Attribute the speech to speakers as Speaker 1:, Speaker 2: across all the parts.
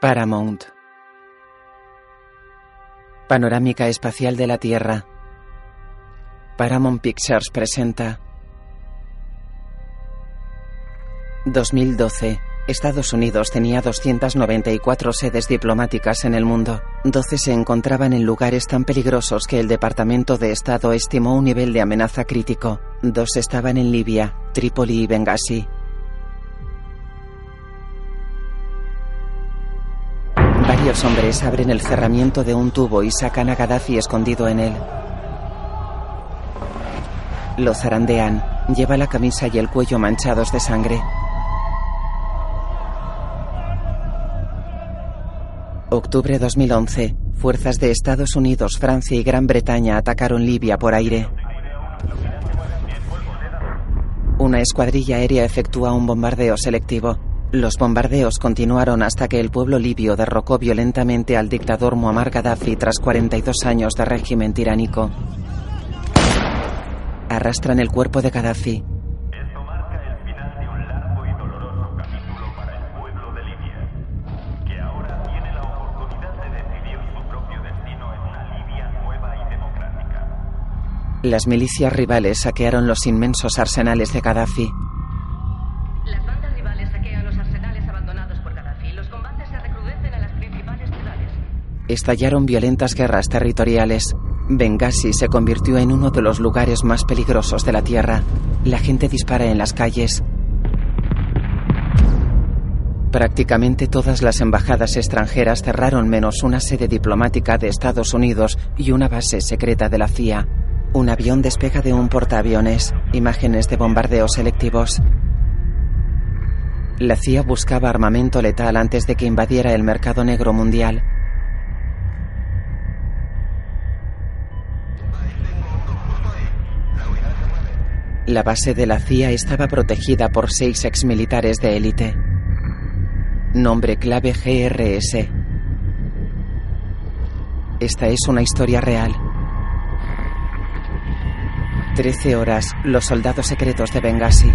Speaker 1: Paramount. Panorámica espacial de la Tierra. Paramount Pictures presenta 2012. Estados Unidos tenía 294 sedes diplomáticas en el mundo. 12 se encontraban en lugares tan peligrosos que el Departamento de Estado estimó un nivel de amenaza crítico. Dos estaban en Libia, Trípoli y Benghazi. Varios hombres abren el cerramiento de un tubo y sacan a Gaddafi escondido en él. Lo zarandean. Lleva la camisa y el cuello manchados de sangre. Octubre 2011. Fuerzas de Estados Unidos, Francia y Gran Bretaña atacaron Libia por aire. Una escuadrilla aérea efectúa un bombardeo selectivo. Los bombardeos continuaron hasta que el pueblo libio derrocó violentamente al dictador Muammar Gaddafi tras 42 años de régimen tiránico. Arrastran el cuerpo de Gaddafi.
Speaker 2: Esto marca el final de un largo y doloroso capítulo para el pueblo de Libia, que ahora tiene la oportunidad de decidir su propio destino en una Libia nueva y democrática.
Speaker 1: Las milicias rivales saquearon los inmensos arsenales de Gaddafi.
Speaker 3: Las bandas rivales saquean los arsenales abandonados por Gaddafi. Los combates se recrudecen en las principales ciudades.
Speaker 1: Estallaron violentas guerras territoriales. Benghazi se convirtió en uno de los lugares más peligrosos de la Tierra. La gente dispara en las calles. Prácticamente todas las embajadas extranjeras cerraron menos una sede diplomática de Estados Unidos y una base secreta de la CIA. Un avión despega de un portaaviones. Imágenes de bombardeos selectivos. La CIA buscaba armamento letal antes de que invadiera el mercado negro mundial. La base de la CIA estaba protegida por seis exmilitares de élite. Nombre clave GRS. Esta es una historia real. Trece horas, los soldados secretos de Benghazi.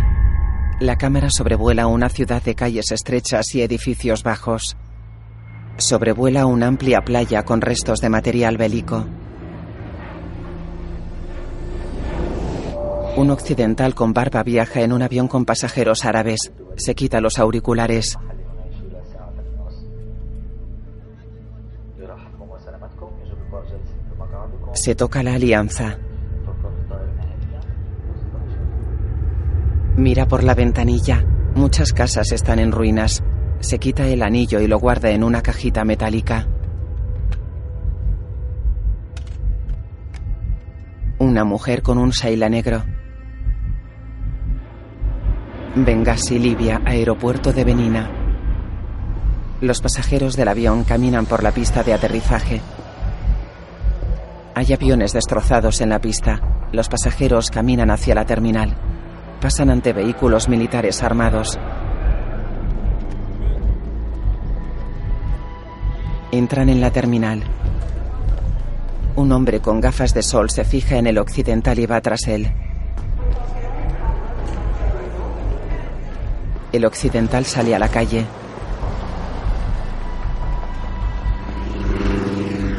Speaker 1: La cámara sobrevuela una ciudad de calles estrechas y edificios bajos. Sobrevuela una amplia playa con restos de material bélico. Un occidental con barba viaja en un avión con pasajeros árabes. Se quita los auriculares. Se toca la alianza. Mira por la ventanilla. Muchas casas están en ruinas. Se quita el anillo y lo guarda en una cajita metálica. Una mujer con un saila negro. Benghazi, Libia, aeropuerto de Benina. Los pasajeros del avión caminan por la pista de aterrizaje. Hay aviones destrozados en la pista. Los pasajeros caminan hacia la terminal. Pasan ante vehículos militares armados. Entran en la terminal. Un hombre con gafas de sol se fija en el occidental y va tras él. El occidental sale a la calle.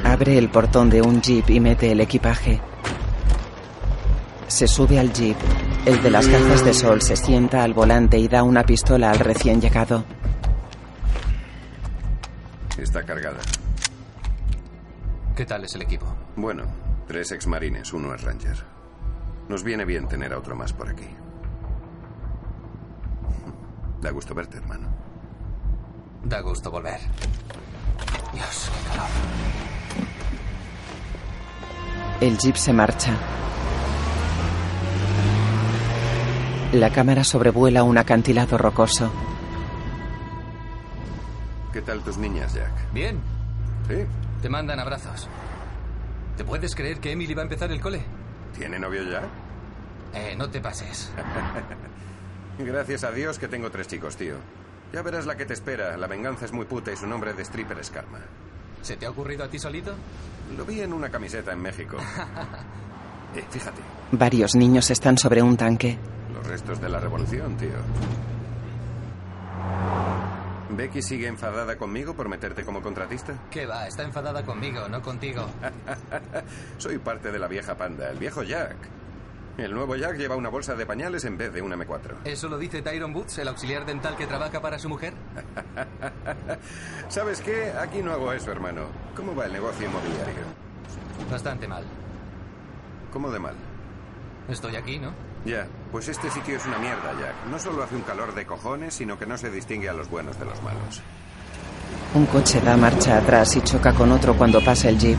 Speaker 1: Abre el portón de un jeep y mete el equipaje. Se sube al jeep. El de las gafas de sol se sienta al volante y da una pistola al recién llegado.
Speaker 4: Está cargada.
Speaker 5: ¿Qué tal es el equipo?
Speaker 4: Bueno, tres exmarines, uno es Ranger. Nos viene bien tener a otro más por aquí. Da gusto verte, hermano.
Speaker 5: Da gusto volver. Dios, qué calor.
Speaker 1: El jeep se marcha. La cámara sobrevuela un acantilado rocoso.
Speaker 4: ¿Qué tal tus niñas, Jack?
Speaker 5: Bien,
Speaker 4: Sí.
Speaker 5: te mandan abrazos. ¿Te puedes creer que Emily va a empezar el cole?
Speaker 4: ¿Tiene novio ya?
Speaker 5: Eh, no te pases.
Speaker 4: Gracias a Dios que tengo tres chicos, tío. Ya verás la que te espera. La venganza es muy puta y su nombre de stripper es Karma.
Speaker 5: ¿Se te ha ocurrido a ti solito?
Speaker 4: Lo vi en una camiseta en México. Eh, fíjate,
Speaker 1: Varios niños están sobre un tanque.
Speaker 4: los restos de la revolución, tío. ¿Becky sigue enfadada conmigo por meterte como contratista?
Speaker 5: ¿Qué va? Está enfadada conmigo, no contigo.
Speaker 4: Soy parte de la vieja panda, el viejo Jack. El nuevo Jack lleva una bolsa de pañales en vez de un M4.
Speaker 5: ¿Eso lo dice Tyron Boots, el auxiliar dental que trabaja para su mujer?
Speaker 4: ¿Sabes qué? Aquí no hago eso, hermano. ¿Cómo va el negocio inmobiliario?
Speaker 5: Bastante mal.
Speaker 4: ¿Cómo de mal?
Speaker 5: Estoy aquí, ¿no?
Speaker 4: Ya, pues este sitio es una mierda, Jack. No solo hace un calor de cojones, sino que no se distingue a los buenos de los malos.
Speaker 1: Un coche da marcha atrás y choca con otro cuando pasa el jeep.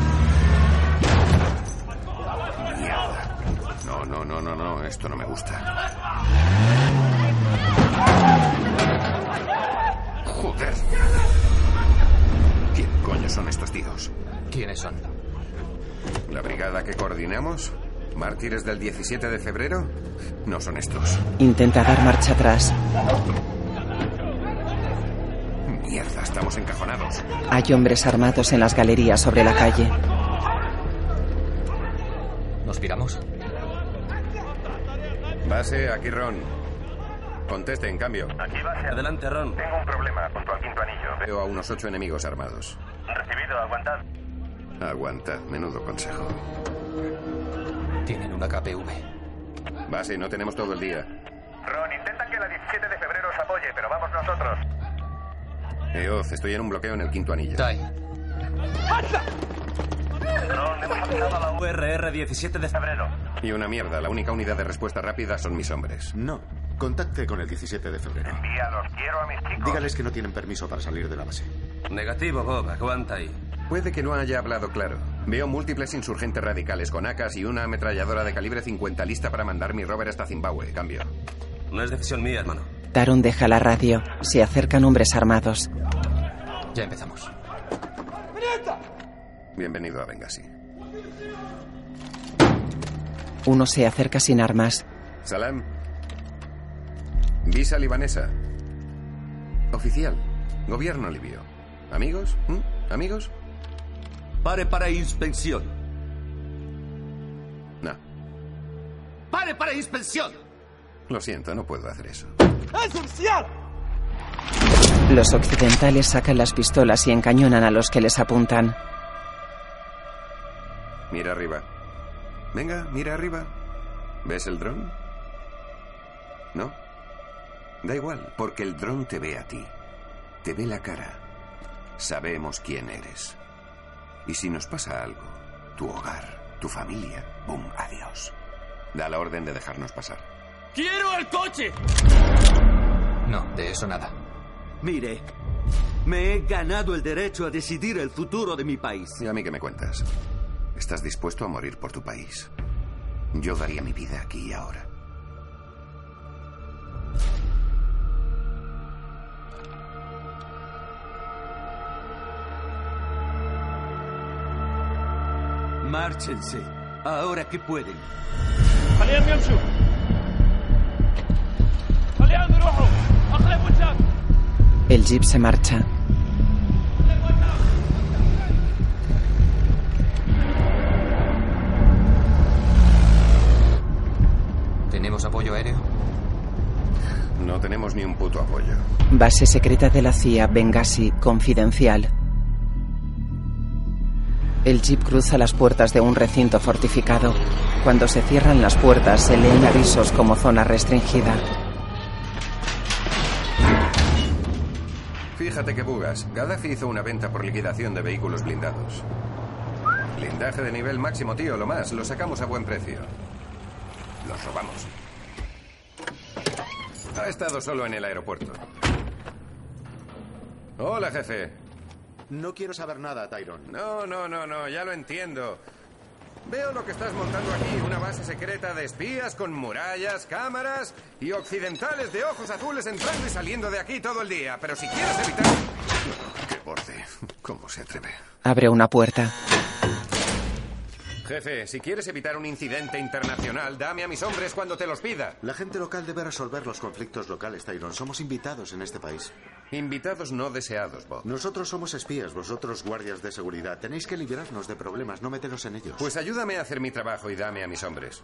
Speaker 4: Mierda. No, no, no, no, no, esto no me gusta. Joder. ¿Quién coño son estos tíos?
Speaker 5: ¿Quiénes son?
Speaker 4: ¿La brigada que coordinamos? ¿Mártires del 17 de febrero? No son estos.
Speaker 1: Intenta dar marcha atrás.
Speaker 4: Mierda, estamos encajonados.
Speaker 1: Hay hombres armados en las galerías sobre la calle.
Speaker 5: ¿Nos piramos?
Speaker 4: Base, aquí Ron. Conteste, en cambio.
Speaker 2: Aquí base.
Speaker 6: Adelante, Ron.
Speaker 2: Tengo un problema junto al quinto anillo.
Speaker 4: Veo a unos ocho enemigos armados.
Speaker 2: Recibido, aguantad.
Speaker 4: Aguantad, menudo consejo.
Speaker 5: Tienen una KPV.
Speaker 4: Base, no tenemos todo el día.
Speaker 2: Ron, intenta que la 17 de febrero os apoye, pero vamos nosotros.
Speaker 4: Eoz, Eh, estoy en un bloqueo en el quinto anillo.
Speaker 5: Ty,
Speaker 2: Ron, hemos alcanzado a la V
Speaker 6: URR 17 de
Speaker 2: de febrero.
Speaker 4: Y una mierda, la única unidad de respuesta rápida son mis hombres.
Speaker 7: No. Contacte con el 17 de febrero.
Speaker 2: Envíalos, quiero a mis chicos.
Speaker 7: Dígales que no tienen permiso para salir de la base.
Speaker 6: Negativo, Bob. Aguanta ahí.
Speaker 4: Puede que no haya hablado claro. Veo múltiples insurgentes radicales con AKs y una ametralladora de calibre 50 lista para mandar mi rover hasta Zimbabue. Cambio.
Speaker 6: No es decisión mía, hermano.
Speaker 1: Taron deja la radio. Se acercan hombres armados.
Speaker 5: ya empezamos.
Speaker 4: Bienvenido a Benghazi.
Speaker 1: Uno se acerca sin armas.
Speaker 4: Salam. Visa libanesa. Oficial. Gobierno libio. ¿Amigos? ¿Mm? ¿Amigos?
Speaker 6: Pare para inspección.
Speaker 4: No.
Speaker 6: ¡Pare para inspección!
Speaker 4: Lo siento, no puedo hacer eso.
Speaker 1: Los occidentales sacan las pistolas y encañonan a los que les apuntan.
Speaker 4: Mira arriba. Venga, mira arriba. ¿Ves el dron? No. Da igual, porque el dron te ve a ti. Te ve la cara. Sabemos quién eres. Y si nos pasa algo, tu hogar, tu familia, boom, adiós. Da la orden de dejarnos pasar.
Speaker 5: No, de eso nada.
Speaker 6: Mire, me he ganado el derecho a decidir el futuro de mi país.
Speaker 4: Y a mí que me cuentas. ¿Estás dispuesto a morir por tu país? Yo daría mi vida aquí y ahora.
Speaker 6: Márchense. Ahora que pueden.
Speaker 8: خليهم يمشوا خليهم يروحوا اقلب وجهك
Speaker 1: El jeep se marcha.
Speaker 5: ¿Tenemos apoyo aéreo?
Speaker 4: No tenemos ni un puto apoyo.
Speaker 1: Base secreta de la CIA, Benghazi, confidencial. El jeep cruza las puertas de un recinto fortificado. Cuando se cierran las puertas, se leen avisos como zona restringida.
Speaker 4: Fíjate que bugas. Gaddafi hizo una venta por liquidación de vehículos blindados. Blindaje de nivel máximo, tío, lo más. Lo sacamos a buen precio. Los robamos. Ha estado solo en el aeropuerto. Hola, jefe.
Speaker 7: No quiero saber nada, Tyron.
Speaker 4: No, no, no, no, ya lo entiendo. Veo lo que estás montando aquí, una base secreta de espías con murallas, cámaras y occidentales de ojos azules entrando y saliendo de aquí todo el día. Pero si quieres evitar... ¡Qué borde! ¿Cómo se atreve?
Speaker 1: Abre una puerta.
Speaker 4: Jefe, si quieres evitar un incidente internacional, dame a mis hombres cuando te los pida.
Speaker 7: La gente local debe resolver los conflictos locales, Tyron. Somos invitados en este país.
Speaker 4: Invitados no deseados, Bob.
Speaker 7: Nosotros somos espías, vosotros guardias de seguridad. Tenéis que librarnos de problemas, no meteros en ellos.
Speaker 4: Pues ayúdame a hacer mi trabajo y dame a mis hombres.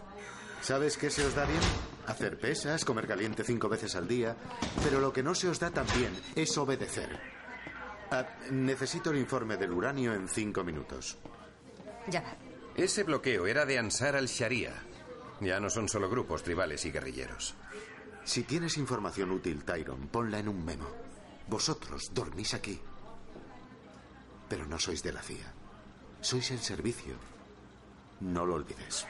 Speaker 7: ¿sabes qué se os da bien? Hacer pesas, comer caliente cinco veces al día. Pero lo que no se os da tan bien es obedecer. Ah, necesito el informe del uranio en cinco minutos.
Speaker 3: Ya va.
Speaker 4: Ese bloqueo era de Ansar al-Sharia. Ya no son solo grupos tribales y guerrilleros.
Speaker 7: Si tienes información útil, Tyron, ponla en un memo. Vosotros dormís aquí. Pero no sois de la CIA. Sois el servicio. No lo olvides.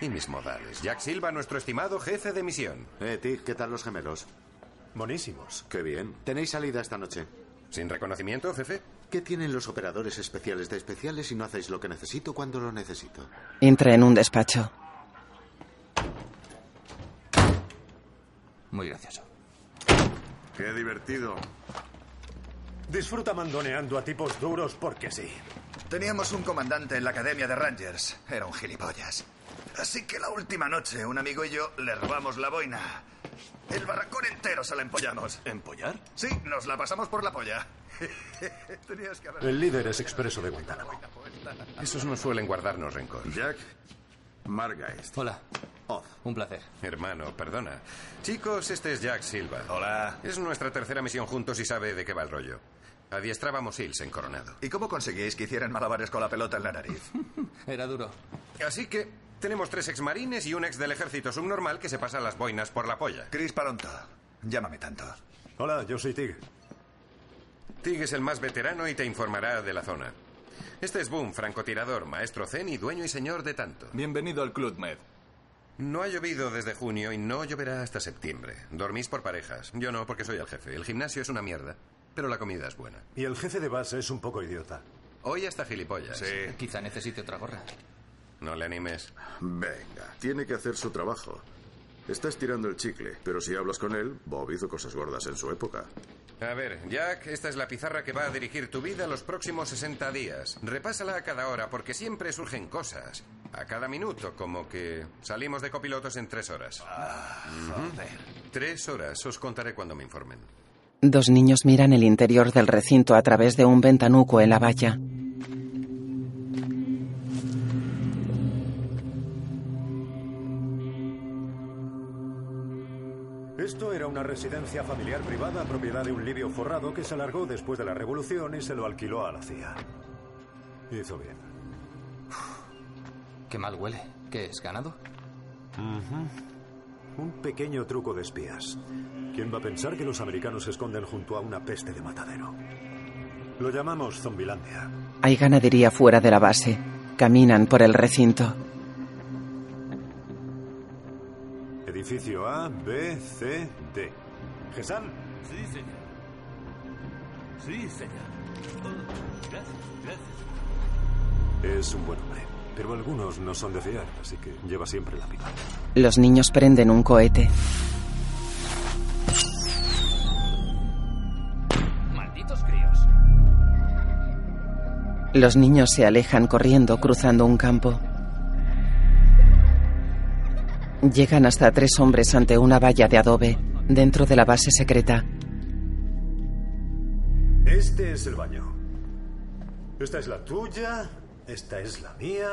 Speaker 4: Y mis modales. Jack Silva, nuestro estimado jefe de misión.
Speaker 7: Eh, Tig, ¿qué tal los gemelos?
Speaker 9: Buenísimos.
Speaker 7: Qué bien. ¿Tenéis salida esta noche?
Speaker 4: ¿Sin reconocimiento, jefe?
Speaker 7: ¿Qué tienen los operadores especiales de especiales si no hacéis lo que necesito cuando lo necesito?
Speaker 1: Entra en un despacho.
Speaker 5: Muy gracioso.
Speaker 10: Qué divertido.
Speaker 9: Disfruta mandoneando a tipos duros porque sí.
Speaker 11: Teníamos un comandante en la academia de Rangers. Era un gilipollas. Así que la última noche, un amigo y yo le robamos la boina. El barracón entero se la empollamos.
Speaker 9: ¿Empollar?
Speaker 11: Sí, nos la pasamos por la polla. Tenías que haber...
Speaker 9: El líder es expreso de Guantánamo.
Speaker 4: Esos no suelen guardarnos rencor.
Speaker 10: Jack, Margaest.
Speaker 5: Hola,
Speaker 10: Oz.
Speaker 5: un placer.
Speaker 4: Hermano, perdona. Chicos, este es Jack Silva.
Speaker 11: Hola.
Speaker 4: Es nuestra tercera misión juntos y sabe de qué va el rollo. Adiestrábamos Hills en Coronado.
Speaker 11: ¿Y cómo conseguíais que hicieran malabares con la pelota en la nariz?
Speaker 5: Era duro.
Speaker 4: Así que tenemos tres exmarines y un ex del ejército subnormal que se pasa las boinas por la polla.
Speaker 11: Chris Paronto, llámame tanto.
Speaker 9: Hola, yo soy Tig.
Speaker 4: Tig es el más veterano y te informará de la zona. Este es Boom, francotirador, maestro zen y dueño y señor de tanto.
Speaker 12: Bienvenido al Club Med.
Speaker 4: No ha llovido desde junio y no lloverá hasta septiembre. Dormís por parejas. Yo no, porque soy el jefe. El gimnasio es una mierda, pero la comida es buena.
Speaker 9: Y el jefe de base es un poco idiota.
Speaker 4: Hoy hasta gilipollas.
Speaker 11: Sí.
Speaker 5: Quizá necesite otra gorra.
Speaker 4: No le animes.
Speaker 10: Venga, tiene que hacer su trabajo. Está estirando el chicle, pero si hablas con él, Bob hizo cosas gordas en su época.
Speaker 4: A ver, Jack, esta es la pizarra que va a dirigir tu vida los próximos 60 días. Repásala a cada hora porque siempre surgen cosas. A cada minuto, como que salimos de copilotos en tres horas. Tres horas, os contaré cuando me informen.
Speaker 1: Dos niños miran el interior del recinto a través de un ventanuco en la valla.
Speaker 9: Esto era una residencia familiar privada propiedad de un libio forrado que se alargó después de la revolución y se lo alquiló a la CIA. Hizo bien.
Speaker 5: Qué mal huele. ¿Qué es, ganado?
Speaker 9: Un pequeño truco de espías. ¿Quién va a pensar que los americanos se esconden junto a una peste de matadero? Lo llamamos Zombilandia.
Speaker 1: Hay ganadería fuera de la base. Caminan por el recinto.
Speaker 9: Edificio A, B, C, D. Gesam,
Speaker 8: Sí, señor. Sí, señor. Oh, gracias, gracias.
Speaker 9: es un buen hombre, pero algunos no son de fiar, así que lleva siempre la pipa.
Speaker 1: Los niños prenden un cohete.
Speaker 8: Malditos críos.
Speaker 1: Los niños se alejan corriendo cruzando un campo. Llegan hasta tres hombres ante una valla de adobe, dentro de la base secreta.
Speaker 9: Este es el baño. Esta es la tuya, esta es la mía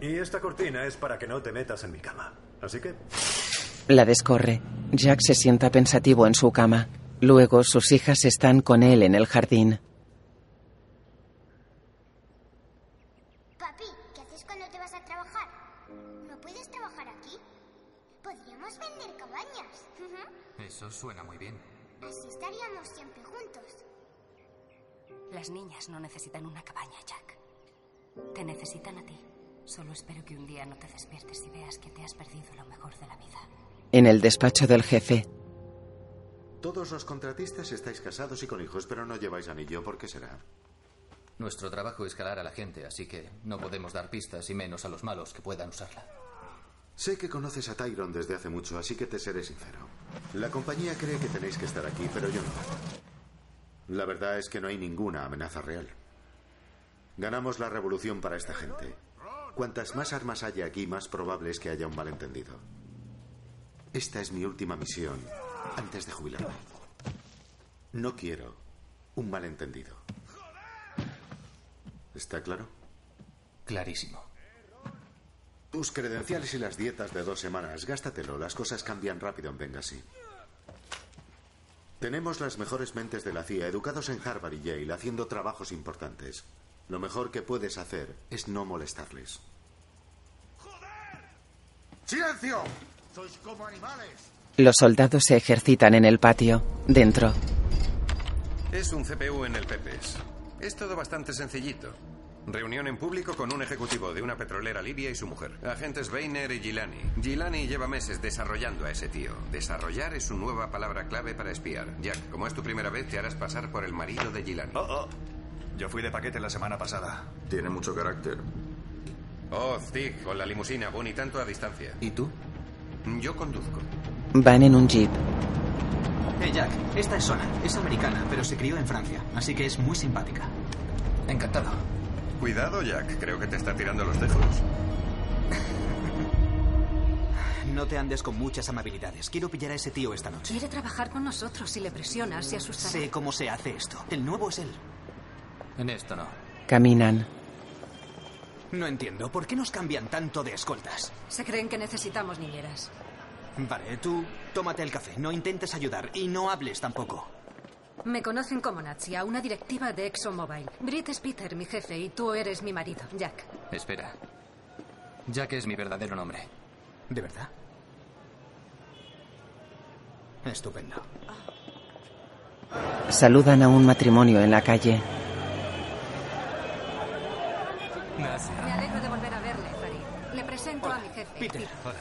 Speaker 9: y esta cortina es para que no te metas en mi cama. Así que
Speaker 1: La descorre. Jack se sienta pensativo en su cama. Luego sus hijas están con él en el jardín.
Speaker 13: Papi, ¿qué haces cuando te vas a trabajar? ¿No puedes trabajar aquí? Podríamos vender cabañas.
Speaker 5: Eso suena muy bien.
Speaker 13: Así estaríamos siempre juntos.
Speaker 14: Las niñas no necesitan una cabaña, Jack. Te necesitan a ti. Solo espero que un día no te despiertes y veas que te has perdido lo mejor de la vida.
Speaker 1: En el despacho del jefe,
Speaker 7: Todos los contratistas estáis casados y con hijos, pero no lleváis anillo. ¿Por qué será?
Speaker 5: Nuestro trabajo es calar a la gente, así que no podemos dar pistas y menos a los malos que puedan usarla.
Speaker 7: Sé que conoces a Tyron desde hace mucho, así que te seré sincero. La compañía cree que tenéis que estar aquí, pero yo no. La verdad es que no hay ninguna amenaza real. Ganamos la revolución para esta gente. Cuantas más armas haya aquí, más probable es que haya un malentendido. Esta es mi última misión antes de jubilarme. No quiero un malentendido. ¿Está claro?
Speaker 5: Clarísimo.
Speaker 7: Tus credenciales y las dietas de dos semanas, gástatelo. Las cosas cambian rápido en Benghazi. Tenemos las mejores mentes de la CIA, educados en Harvard y Yale, haciendo trabajos importantes. Lo mejor que puedes hacer es no molestarles.
Speaker 11: ¡Silencio! ¡Sois como animales!
Speaker 1: Los soldados se ejercitan en el patio. Dentro,
Speaker 4: Es un CPU en el PEPES. Es todo bastante sencillito. Reunión en público con un ejecutivo de una petrolera libia y su mujer. Agentes Weiner y Gilani. Gilani lleva meses desarrollando a ese tío. Desarrollar es su nueva palabra clave para espiar. Jack, como es tu primera vez, te harás pasar por el marido de Gilani. Oh, Yo fui de paquete la semana pasada.
Speaker 10: Tiene mucho carácter.
Speaker 4: Oh, Stick, con la limusina, Bunny, tanto a distancia.
Speaker 5: ¿Y tú?
Speaker 4: Yo conduzco.
Speaker 1: van en un jeep.
Speaker 12: Hey Jack, esta es Sona, es americana, pero se crió en Francia, así que es muy simpática.
Speaker 5: Encantado.
Speaker 4: Cuidado, Jack. Creo que te está tirando los tejos.
Speaker 12: No te andes con muchas amabilidades. Quiero pillar a ese tío esta noche.
Speaker 14: Quiere trabajar con nosotros. Si le presionas, se asustará.
Speaker 12: Sé cómo se hace esto. El nuevo es él.
Speaker 5: En esto no.
Speaker 1: Caminan.
Speaker 12: No entiendo, ¿por qué nos cambian tanto de escoltas?
Speaker 14: Se creen que necesitamos niñeras.
Speaker 12: Vale, tú tómate el café, no intentes ayudar y no hables tampoco.
Speaker 14: Me conocen como Natsia, una directiva de ExxonMobil. Britt es Peter, mi jefe, y tú eres mi marido, Jack.
Speaker 5: Espera. Jack es mi verdadero nombre.
Speaker 12: ¿De verdad? Estupendo.
Speaker 1: Saludan a un matrimonio en la calle.
Speaker 14: Me alegro de volver a verle, Farid. Le presento a mi jefe.
Speaker 12: Peter. Hola.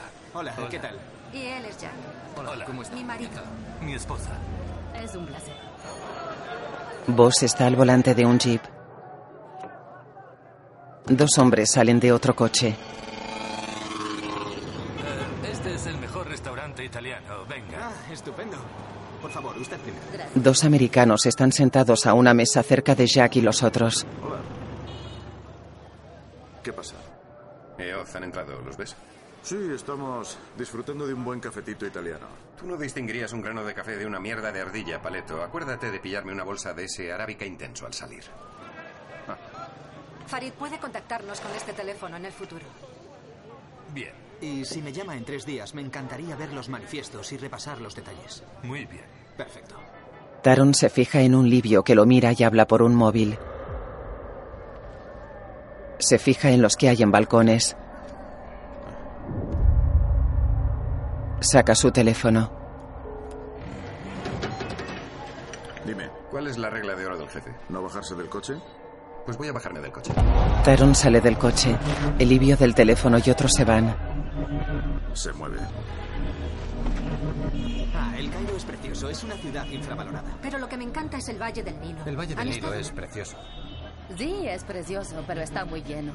Speaker 12: Hola, ¿qué tal?
Speaker 14: Y él es Jack,
Speaker 8: Hola, ¿cómo estás?
Speaker 14: mi marido.
Speaker 8: Mi esposa.
Speaker 14: Es un placer.
Speaker 1: Boss está al volante de un jeep. Dos hombres salen de otro coche.
Speaker 8: Eh, este es el mejor restaurante italiano, venga.
Speaker 12: Ah, estupendo. Por favor, usted primero.
Speaker 1: Dos americanos están sentados a una mesa cerca de Jack y los otros.
Speaker 10: ¿Qué pasa?
Speaker 4: Eh, Oz, han entrado. ¿Los ves?
Speaker 10: Sí, estamos disfrutando de un buen cafetito italiano.
Speaker 4: Tú no distinguirías un grano de café de una mierda de ardilla, paleto. Acuérdate de pillarme una bolsa de ese arábica intenso al salir.
Speaker 14: Farid puede contactarnos con este teléfono en el futuro.
Speaker 8: Bien.
Speaker 12: Y si me llama en tres días, me encantaría ver los manifiestos y repasar los detalles.
Speaker 8: Muy bien.
Speaker 12: Perfecto.
Speaker 1: Taron se fija en un libio que lo mira y habla por un móvil. Se fija en los que hay en balcones. Saca su teléfono.
Speaker 10: Dime.
Speaker 4: ¿Cuál es la regla de oro del jefe?
Speaker 10: ¿No bajarse del coche?
Speaker 4: Pues voy a bajarme del coche.
Speaker 1: Taron sale del coche. El libio del teléfono y otros se van.
Speaker 10: Se mueve.
Speaker 12: Ah, el Cairo es precioso, es una ciudad infravalorada.
Speaker 15: Pero lo que me encanta es el Valle del Nilo.
Speaker 5: El Valle del
Speaker 15: ¿Han
Speaker 5: Nilo
Speaker 15: estado?
Speaker 5: es precioso.
Speaker 15: Sí, es precioso, pero está muy lleno.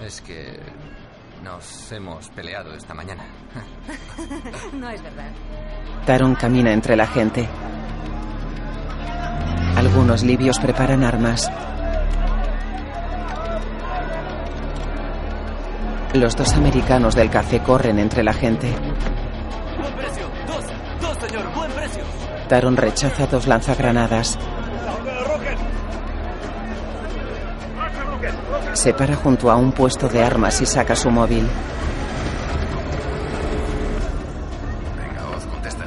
Speaker 5: Es que nos hemos peleado esta mañana.
Speaker 15: no es verdad.
Speaker 1: Taron camina entre la gente. Algunos libios preparan armas. Los dos americanos del café corren entre la gente.
Speaker 8: Buen precio. Dos. Dos, señor. Buen precio.
Speaker 1: Taron rechaza dos lanzagranadas. Se para junto a un puesto de armas y saca su móvil.
Speaker 4: Venga, Oz, contesta.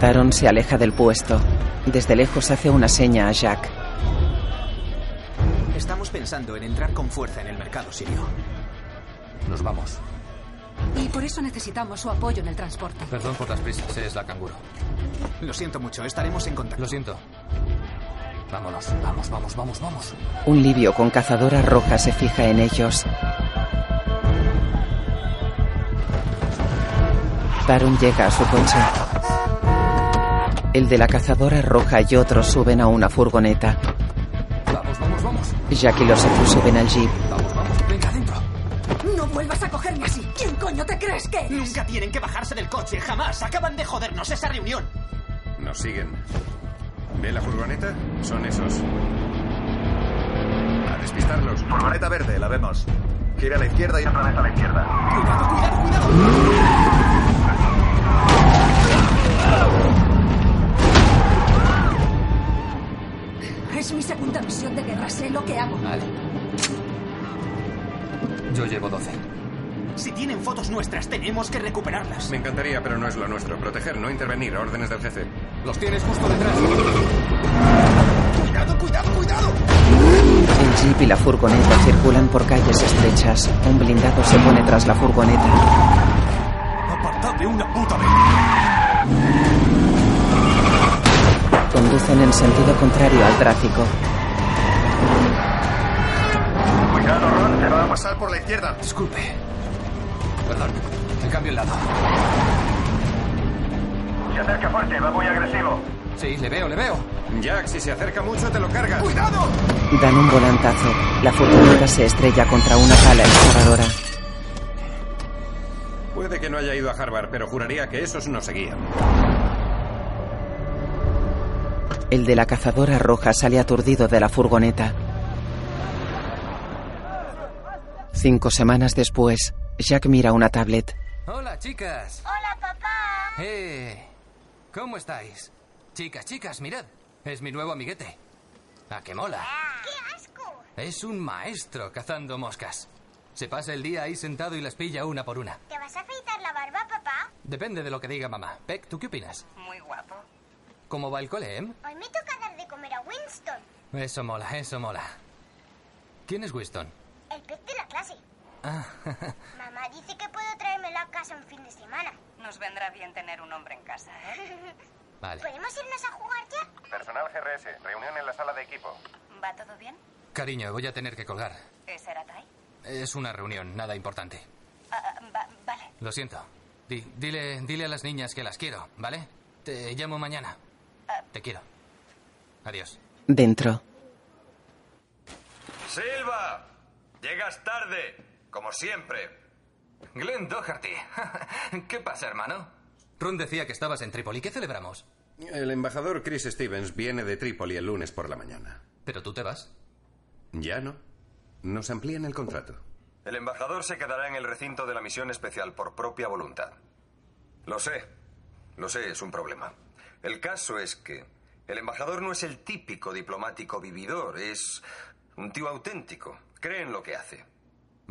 Speaker 1: Taron se aleja del puesto. Desde lejos hace una seña a Jack.
Speaker 12: Estamos pensando en entrar con fuerza en el mercado sirio.
Speaker 5: Nos vamos.
Speaker 15: Y por eso necesitamos su apoyo en el transporte.
Speaker 5: Perdón por las prisas, es la canguro.
Speaker 12: Lo siento mucho, estaremos en contacto.
Speaker 5: Lo siento. Vámonos, vamos, vamos, vamos, vamos.
Speaker 1: Un libio con cazadora roja se fija en ellos. Taron llega a su coche. El de la cazadora roja y otros suben a una furgoneta.
Speaker 5: Vamos, vamos, vamos.
Speaker 1: Jack y los otros suben al jeep.
Speaker 5: Vamos, vamos. Venga, adentro.
Speaker 15: No vuelvas a cogerme así. ¿Quién coño te crees que eres?
Speaker 12: Nunca tienen que bajarse del coche, jamás. Acaban de jodernos esa reunión.
Speaker 4: Nos siguen. ¿Ve la furgoneta? Son esos. A despistarlos.
Speaker 11: Furgoneta verde, la vemos. Gira a la izquierda y otra vez a la izquierda.
Speaker 15: Es mi segunda misión de guerra, sé lo que hago.
Speaker 5: Vale.
Speaker 12: fotos nuestras. Tenemos que recuperarlas.
Speaker 4: Me encantaría, pero no es lo nuestro. Proteger, no intervenir. Órdenes del jefe.
Speaker 16: Los tienes justo detrás.
Speaker 12: ¡Cuidado, cuidado, cuidado!
Speaker 1: El jeep y la furgoneta circulan por calles estrechas. Un blindado se pone tras la furgoneta.
Speaker 16: ¡Apartadme una puta vez!
Speaker 1: Conducen en sentido contrario al tráfico.
Speaker 11: Cuidado, Ron, te va a pasar por la izquierda.
Speaker 16: Disculpe. Perdón, te cambio el lado.
Speaker 11: Se acerca fuerte, va muy agresivo.
Speaker 16: Sí, le veo, le veo.
Speaker 4: Jack, si se acerca mucho, te lo cargas.
Speaker 16: ¡Cuidado!
Speaker 1: Dan un volantazo. La furgoneta se estrella contra una pala excavadora.
Speaker 4: Puede que no haya ido a Harvard, pero juraría que esos no seguían.
Speaker 1: El de la cazadora roja sale aturdido de la furgoneta. Cinco semanas después, Jack mira una tablet.
Speaker 5: Hola, chicas.
Speaker 17: Hola, papá.
Speaker 5: Eh, ¿Cómo estáis? Chicas, chicas, mirad. Es mi nuevo amiguete. ¿A que mola?
Speaker 3: Ah.
Speaker 17: ¡Qué asco!
Speaker 5: Es un maestro cazando moscas. Se pasa el día ahí sentado y las pilla una por una.
Speaker 17: ¿Te vas a afeitar la barba, papá?
Speaker 5: Depende de lo que diga mamá. Peck, ¿tú qué opinas?
Speaker 3: Muy guapo.
Speaker 5: ¿Cómo va el cole, em?
Speaker 17: Hoy me toca dar de comer a Winston,
Speaker 5: Eso mola, eso mola. ¿Quién es Winston?
Speaker 17: el pez de la clase.
Speaker 5: Ah,
Speaker 17: Mamá dice que puedo traérmelo a casa un fin de semana.
Speaker 3: Nos vendrá bien tener un hombre en casa, ¿eh?
Speaker 5: vale.
Speaker 17: ¿Podemos irnos a jugar ya?
Speaker 18: Personal GRS, reunión en la sala de equipo.
Speaker 3: ¿Va todo bien?
Speaker 5: Cariño, voy a tener que colgar.
Speaker 3: ¿Es Aratai?
Speaker 5: Es una reunión, nada importante.
Speaker 3: Ah, ah, va- vale.
Speaker 5: Lo siento. Di- dile, dile a las niñas que las quiero, ¿vale? Te llamo mañana. Te quiero. Adiós.
Speaker 1: Dentro.
Speaker 11: ¡Silva! Llegas tarde, como siempre.
Speaker 5: Glenn Doherty. ¿Qué pasa, hermano? Ron decía que estabas en Trípoli. ¿Qué celebramos?
Speaker 4: El embajador Chris Stevens viene de Trípoli el lunes por la mañana.
Speaker 5: ¿Pero tú te vas?
Speaker 4: Ya no. Nos amplían el contrato.
Speaker 14: El embajador se quedará en el recinto de la misión especial por propia voluntad. Lo sé, lo sé, es un problema. El caso es que el embajador no es el típico diplomático vividor, es un tío auténtico, cree en lo que hace.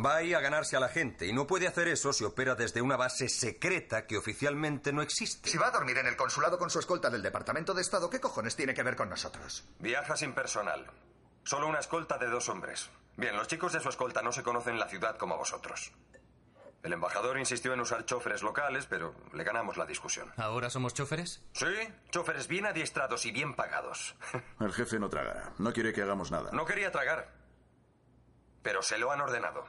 Speaker 16: Va ahí a ganarse a la gente y no puede hacer eso si opera desde una base secreta que oficialmente no existe.
Speaker 11: Si va a dormir en el consulado con su escolta del Departamento de Estado, ¿qué cojones tiene que ver con nosotros?
Speaker 14: Viaja sin personal. Solo una escolta de dos hombres. Bien, los chicos de su escolta no se conocen la ciudad como vosotros. El embajador insistió en usar choferes locales, pero le ganamos la discusión.
Speaker 5: ¿Ahora somos choferes?
Speaker 14: Sí, choferes bien adiestrados y bien pagados.
Speaker 10: El jefe no tragará. No quiere que hagamos nada.
Speaker 14: No quería tragar. Pero se lo han ordenado.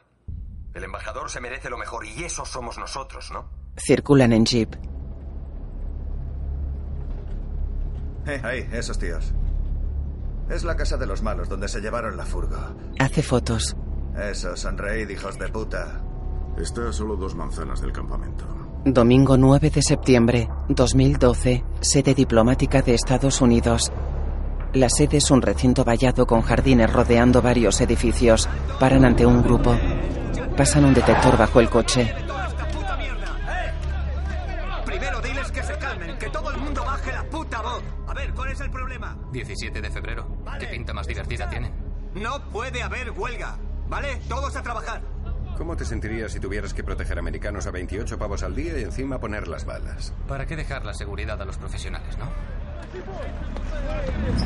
Speaker 14: El embajador se merece lo mejor y eso somos nosotros, ¿no?
Speaker 1: Circulan en jeep.
Speaker 11: Eh, ahí, esos tíos. Es la casa de los malos donde se llevaron la furgo.
Speaker 1: Hace fotos.
Speaker 11: Eso, sonreíd, hijos de puta.
Speaker 10: Está a solo dos manzanas del campamento.
Speaker 1: Domingo 9 de septiembre, 2012, sede diplomática de Estados Unidos. La sede es un recinto vallado con jardines rodeando varios edificios. Paran ante un grupo. Pasan un detector bajo el coche.
Speaker 16: Primero diles que se calmen, que todo el mundo baje la puta voz. A ver, ¿cuál es el problema?
Speaker 5: 17 de febrero. ¿Qué pinta más divertida tiene?
Speaker 16: No puede haber huelga, ¿vale? Todos a trabajar.
Speaker 4: ¿Cómo te sentirías si tuvieras que proteger americanos a 28 pavos al día y encima poner las balas?
Speaker 5: ¿Para qué dejar la seguridad a los profesionales, no?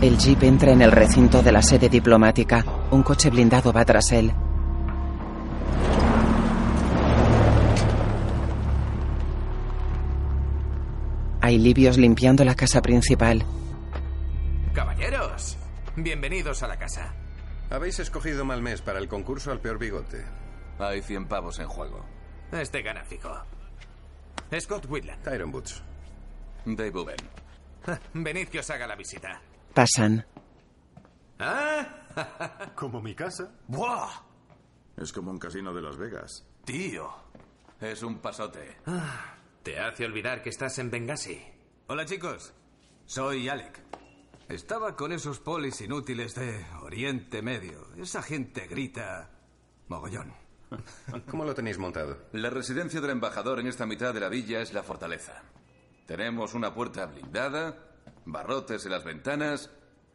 Speaker 1: El jeep entra en el recinto de la sede diplomática. Un coche blindado va tras él. Hay libios limpiando la casa principal.
Speaker 19: Caballeros, bienvenidos a la casa.
Speaker 4: Habéis escogido mal mes para el concurso al peor bigote.
Speaker 19: Hay 100 pavos en juego. Este gana fijo. Scott Whitland.
Speaker 4: Tyron Boots.
Speaker 19: Dave Uben. Venid que os haga la visita.
Speaker 1: Pasan.
Speaker 19: ¿Ah?
Speaker 20: Como mi casa.
Speaker 19: ¡Buah!
Speaker 10: Es como un casino de Las Vegas.
Speaker 19: Tío, es un pasote. Te hace olvidar que estás en Benghazi.
Speaker 16: Hola chicos, soy Alec. Estaba con esos polis inútiles de Oriente Medio. Esa gente grita mogollón.
Speaker 4: ¿Cómo lo tenéis montado?
Speaker 21: La residencia del embajador en esta mitad de la villa es la fortaleza. Tenemos una puerta blindada, barrotes en las ventanas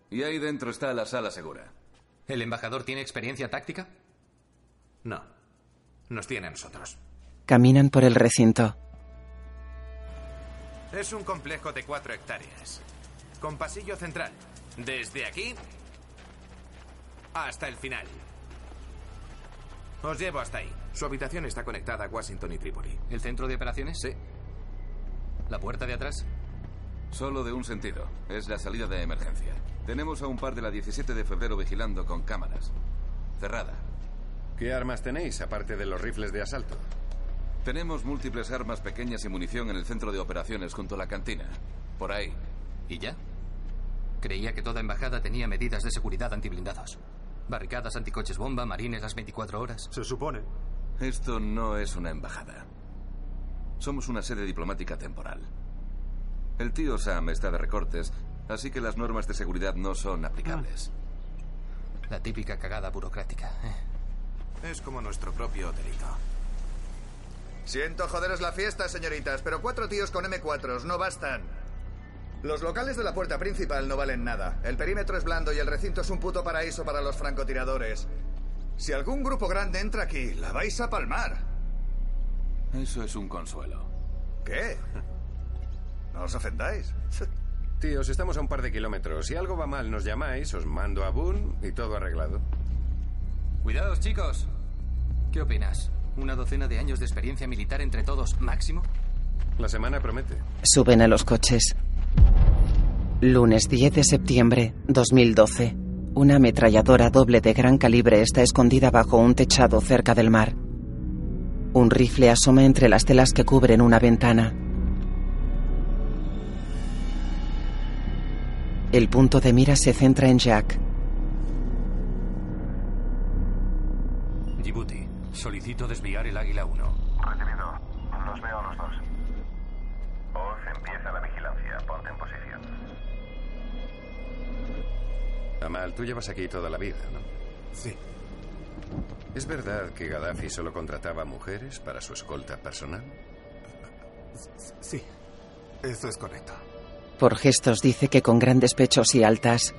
Speaker 21: y ahí dentro está la sala segura.
Speaker 5: ¿El embajador tiene experiencia táctica?
Speaker 19: No. Nos tiene a nosotros.
Speaker 1: Caminan por el recinto.
Speaker 22: Es un complejo de cuatro hectáreas, con pasillo central, desde aquí hasta el final. Os llevo hasta ahí. Su habitación está conectada a Washington y Tripoli.
Speaker 5: ¿El centro de operaciones? Sí. ¿La puerta de atrás?
Speaker 23: Solo de un sentido. Es la salida de emergencia. Tenemos a un par de la 17 de febrero vigilando con cámaras. Cerrada.
Speaker 4: ¿Qué armas tenéis aparte de los rifles de asalto?
Speaker 23: Tenemos múltiples armas pequeñas y munición en el centro de operaciones junto a la cantina. Por ahí.
Speaker 5: ¿Y ya? Creía que toda embajada tenía medidas de seguridad antiblindados. Barricadas, anticoches bomba, marines las 24 horas.
Speaker 24: Se supone.
Speaker 23: Esto no es una embajada. Somos una sede diplomática temporal. El tío Sam está de recortes, así que las normas de seguridad no son aplicables.
Speaker 5: Ah. La típica cagada burocrática. ¿eh?
Speaker 22: Es como nuestro propio hotelito.
Speaker 11: Siento joderos la fiesta, señoritas, pero cuatro tíos con M4s no bastan. Los locales de la puerta principal no valen nada. El perímetro es blando y el recinto es un puto paraíso para los francotiradores. Si algún grupo grande entra aquí, la vais a palmar.
Speaker 23: Eso es un consuelo.
Speaker 11: ¿Qué? No os ofendáis.
Speaker 4: Tíos, estamos a un par de kilómetros. Si algo va mal, nos llamáis, os mando a Boone y todo arreglado.
Speaker 5: Cuidados, chicos. ¿Qué opinas? ¿Una docena de años de experiencia militar entre todos máximo?
Speaker 4: La semana promete.
Speaker 1: Suben a los coches. Lunes 10 de septiembre 2012. Una ametralladora doble de gran calibre está escondida bajo un techado cerca del mar. Un rifle asoma entre las telas que cubren una ventana. El punto de mira se centra en Jack.
Speaker 22: Djibouti, solicito desviar el Águila 1.
Speaker 25: Recibido. Los veo a los dos. Oz empieza la vigilancia. Ponte en posición.
Speaker 4: Amal, tú llevas aquí toda la vida, ¿no?
Speaker 24: Sí.
Speaker 4: ¿Es verdad que Gaddafi solo contrataba mujeres para su escolta personal?
Speaker 24: Sí. Eso es correcto.
Speaker 1: Por gestos dice que con grandes pechos y altas.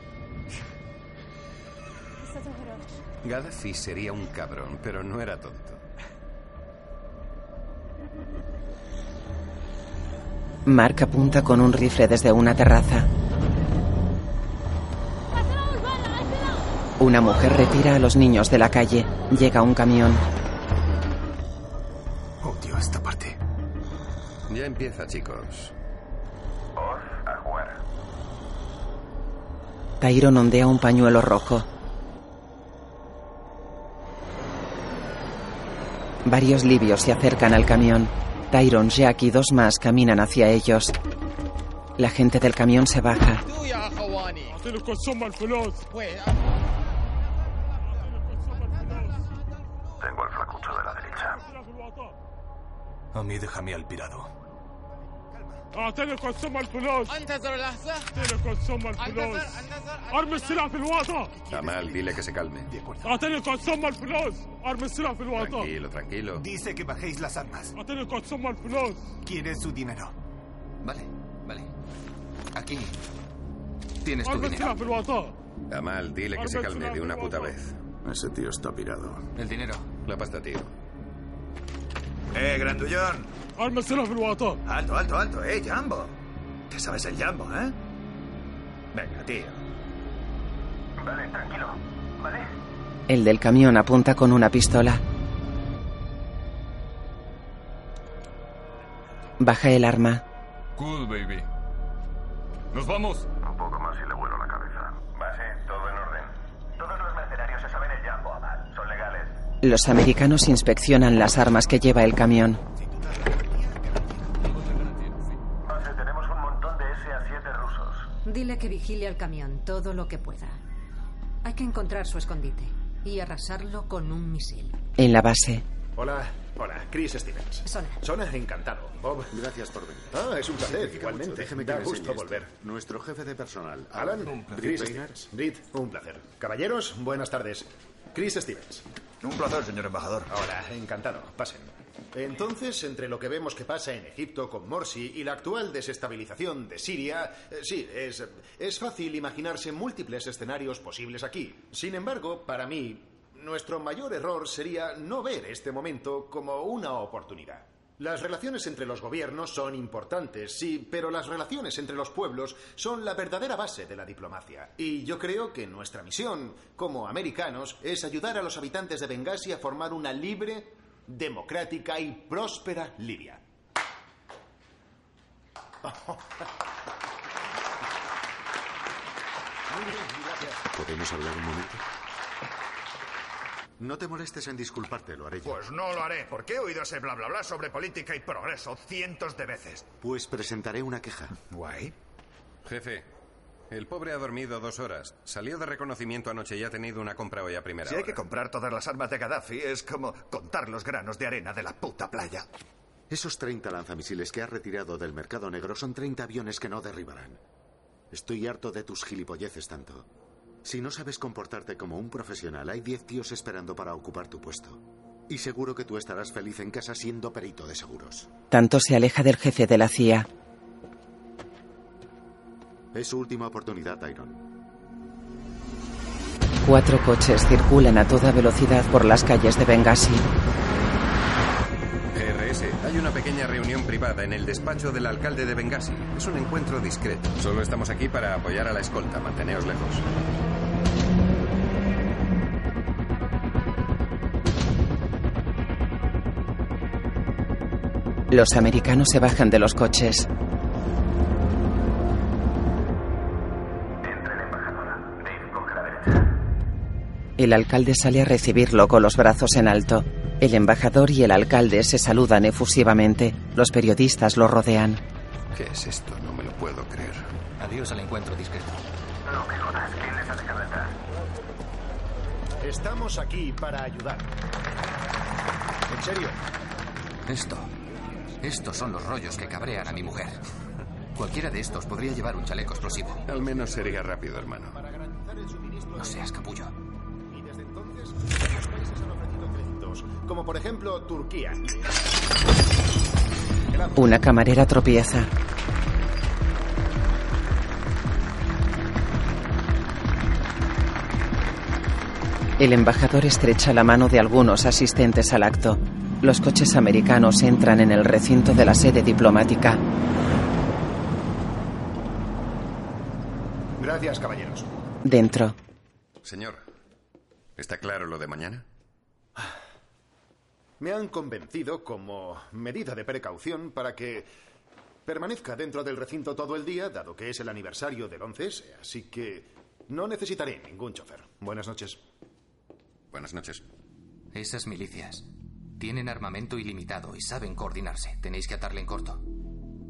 Speaker 4: Gaddafi sería un cabrón, pero no era tonto.
Speaker 1: Mark apunta con un rifle desde una terraza. Una mujer retira a los niños de la calle. Llega un camión.
Speaker 24: Odio esta parte.
Speaker 4: Ya empieza, chicos.
Speaker 25: Oz a jugar.
Speaker 1: Tyron ondea un pañuelo rojo. Varios libios se acercan al camión. Tyron, Jack y dos más caminan hacia ellos. La gente del camión se baja.
Speaker 25: Tengo el flacucho de la derecha.
Speaker 22: A mí déjame al pirado.
Speaker 4: Amal, dile que se calme. Tranquilo, tranquilo.
Speaker 13: Dice que bajéis las armas. Quiere su dinero.
Speaker 5: Vale, vale. Aquí. Tienes tu dinero.
Speaker 4: Amal, dile que se calme de una puta vez.
Speaker 26: Ese tío está pirado.
Speaker 5: El dinero.
Speaker 4: La pasta, tío.
Speaker 11: ¡Eh, grandullón! Alto, alto, alto, eh, Jambo. Te sabes el Jambo, ¿eh? Venga, tío.
Speaker 25: Vale, tranquilo. ¿Vale?
Speaker 1: El del camión apunta con una pistola. Baja el arma.
Speaker 27: Cool, baby. ¡Nos vamos!
Speaker 25: Un poco más y le vuelo la cabeza. Vale, todo en orden. Todos los mercenarios se saben el jambo, Amal. Son legales.
Speaker 1: Los americanos inspeccionan las armas que lleva el camión.
Speaker 25: Base, tenemos un montón de SA-7 rusos.
Speaker 28: Dile que vigile al camión todo lo que pueda. Hay que encontrar su escondite y arrasarlo con un misil.
Speaker 1: En la base,
Speaker 7: Hola, hola, Chris Stevens.
Speaker 28: Sona.
Speaker 7: Sona, encantado. Bob.
Speaker 29: Gracias por venir.
Speaker 7: Ah, es un placer,
Speaker 29: Significa
Speaker 7: igualmente.
Speaker 29: mucho. Déjeme que
Speaker 7: da
Speaker 29: le
Speaker 7: gusto
Speaker 29: enseñe esto.
Speaker 7: volver.
Speaker 29: Nuestro jefe de personal,
Speaker 7: Alan, Chris
Speaker 29: Chris
Speaker 7: Stevens. Reed, un placer. Caballeros, buenas tardes. Chris Stevens.
Speaker 11: Un placer, señor embajador.
Speaker 7: Hola, encantado. Pasen. Entonces, entre lo que vemos que pasa en Egipto con Morsi y la actual desestabilización de Siria, eh, sí, es, es fácil imaginarse múltiples escenarios posibles aquí. Sin embargo, para mí, nuestro mayor error sería no ver este momento como una oportunidad. Las relaciones entre los gobiernos son importantes, sí, pero las relaciones entre los pueblos son la verdadera base de la diplomacia. Y yo creo que nuestra misión, como americanos, es ayudar a los habitantes de Benghazi a formar una libre, democrática y próspera Libia.
Speaker 9: ¿Podemos hablar un momento? No te molestes en disculparte, lo haré yo.
Speaker 30: Pues no lo haré, porque he oído ese bla bla bla sobre política y progreso cientos de veces.
Speaker 9: Pues presentaré una queja.
Speaker 30: Guay.
Speaker 4: Jefe, el pobre ha dormido dos horas. Salió de reconocimiento anoche y ha tenido una compra hoy a primera
Speaker 30: Si hay
Speaker 4: hora.
Speaker 30: que comprar todas las armas de Gaddafi, es como contar los granos de arena de la puta playa.
Speaker 9: Esos 30 lanzamisiles que has retirado del mercado negro son 30 aviones que no derribarán. Estoy harto de tus gilipolleces tanto. Si no sabes comportarte como un profesional, hay 10 tíos esperando para ocupar tu puesto. Y seguro que tú estarás feliz en casa siendo perito de seguros.
Speaker 1: Tanto se aleja del jefe de la CIA.
Speaker 9: Es su última oportunidad, Tyron.
Speaker 1: Cuatro coches circulan a toda velocidad por las calles de Benghazi.
Speaker 4: GRS, hay una pequeña reunión privada en el despacho del alcalde de Benghazi. Es un encuentro discreto. Solo estamos aquí para apoyar a la escolta. Manteneos lejos.
Speaker 1: Los americanos se bajan de los coches. El alcalde sale a recibirlo con los brazos en alto. El embajador y el alcalde se saludan efusivamente. Los periodistas lo rodean.
Speaker 4: ¿Qué es esto? No me lo puedo creer.
Speaker 5: Adiós al encuentro discreto.
Speaker 30: No me jodas, ¿quién les ha dejado entrar?
Speaker 7: Estamos aquí para ayudar. En serio,
Speaker 5: Esto. Estos son los rollos que cabrean a mi mujer. Cualquiera de estos podría llevar un chaleco explosivo.
Speaker 4: Al menos sería rápido, hermano.
Speaker 5: No seas capullo.
Speaker 7: los países han ofrecido créditos, como por ejemplo Turquía.
Speaker 1: Una camarera tropieza. El embajador estrecha la mano de algunos asistentes al acto. Los coches americanos entran en el recinto de la sede diplomática.
Speaker 7: Gracias, caballeros.
Speaker 1: Dentro,
Speaker 4: Señor, ¿está claro lo de mañana?
Speaker 7: Me han convencido como medida de precaución para que permanezca dentro del recinto todo el día, dado que es el aniversario del 11S, así que no necesitaré ningún chofer. Buenas noches.
Speaker 4: Buenas noches.
Speaker 5: Esas milicias tienen armamento ilimitado y saben coordinarse. Tenéis que atarle en corto.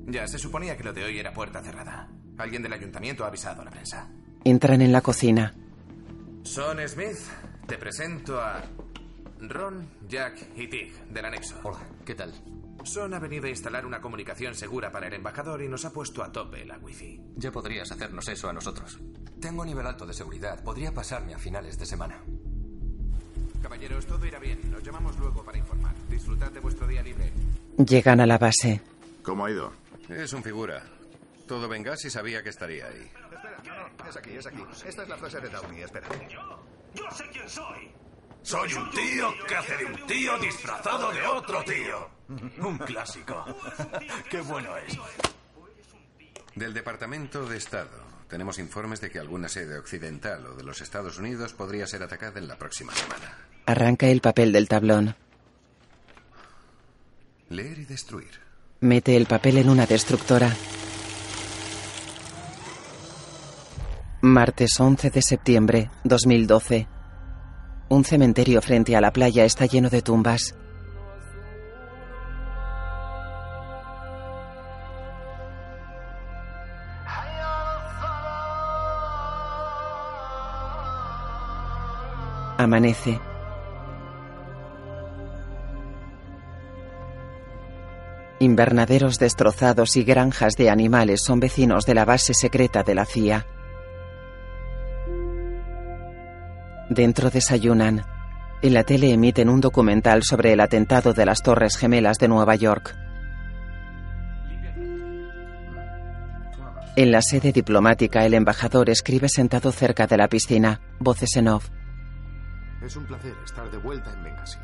Speaker 11: Ya, se suponía que lo de hoy era puerta cerrada. Alguien del ayuntamiento ha avisado a la prensa.
Speaker 1: entran en la cocina.
Speaker 11: Son Smith, te presento a Ron, Jack y Tig del anexo. Hola,
Speaker 5: ¿qué tal?
Speaker 11: Son ha venido a instalar una comunicación segura para el embajador y nos ha puesto a tope la wifi.
Speaker 5: Ya podrías hacernos eso a nosotros.
Speaker 31: Tengo nivel alto de seguridad. Podría pasarme a finales de semana.
Speaker 11: Caballeros, todo irá bien. Nos llamamos luego para informar. Disfrutad de vuestro día libre.
Speaker 1: Llegan a la base.
Speaker 4: ¿Cómo ha ido? Es un figura. Todo Benghazi sabía que estaría ahí.
Speaker 30: Espera, no, no, es aquí, es aquí. Esta es la frase de Downey, espera.
Speaker 32: Yo sé quién soy.
Speaker 13: Soy un tío que hace de un tío disfrazado de otro tío. Un clásico. Qué bueno es.
Speaker 4: Del Departamento de Estado. Tenemos informes de que alguna sede occidental o de los Estados Unidos podría ser atacada en la próxima semana.
Speaker 1: Arranca el papel del tablón.
Speaker 4: Leer y destruir.
Speaker 1: Mete el papel en una destructora. Martes 11 de septiembre 2012. Un cementerio frente a la playa está lleno de tumbas. Amanece. Invernaderos destrozados y granjas de animales son vecinos de la base secreta de la CIA. Dentro desayunan. En la tele emiten un documental sobre el atentado de las Torres Gemelas de Nueva York. En la sede diplomática, el embajador escribe sentado cerca de la piscina, voces en off.
Speaker 7: Es un placer estar de vuelta en Benghazi.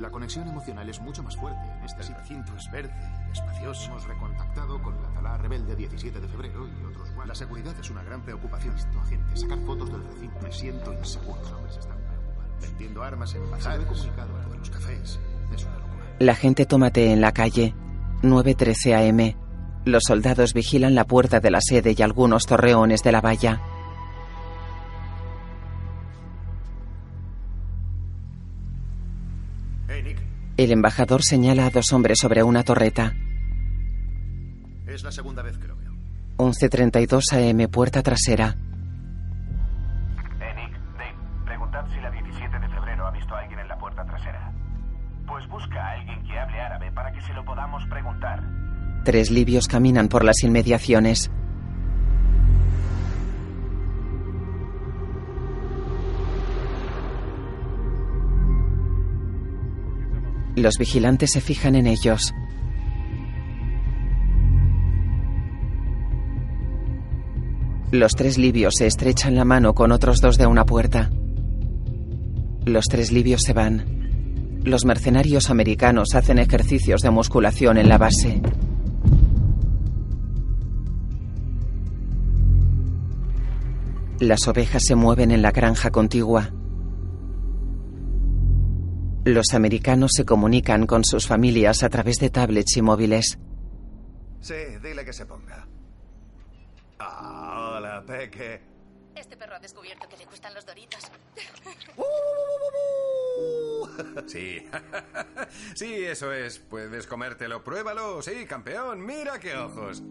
Speaker 7: La conexión emocional es mucho más fuerte en este sitio. El recinto es verde, espacioso. Hemos recontactado con la Talá Rebelde 17 de febrero y otros guardias. La seguridad es una gran preocupación. Esto, gente, sacar fotos del recinto. Me siento inseguro. Los hombres están preocupados. Vendiendo armas en bazares. Se lo he comunicado a lo de los cafés. Es una locura.
Speaker 1: La gente tómate en la calle. 9.13 AM. Los soldados vigilan la puerta de la sede y algunos torreones de la valla.
Speaker 7: Hey, Nick.
Speaker 1: El embajador señala a dos hombres sobre una torreta.
Speaker 7: Es la segunda vez que lo veo.
Speaker 1: 11.32 AM, puerta trasera.
Speaker 33: Eh, Nick, Dave, preguntad si la 17 de febrero ha visto a alguien en la puerta trasera. Pues busca a alguien que hable árabe para que se lo podamos preguntar.
Speaker 1: Tres libios caminan por las inmediaciones. Los vigilantes se fijan en ellos. Los tres libios se estrechan la mano con otros dos de una puerta. Los tres libios se van. Los mercenarios americanos hacen ejercicios de musculación en la base. Las ovejas se mueven en la granja contigua. Los americanos se comunican con sus familias a través de tablets y móviles.
Speaker 11: Sí, dile que se ponga. Ah, hola, Peque.
Speaker 12: Este perro ha descubierto que le gustan los doritos.
Speaker 4: Sí. sí, eso es. Puedes comértelo. Pruébalo. Sí, campeón. Mira qué ojos.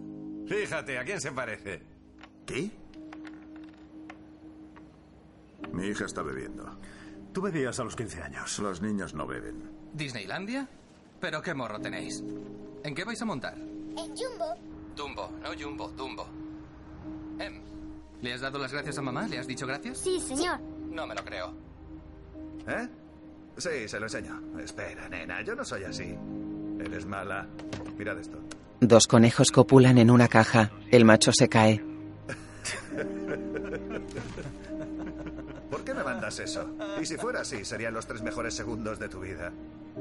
Speaker 4: Fíjate, ¿a quién se parece?
Speaker 10: ¿Qué? Mi hija está bebiendo.
Speaker 34: Tú bebías a los 15 años.
Speaker 10: Las niñas no beben.
Speaker 5: ¿Disneylandia? ¿Pero qué morro tenéis? ¿En qué vais a montar?
Speaker 17: En Jumbo,
Speaker 5: Dumbo, no Jumbo, Dumbo. Em, ¿le has dado las gracias a mamá? ¿Le has dicho gracias?
Speaker 17: Sí, señor.
Speaker 5: No me lo creo.
Speaker 11: ¿Eh? Sí, se lo enseño. Espera, nena, yo no soy así. Eres mala. Mirad esto.
Speaker 1: Dos conejos copulan en una caja. El macho se cae.
Speaker 11: ¿Por qué me mandas eso? Y si fuera así, serían los tres mejores segundos de tu vida.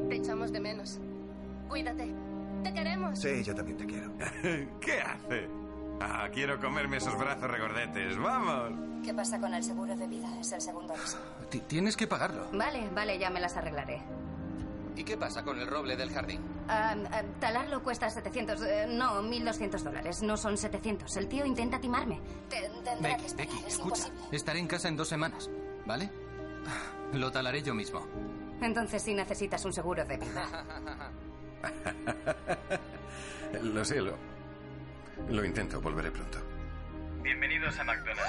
Speaker 12: Te echamos de menos. Cuídate. Te queremos.
Speaker 11: Sí, yo también te quiero.
Speaker 4: ¿Qué hace? Ah, quiero comerme esos brazos regordetes. ¡Vamos!
Speaker 3: ¿Qué pasa con el seguro de vida? Es el segundo aviso.
Speaker 5: Ti- Tienes que pagarlo.
Speaker 3: Vale, vale, ya me las arreglaré.
Speaker 5: ¿Y qué pasa con el roble del jardín?
Speaker 3: Ah, ah, talarlo cuesta 700, eh, no, 1200 dólares. No son 700. El tío intenta timarme. Te- tendrá que
Speaker 5: Becky,
Speaker 3: esperar,
Speaker 5: Becky,
Speaker 3: es
Speaker 5: escucha.
Speaker 3: imposible.
Speaker 5: Estaré en casa en dos semanas, ¿vale? Lo talaré yo mismo.
Speaker 3: Entonces sí necesitas un seguro de vida.
Speaker 4: Lo sé, lo. Lo intento, volveré pronto.
Speaker 13: Bienvenidos a McDonald's.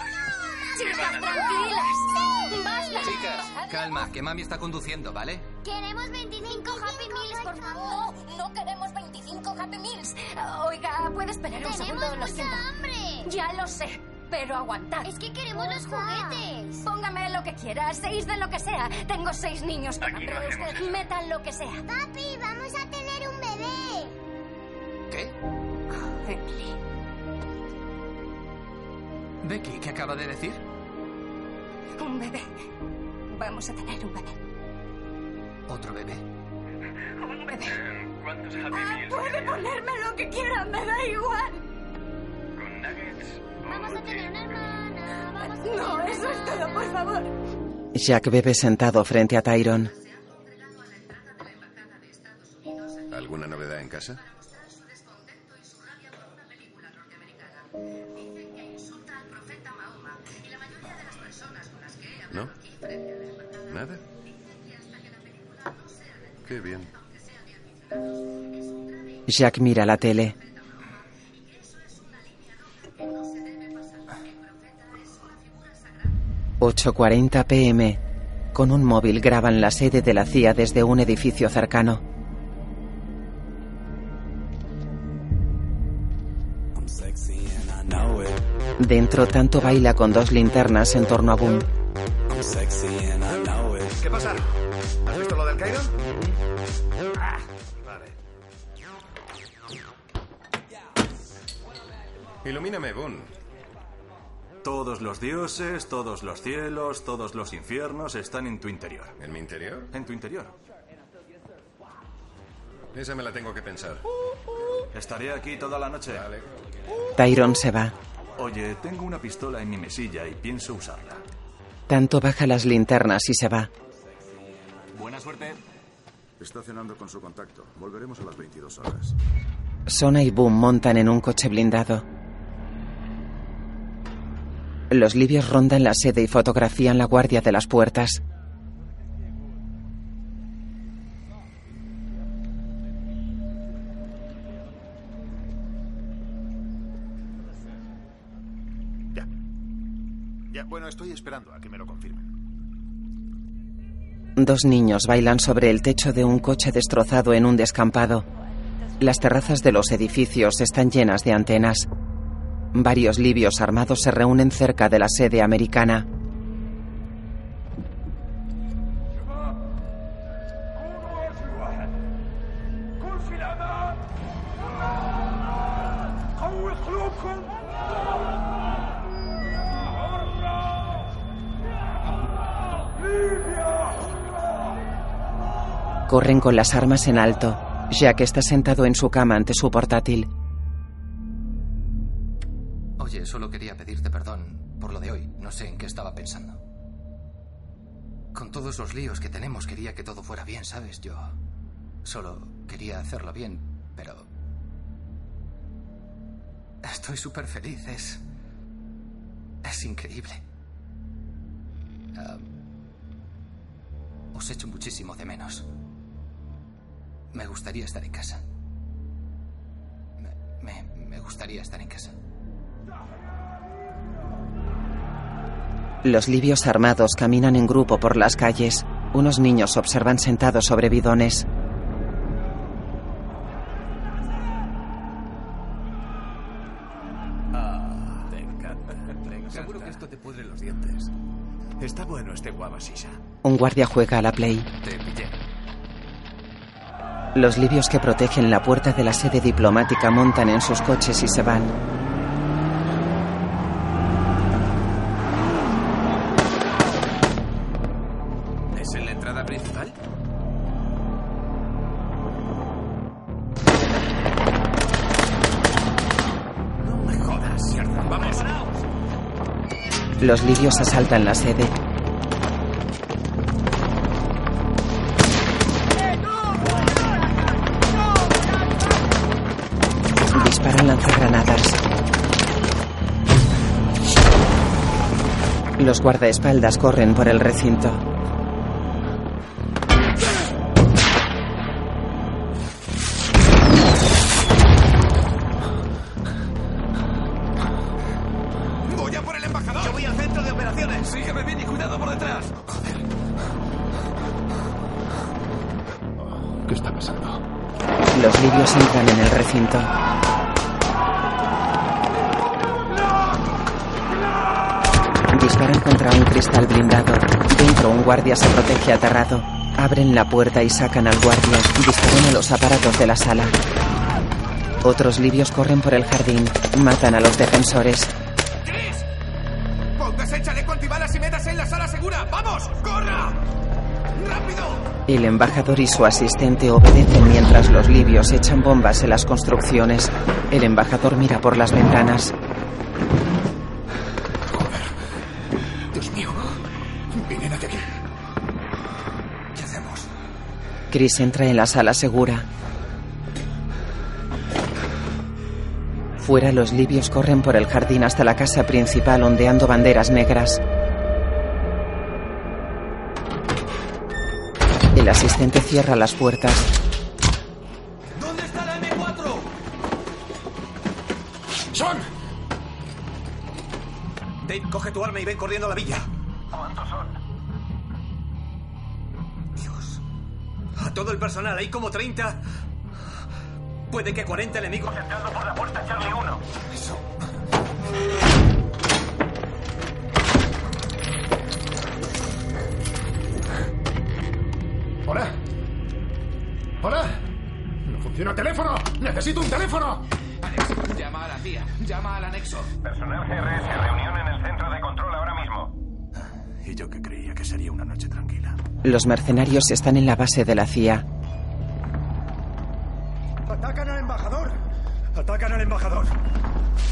Speaker 17: Chicas, tranquilas. Sí. Basta.
Speaker 5: Chicas, calma, que mami está conduciendo, ¿vale?
Speaker 17: Queremos 25 Happy Meals, por favor. No, no queremos 25 Happy Meals. Oiga, ¿puede esperar un segundo? Lo siento. hambre.
Speaker 3: ya lo sé, pero aguantad. Es que queremos los juguetes. Póngame lo que quiera, seis de lo que sea. Tengo seis niños con hambre. Usted metan lo que sea.
Speaker 17: Papi, vamos a tener un bebé.
Speaker 5: Becky, ¿qué acaba de decir?
Speaker 3: Un bebé. Vamos a tener un bebé.
Speaker 5: Otro bebé.
Speaker 3: Un bebé.
Speaker 13: ¿Cuántos Happy Meals
Speaker 3: Puede ponerme lo que quiera, me da igual.
Speaker 13: con nuggets?
Speaker 17: Vamos a tener una hermana. Vamos a tener
Speaker 3: No, eso es todo, por favor.
Speaker 1: Jack bebe sentado frente a Tyron.
Speaker 4: ¿Alguna novedad en casa? ¿No? ¿Nada? Qué bien.
Speaker 1: Jack mira la tele. ...8.40 pm... ...con un móvil graban la sede de la CIA desde un edificio cercano... ...dentro tanto baila con dos linternas en torno a Boom...
Speaker 11: ¿Qué pasa? ¿Has visto lo del Cairo? Ah, vale.
Speaker 4: Ilumíname, Boone.
Speaker 9: Todos los dioses, todos los cielos, todos los infiernos están en tu interior.
Speaker 17: ¿En mi interior?
Speaker 9: En tu interior.
Speaker 17: Esa me la tengo que pensar.
Speaker 9: Estaré aquí toda la noche.
Speaker 1: Tyron se va.
Speaker 9: Oye, tengo una pistola en mi mesilla y pienso usarla.
Speaker 1: Tanto baja las linternas y se va.
Speaker 10: Buena suerte. Está cenando con su contacto. Volveremos a las 22 horas.
Speaker 1: Sona y Boom montan en un coche blindado. Los libios rondan la sede y fotografían la guardia de las puertas.
Speaker 28: Ya. Ya, bueno, estoy esperando a que me lo confirmen.
Speaker 1: Dos niños bailan sobre el techo de un coche destrozado en un descampado. Las terrazas de los edificios están llenas de antenas. Varios libios armados se reúnen cerca de la sede americana. Corren con las armas en alto. Jack está sentado en su cama ante su portátil.
Speaker 5: Oye, solo quería pedirte perdón por lo de hoy. No sé en qué estaba pensando. Con todos los líos que tenemos, quería que todo fuera bien, ¿sabes? Yo solo quería hacerlo bien, pero... Estoy súper feliz, es... Es increíble. Ah, os echo muchísimo de menos. Me gustaría estar en casa. Me- me- me gustaría estar en casa.
Speaker 1: Los libios armados caminan en grupo por las calles. Unos niños observan sentados sobre bidones.
Speaker 8: Ah, te encanta, te encanta.
Speaker 35: Seguro que esto te pudre los dientes.
Speaker 8: Está bueno este guava sisa.
Speaker 1: Un guardia juega a la play.
Speaker 35: Te pillé.
Speaker 1: Los libios que protegen la puerta de la sede diplomática montan en sus coches y se van.
Speaker 35: ¿Es en la entrada principal? No me jodas, cierto. Vamos.
Speaker 1: Los libios asaltan la sede. Disparan lanzagranadas. Los guardaespaldas corren por el recinto.
Speaker 8: ¡Voy a por el embajador! ¡Yo voy al centro de operaciones! ¡Sígueme bien y cuidado por detrás!
Speaker 15: ¿Qué está pasando?
Speaker 1: Los libios entran en el recinto. Disparan contra un cristal blindado. Dentro un guardia se protege aterrado. Abren la puerta y sacan al guardia. Disparan a los aparatos de la sala. Otros libios corren por el jardín. Matan a los defensores.
Speaker 8: ¡Póngase el chaleco antibalas y métase en la sala segura! ¡Vamos! ¡Corra!
Speaker 1: El embajador y su asistente obedecen mientras los libios echan bombas en las construcciones. El embajador mira por las ventanas.
Speaker 15: Dios mío. Vienen hacia aquí.
Speaker 35: ¿Qué hacemos?
Speaker 1: Chris entra en la sala segura. Fuera los libios corren por el jardín hasta la casa principal ondeando banderas negras. El asistente cierra las puertas.
Speaker 8: ¡Son! Dave, coge tu arma y ven corriendo a la villa. ¿Cuántos son? Dios. A todo el personal, hay como 30. Puede que 40 enemigos. Entrando por la puerta, Charlie 1. Eso.
Speaker 15: ¡Hola! ¡Hola! ¡No funciona el teléfono! ¡Necesito un teléfono!
Speaker 13: Llama a la CIA. Llama al anexo.
Speaker 36: Personal GRS, reunión en el centro de control ahora mismo.
Speaker 9: Y yo que creía que sería una noche tranquila.
Speaker 1: Los mercenarios están en la base de la CIA.
Speaker 9: ¡Atacan al embajador! ¡Atacan al embajador!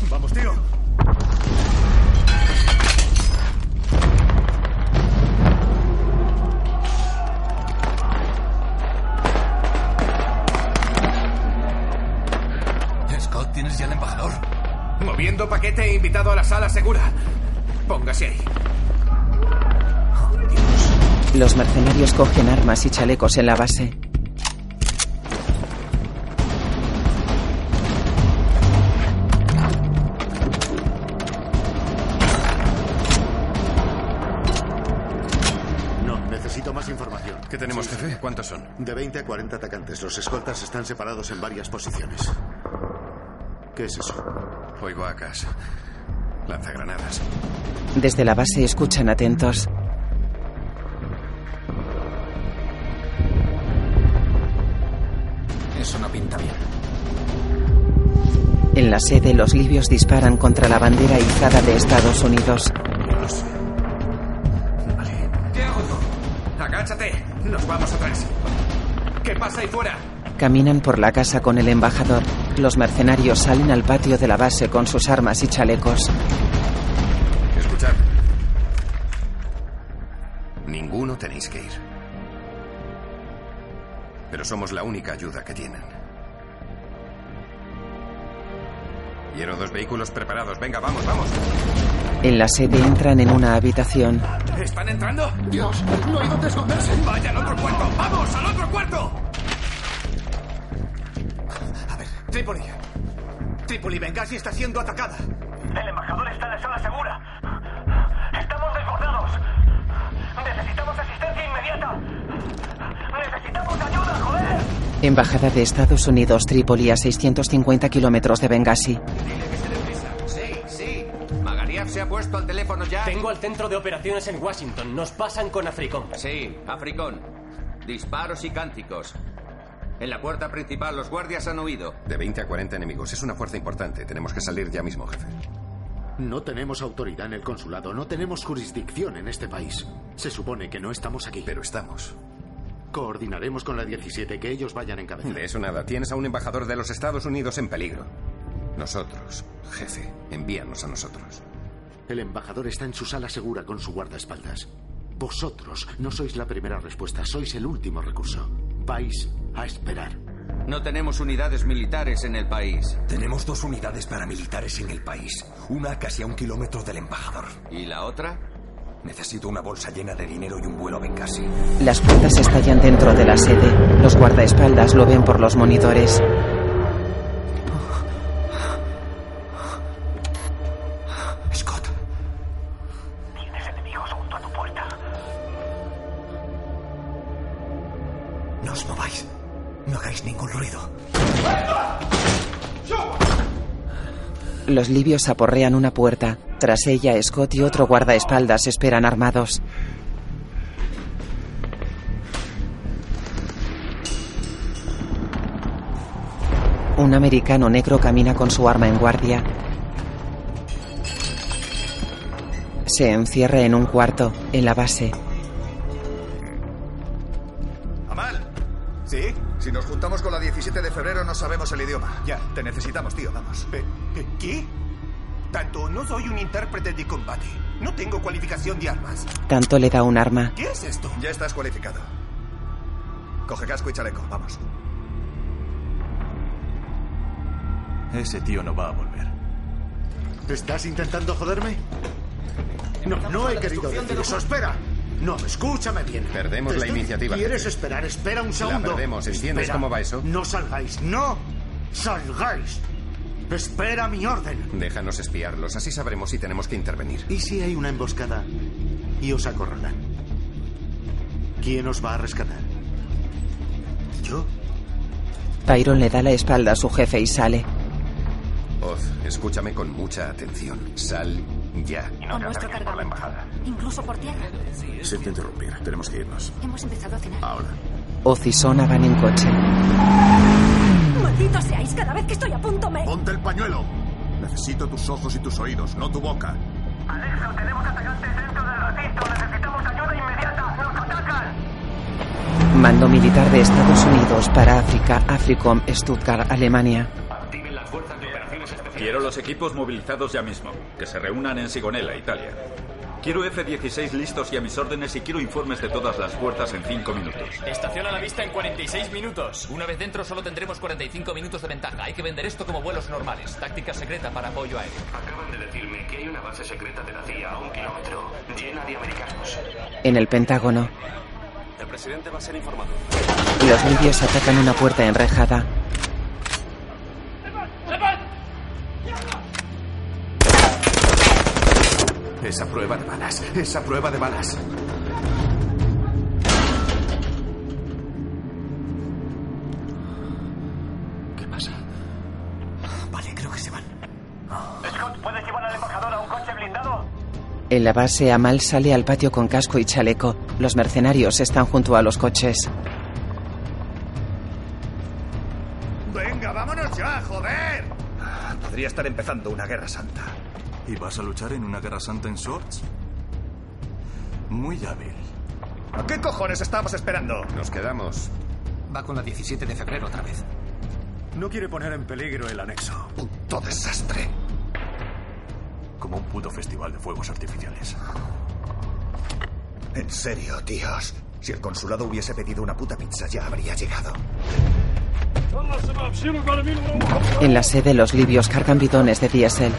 Speaker 9: ¡Vamos, tío!
Speaker 13: Scott, ¿tienes ya al embajador? Moviendo paquete e invitado a la sala segura. Póngase ahí.
Speaker 1: Los mercenarios cogen armas y chalecos en la base.
Speaker 7: No, necesito más información.
Speaker 4: ¿Qué tenemos, jefe? ¿Cuántos son?
Speaker 7: De 20 a 40 atacantes. Los escoltas están separados en varias posiciones. ¿Qué es eso?
Speaker 4: Oigo a Cash. Lanzagranadas.
Speaker 1: Desde la base escuchan atentos.
Speaker 5: Eso no pinta bien.
Speaker 1: En la sede, los libios disparan contra la bandera izada de Estados Unidos.
Speaker 13: ¿Qué hago yo? Agáchate. Nos vamos atrás. ¿Qué pasa ahí fuera?
Speaker 1: Caminan por la casa con el embajador. Los mercenarios salen al patio de la base con sus armas y chalecos.
Speaker 4: Escuchad. Ninguno tenéis que ir. Pero somos la única ayuda que tienen. Quiero dos vehículos preparados. Venga, vamos, vamos.
Speaker 1: En la sede entran en una habitación.
Speaker 13: ¿Están entrando?
Speaker 37: Dios, no hay dónde esconderse.
Speaker 13: Vaya al otro cuarto. ¡Vamos, al otro cuarto!
Speaker 38: Trípoli. Trípoli, Benghazi está siendo atacada.
Speaker 36: El embajador está en la sala segura. Estamos desbordados. Necesitamos asistencia inmediata. Necesitamos ayuda, joder.
Speaker 1: Embajada de Estados Unidos, Trípoli, a 650 kilómetros de Benghazi.
Speaker 5: Sí, sí. Magariaf se ha puesto al teléfono ya.
Speaker 39: Tengo al centro de operaciones en Washington. Nos pasan con Africón.
Speaker 5: Sí, Africón. Disparos y cánticos. En la puerta principal los guardias han huido.
Speaker 4: De 20 a 40 enemigos. Es una fuerza importante. Tenemos que salir ya mismo, jefe.
Speaker 7: No tenemos autoridad en el consulado, no tenemos jurisdicción en este país. Se supone que no estamos aquí.
Speaker 4: Pero estamos.
Speaker 7: Coordinaremos con la 17 que ellos vayan en cabeza.
Speaker 4: De eso nada. Tienes a un embajador de los Estados Unidos en peligro. Nosotros, jefe, envíanos a nosotros.
Speaker 7: El embajador está en su sala segura con su guardaespaldas. Vosotros no sois la primera respuesta, sois el último recurso. Vais a esperar.
Speaker 5: No tenemos unidades militares en el país.
Speaker 14: Tenemos dos unidades paramilitares en el país. Una casi a un kilómetro del embajador.
Speaker 5: ¿Y la otra?
Speaker 14: Necesito una bolsa llena de dinero y un vuelo a Benghazi.
Speaker 1: Las puertas estallan dentro de la sede. Los guardaespaldas lo ven por los monitores.
Speaker 14: Scott,
Speaker 36: Tienes enemigos junto a tu puerta.
Speaker 14: no os mováis. No hagáis ningún ruido.
Speaker 1: Los libios aporrean una puerta. Tras ella, Scott y otro guardaespaldas esperan armados. Un americano negro camina con su arma en guardia. Se encierra en un cuarto, en la base.
Speaker 11: Amal,
Speaker 9: ¿Sí?
Speaker 11: si nos juntamos con la 17 de febrero no sabemos el idioma.
Speaker 9: Ya.
Speaker 11: Te necesitamos, tío, vamos.
Speaker 9: Eh, eh, ¿Qué? Tanto no soy un intérprete de combate. No tengo cualificación de armas.
Speaker 1: Tanto le da un arma.
Speaker 9: ¿Qué es esto?
Speaker 11: Ya estás cualificado. Coge casco y chaleco, vamos.
Speaker 9: Ese tío no va a volver.
Speaker 7: ¿Estás intentando joderme? No, no he querido decir eso. Espera. No, escúchame bien.
Speaker 4: Perdemos
Speaker 7: Te
Speaker 4: la
Speaker 7: estoy-
Speaker 4: iniciativa,
Speaker 7: ¿Quieres
Speaker 4: jefe.
Speaker 7: esperar? Espera un segundo.
Speaker 4: perdemos, ¿entiendes
Speaker 7: Espera.
Speaker 4: cómo va eso?
Speaker 7: No salgáis, no salgáis. Espera mi orden.
Speaker 4: Déjanos espiarlos, así sabremos si tenemos que intervenir.
Speaker 7: ¿Y si hay una emboscada y os acorralan? ¿Quién os va a rescatar? ¿Yo?
Speaker 1: Tyron le da la espalda a su jefe y sale.
Speaker 4: Oz, escúchame con mucha atención. Sal ya.
Speaker 28: Con nuestro cargamento. Incluso por tierra.
Speaker 40: Siento interrumpir. Tenemos que irnos.
Speaker 28: Hemos empezado a cenar.
Speaker 40: Ahora.
Speaker 1: Oz y Sona van en coche.
Speaker 28: ¡Malditos seáis! Cada vez que estoy a punto me...
Speaker 40: ¡Ponte el pañuelo!
Speaker 41: Necesito tus ojos y tus oídos, no tu boca.
Speaker 13: Alexa, tenemos atacantes dentro del recinto. Necesitamos ayuda inmediata. ¡Nos atacan!
Speaker 1: Mando militar de Estados Unidos para África, Africom, Stuttgart, Alemania.
Speaker 42: Quiero los equipos movilizados ya mismo, que se reúnan en Sigonella, Italia. Quiero F-16 listos y a mis órdenes y quiero informes de todas las puertas en cinco minutos.
Speaker 5: Estación a la vista en 46 minutos. Una vez dentro solo tendremos 45 minutos de ventaja. Hay que vender esto como vuelos normales. Táctica secreta para apoyo aéreo.
Speaker 12: Acaban de decirme que hay una base secreta de la CIA a un kilómetro, llena de americanos.
Speaker 1: En el Pentágono,
Speaker 12: El presidente va a ser informado.
Speaker 1: los libios atacan una puerta enrejada.
Speaker 43: Esa prueba de balas, esa prueba de balas.
Speaker 13: ¿Qué pasa? Vale, creo que se van. Scott, ¿puedes llevar al embajador a un coche blindado?
Speaker 1: En la base, Amal sale al patio con casco y chaleco. Los mercenarios están junto a los coches.
Speaker 11: ¡Venga, vámonos ya, joder! Podría estar empezando una guerra santa.
Speaker 14: ¿Y vas a luchar en una guerra santa en shorts? Muy hábil.
Speaker 11: ¿A qué cojones estamos esperando?
Speaker 4: Nos quedamos. Va con la 17 de febrero otra vez.
Speaker 9: No quiere poner en peligro el anexo.
Speaker 11: Todo desastre.
Speaker 14: Como un puto festival de fuegos artificiales.
Speaker 11: En serio, tíos. Si el consulado hubiese pedido una puta pizza, ya habría llegado.
Speaker 1: En la sede, los libios cargan bidones de diésel.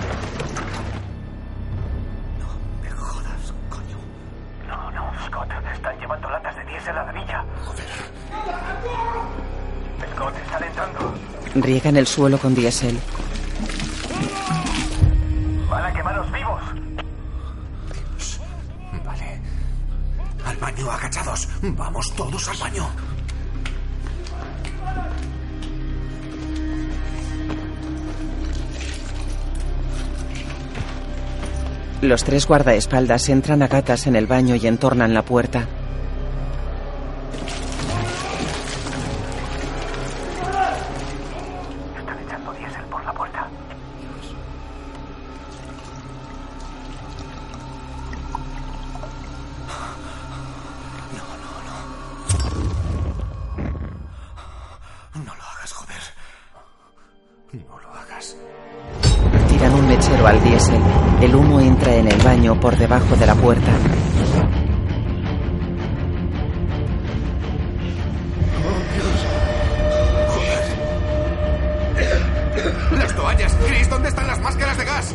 Speaker 13: No, no, Scott. Están llevando latas de diésel a la villa. Joder. Scott, están entrando.
Speaker 1: Riegan el suelo con diésel.
Speaker 13: Van a quemaros vivos.
Speaker 43: Vale. Al baño, agachados. Vamos todos al baño.
Speaker 1: Los tres guardaespaldas entran a gatas en el baño y entornan la puerta.
Speaker 13: Están echando diésel por la puerta.
Speaker 43: No lo hagas, joder. No lo hagas.
Speaker 1: Tiran un mechero al diésel. El humo entra en el baño por debajo de la puerta.
Speaker 43: ¡Las toallas! Chris, ¿dónde están las máscaras de gas?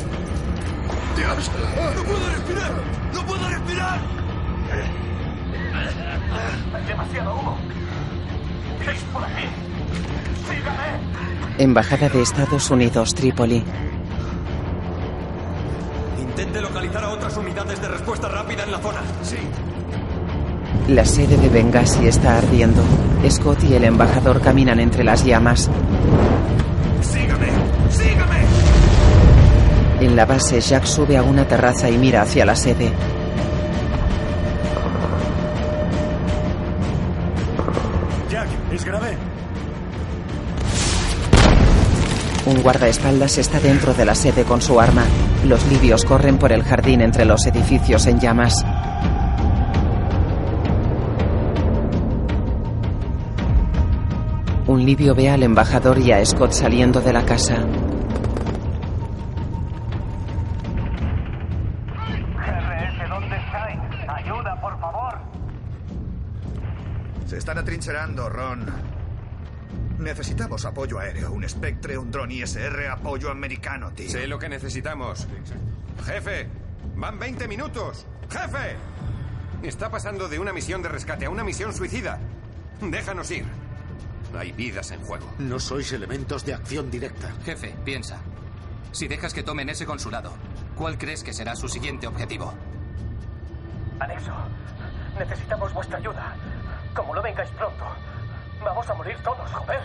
Speaker 14: ¡Dios! ¡No puedo respirar! ¡No puedo respirar!
Speaker 13: Hay demasiado humo. Es por aquí. Sígame.
Speaker 1: Embajada de Estados Unidos, Trípoli.
Speaker 14: Intente localizar a otras unidades de respuesta rápida en la zona. Sí.
Speaker 1: La sede de Benghazi está ardiendo. Scott y el embajador caminan entre las llamas.
Speaker 14: ¡Sígame! ¡Sígame!
Speaker 1: En la base, Jack sube a una terraza y mira hacia la sede.
Speaker 9: Jack, es grave.
Speaker 1: Un guardaespaldas está dentro de la sede con su arma. Los libios corren por el jardín entre los edificios en llamas. Un libio ve al embajador y a Scott saliendo de la casa.
Speaker 13: RS, ¿dónde estáis? Ayuda, por favor.
Speaker 11: Se están atrincherando, Ron. Necesitamos apoyo aéreo, un Spectre, un dron ISR, apoyo americano, tío.
Speaker 4: Sé lo que necesitamos. Jefe, van 20 minutos. Jefe. Está pasando de una misión de rescate a una misión suicida. Déjanos ir. Hay vidas en juego.
Speaker 7: No sois elementos de acción directa.
Speaker 4: Jefe, piensa. Si dejas que tomen ese consulado, ¿cuál crees que será su siguiente objetivo?
Speaker 13: Anexo, necesitamos vuestra ayuda. Como no vengáis pronto, vamos a morir todos, joder.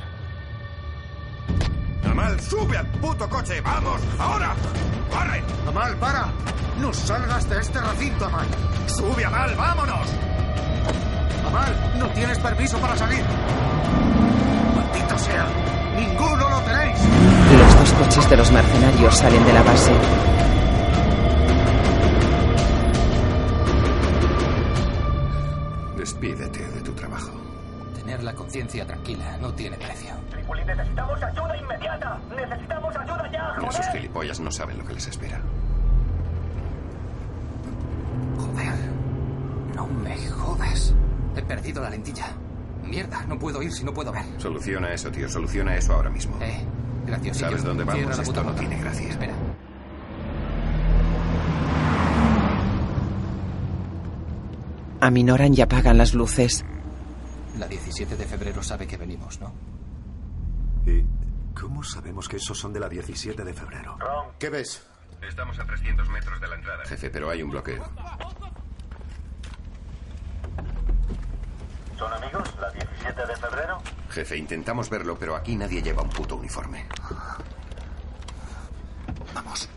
Speaker 14: ¡Amal, sube al puto coche! ¡Vamos! ¡Ahora! ¡Corre!
Speaker 43: Amal, para. No salgas de este recinto, Amal.
Speaker 11: ¡Sube, Amal! ¡Vámonos!
Speaker 43: Amal, no tienes permiso para salir. Maldito sea. Ninguno lo tenéis.
Speaker 1: Los Dos coches de los mercenarios salen de la base.
Speaker 4: Despídete de tu trabajo.
Speaker 5: Tener la conciencia tranquila no tiene precio.
Speaker 13: Tripoli, necesitamos ayuda inmediata. Necesitamos ayuda ya. ¡joder!
Speaker 4: Esos gilipollas no saben lo que les espera.
Speaker 5: Joder. No me jodas. He perdido la lentilla. Mierda, no puedo ir si no puedo ver.
Speaker 4: Soluciona eso, tío. Soluciona eso ahora mismo.
Speaker 5: Eh, gracias.
Speaker 4: ¿Sabes dónde vamos? Esto no tiene gracia.
Speaker 5: Espera.
Speaker 1: Aminoran y apagan las luces.
Speaker 5: La 17 de febrero sabe que venimos, ¿no?
Speaker 9: ¿Y cómo sabemos que esos son de la 17 de febrero?
Speaker 7: ¿Qué ves?
Speaker 11: Estamos a 300 metros de la entrada.
Speaker 4: Jefe, pero hay un bloqueo.
Speaker 13: ¿Son amigos? ¿La 17 de febrero?
Speaker 4: Jefe, intentamos verlo, pero aquí nadie lleva un puto uniforme.
Speaker 5: Vamos.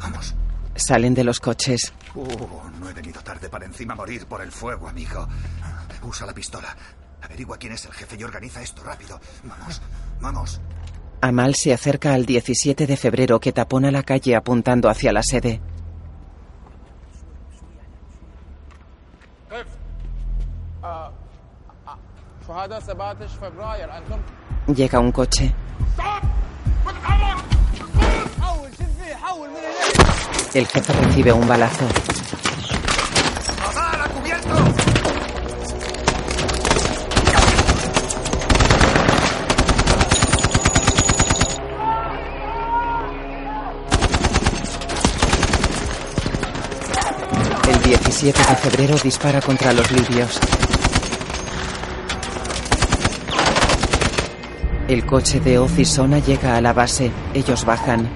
Speaker 5: Vamos.
Speaker 1: Salen de los coches.
Speaker 5: Oh, no he venido tarde para encima morir por el fuego, amigo. Usa la pistola. Averigua quién es el jefe y organiza esto rápido. Vamos, vamos.
Speaker 1: Amal se acerca al 17 de febrero que tapona la calle apuntando hacia la sede. Llega un coche. El jefe recibe un balazo.
Speaker 5: ¡Amal, a cubierto!
Speaker 1: El 17 de febrero dispara contra los libios. El coche de Oz y Sona llega a la base. Ellos bajan.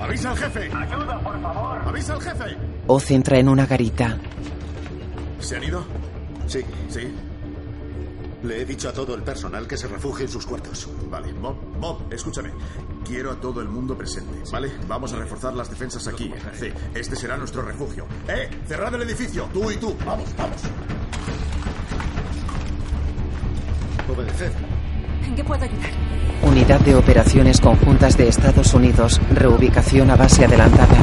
Speaker 11: ¡Avisa al jefe!
Speaker 13: ¡Ayuda, por favor!
Speaker 11: ¡Avisa al jefe!
Speaker 1: Oz entra en una garita.
Speaker 11: ¿Se han ido?
Speaker 7: Sí.
Speaker 11: Sí.
Speaker 7: Le he dicho a todo el personal que se refugie en sus cuartos.
Speaker 11: Vale, Bob, Bob, escúchame. Quiero a todo el mundo presente, ¿vale? Vamos a reforzar las defensas aquí. Sí, este será nuestro refugio. ¡Eh! ¡Cerrad el edificio! ¡Tú y tú! ¡Vamos, vamos!
Speaker 7: Obedecer.
Speaker 13: ¿En qué puedo ayudar?
Speaker 1: Unidad de Operaciones Conjuntas de Estados Unidos. Reubicación a base adelantada.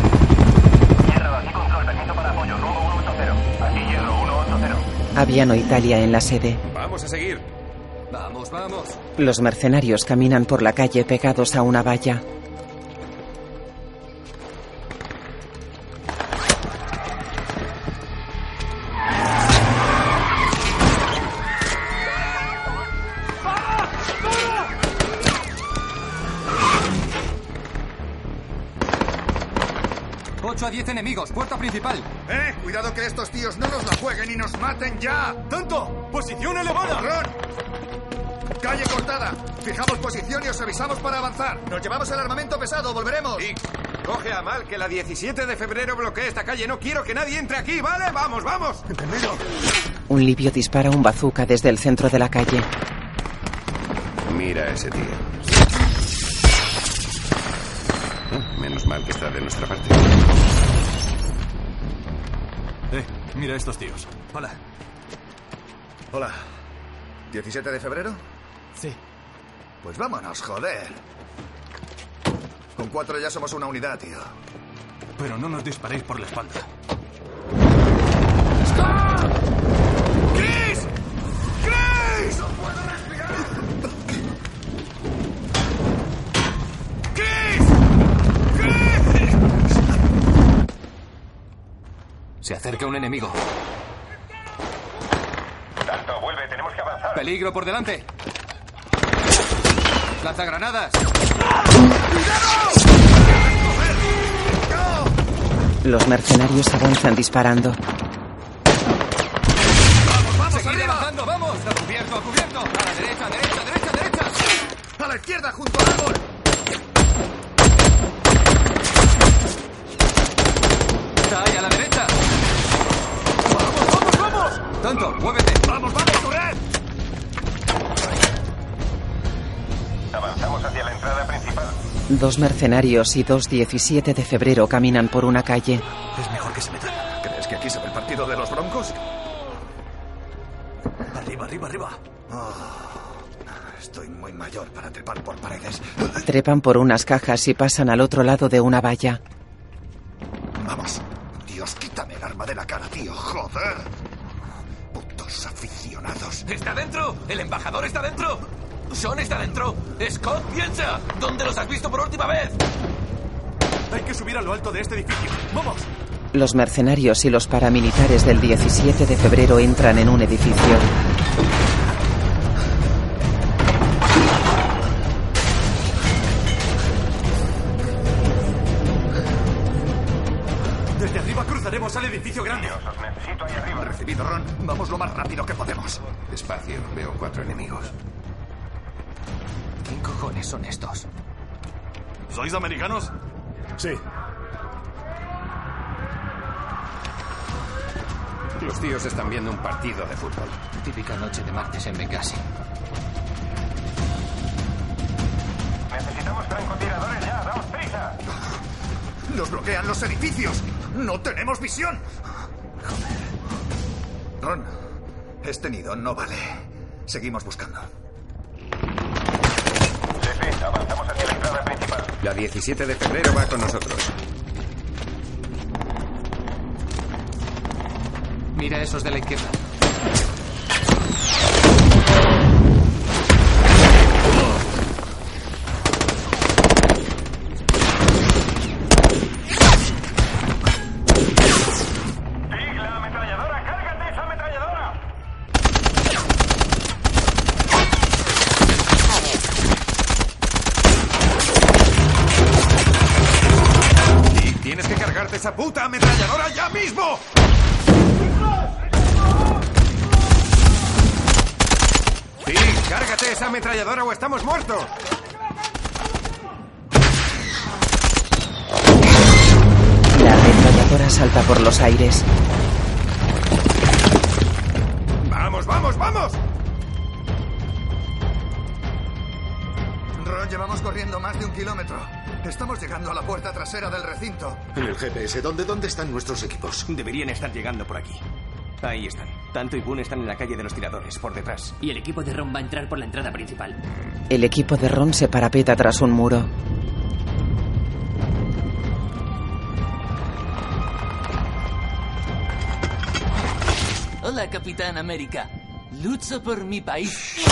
Speaker 13: Hierro, aquí control, permiso para apoyo. Rumbo 180. Aquí Hierro 180.
Speaker 1: Aviano Italia en la sede.
Speaker 44: Vamos a seguir.
Speaker 5: Vamos, vamos.
Speaker 1: Los mercenarios caminan por la calle pegados a una valla.
Speaker 5: a 10 enemigos, puerta principal.
Speaker 11: ¡Eh! Cuidado que estos tíos no nos la jueguen y nos maten ya. ¡Tanto! ¡Posición elevada! ¡Ron! ¡Calle cortada! Fijamos posición y os avisamos para avanzar. Nos llevamos el armamento pesado, volveremos.
Speaker 44: Y coge a mal que la 17 de febrero bloquee esta calle. No quiero que nadie entre aquí, ¿vale? ¡Vamos, vamos!
Speaker 11: ¡Entendido!
Speaker 1: Un libio dispara un bazooka desde el centro de la calle.
Speaker 4: Mira a ese tío. Ah, Menos mal que está de nuestra parte.
Speaker 11: Eh, mira estos tíos. Hola. Hola. ¿17 de febrero? Sí. Pues vámonos, joder. Con cuatro ya somos una unidad, tío. Pero no nos disparéis por la espalda.
Speaker 44: ¡Ah! ¡Chris! ¡Chris!
Speaker 11: ¡No puedo respirar!
Speaker 5: Se acerca un enemigo.
Speaker 13: Tanto, vuelve, tenemos que avanzar.
Speaker 5: Peligro por delante. Lanza granadas.
Speaker 1: Los mercenarios avanzan disparando.
Speaker 5: Vamos, vamos, Seguid arriba. avanzando, vamos. A cubierto, a cubierto. A la derecha, derecha, derecha, derecha.
Speaker 11: A la izquierda, junto al árbol.
Speaker 5: Está ahí, a la derecha. Tonto, muévete.
Speaker 11: Vamos, vamos, corred.
Speaker 13: Avanzamos hacia la entrada principal.
Speaker 1: Dos mercenarios y dos 17 de febrero caminan por una calle.
Speaker 11: Es mejor que se metan. ¿Crees que aquí se ve el partido de los broncos? Arriba, arriba, arriba. Oh, Estoy muy mayor para trepar por paredes.
Speaker 1: Trepan por unas cajas y pasan al otro lado de una valla.
Speaker 11: Vamos. Dios, quítame el arma de la cara, tío. Joder. Putos aficionados.
Speaker 13: ¿Está dentro? ¿El embajador está dentro? ¿Sean está dentro? ¡Scott, piensa! ¿Dónde los has visto por última vez?
Speaker 45: Hay que subir a lo alto de este edificio. ¡Vamos!
Speaker 1: Los mercenarios y los paramilitares del 17 de febrero entran en un edificio.
Speaker 45: Desde arriba cruzaremos al edificio grande.
Speaker 11: Os necesito ahí arriba. Recibido, Ron. Vamos lo más rápido que podemos.
Speaker 4: Despacio, veo cuatro enemigos.
Speaker 5: ¿Quién cojones son estos?
Speaker 45: ¿Sois americanos?
Speaker 46: Sí.
Speaker 4: Los tíos están viendo un partido de fútbol.
Speaker 5: Típica noche de martes en Benghazi.
Speaker 47: Necesitamos francotiradores ya, damos prisa.
Speaker 11: ¡Nos bloquean los edificios! ¡No tenemos visión! Joder. Ron, este nido no vale. Seguimos buscando.
Speaker 48: Jefe, avanzamos hacia la entrada principal.
Speaker 4: La 17 de febrero va con nosotros.
Speaker 5: Mira esos de la izquierda.
Speaker 4: Y tienes que cargarte esa puta ametralladora ya mismo. Sí, cárgate esa ametralladora o estamos muertos.
Speaker 1: La ametralladora salta por los aires.
Speaker 11: ¡Vamos, vamos, vamos!
Speaker 49: Ron, llevamos corriendo más de un kilómetro. Estamos llegando a la puerta trasera del recinto.
Speaker 7: En el GPS, ¿dónde, dónde están nuestros equipos?
Speaker 12: Deberían estar llegando por aquí. Ahí están. Tanto y Boone están en la calle de los tiradores, por detrás.
Speaker 50: Y el equipo de Ron va a entrar por la entrada principal.
Speaker 1: El equipo de Ron se parapeta tras un muro.
Speaker 50: Hola, Capitán América. Lucho por mi país.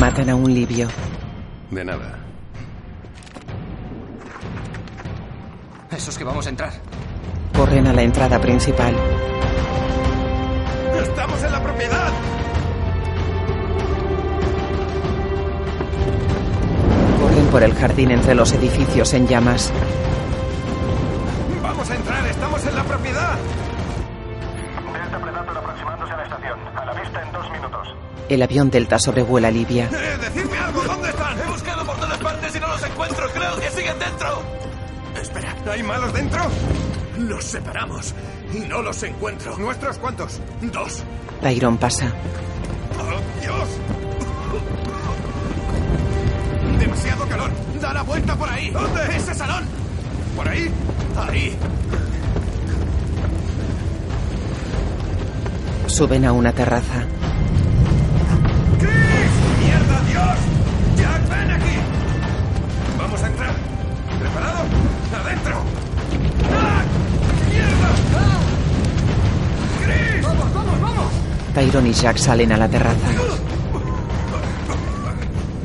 Speaker 1: Matan a un libio.
Speaker 4: De nada.
Speaker 5: Esos que vamos a entrar.
Speaker 1: Corren a la entrada principal.
Speaker 11: ¡Estamos en la propiedad!
Speaker 1: Corren por el jardín entre los edificios en llamas.
Speaker 11: ¡Vamos a entrar! ¡Estamos en la propiedad!
Speaker 48: Delta Predator aproximándose a la estación. A la vista en dos minutos.
Speaker 1: El avión Delta sobrevuela Libia.
Speaker 11: ¡Eh, decidme algo! ¿Dónde están?
Speaker 13: He buscado por todas partes y no los encuentro. Creo que siguen dentro.
Speaker 11: Espera, ¿hay malos dentro?
Speaker 45: Los separamos. No los encuentro.
Speaker 11: ¿Nuestros cuántos?
Speaker 45: Dos.
Speaker 1: Tyron pasa.
Speaker 11: ¡Oh, Dios! Demasiado calor. Da la vuelta por ahí. ¿Dónde? Ese salón. ¿Por ahí? Ahí.
Speaker 1: Suben a una terraza.
Speaker 11: ¡Chris! ¡Mierda, Dios! ¡Jack, ven aquí! Vamos a entrar. ¿Preparado? ¡Adentro! ¡Jack! ¡Mierda! ¡Chris! ¡Vamos, vamos, vamos!
Speaker 1: Tyron y Jack salen a la terraza.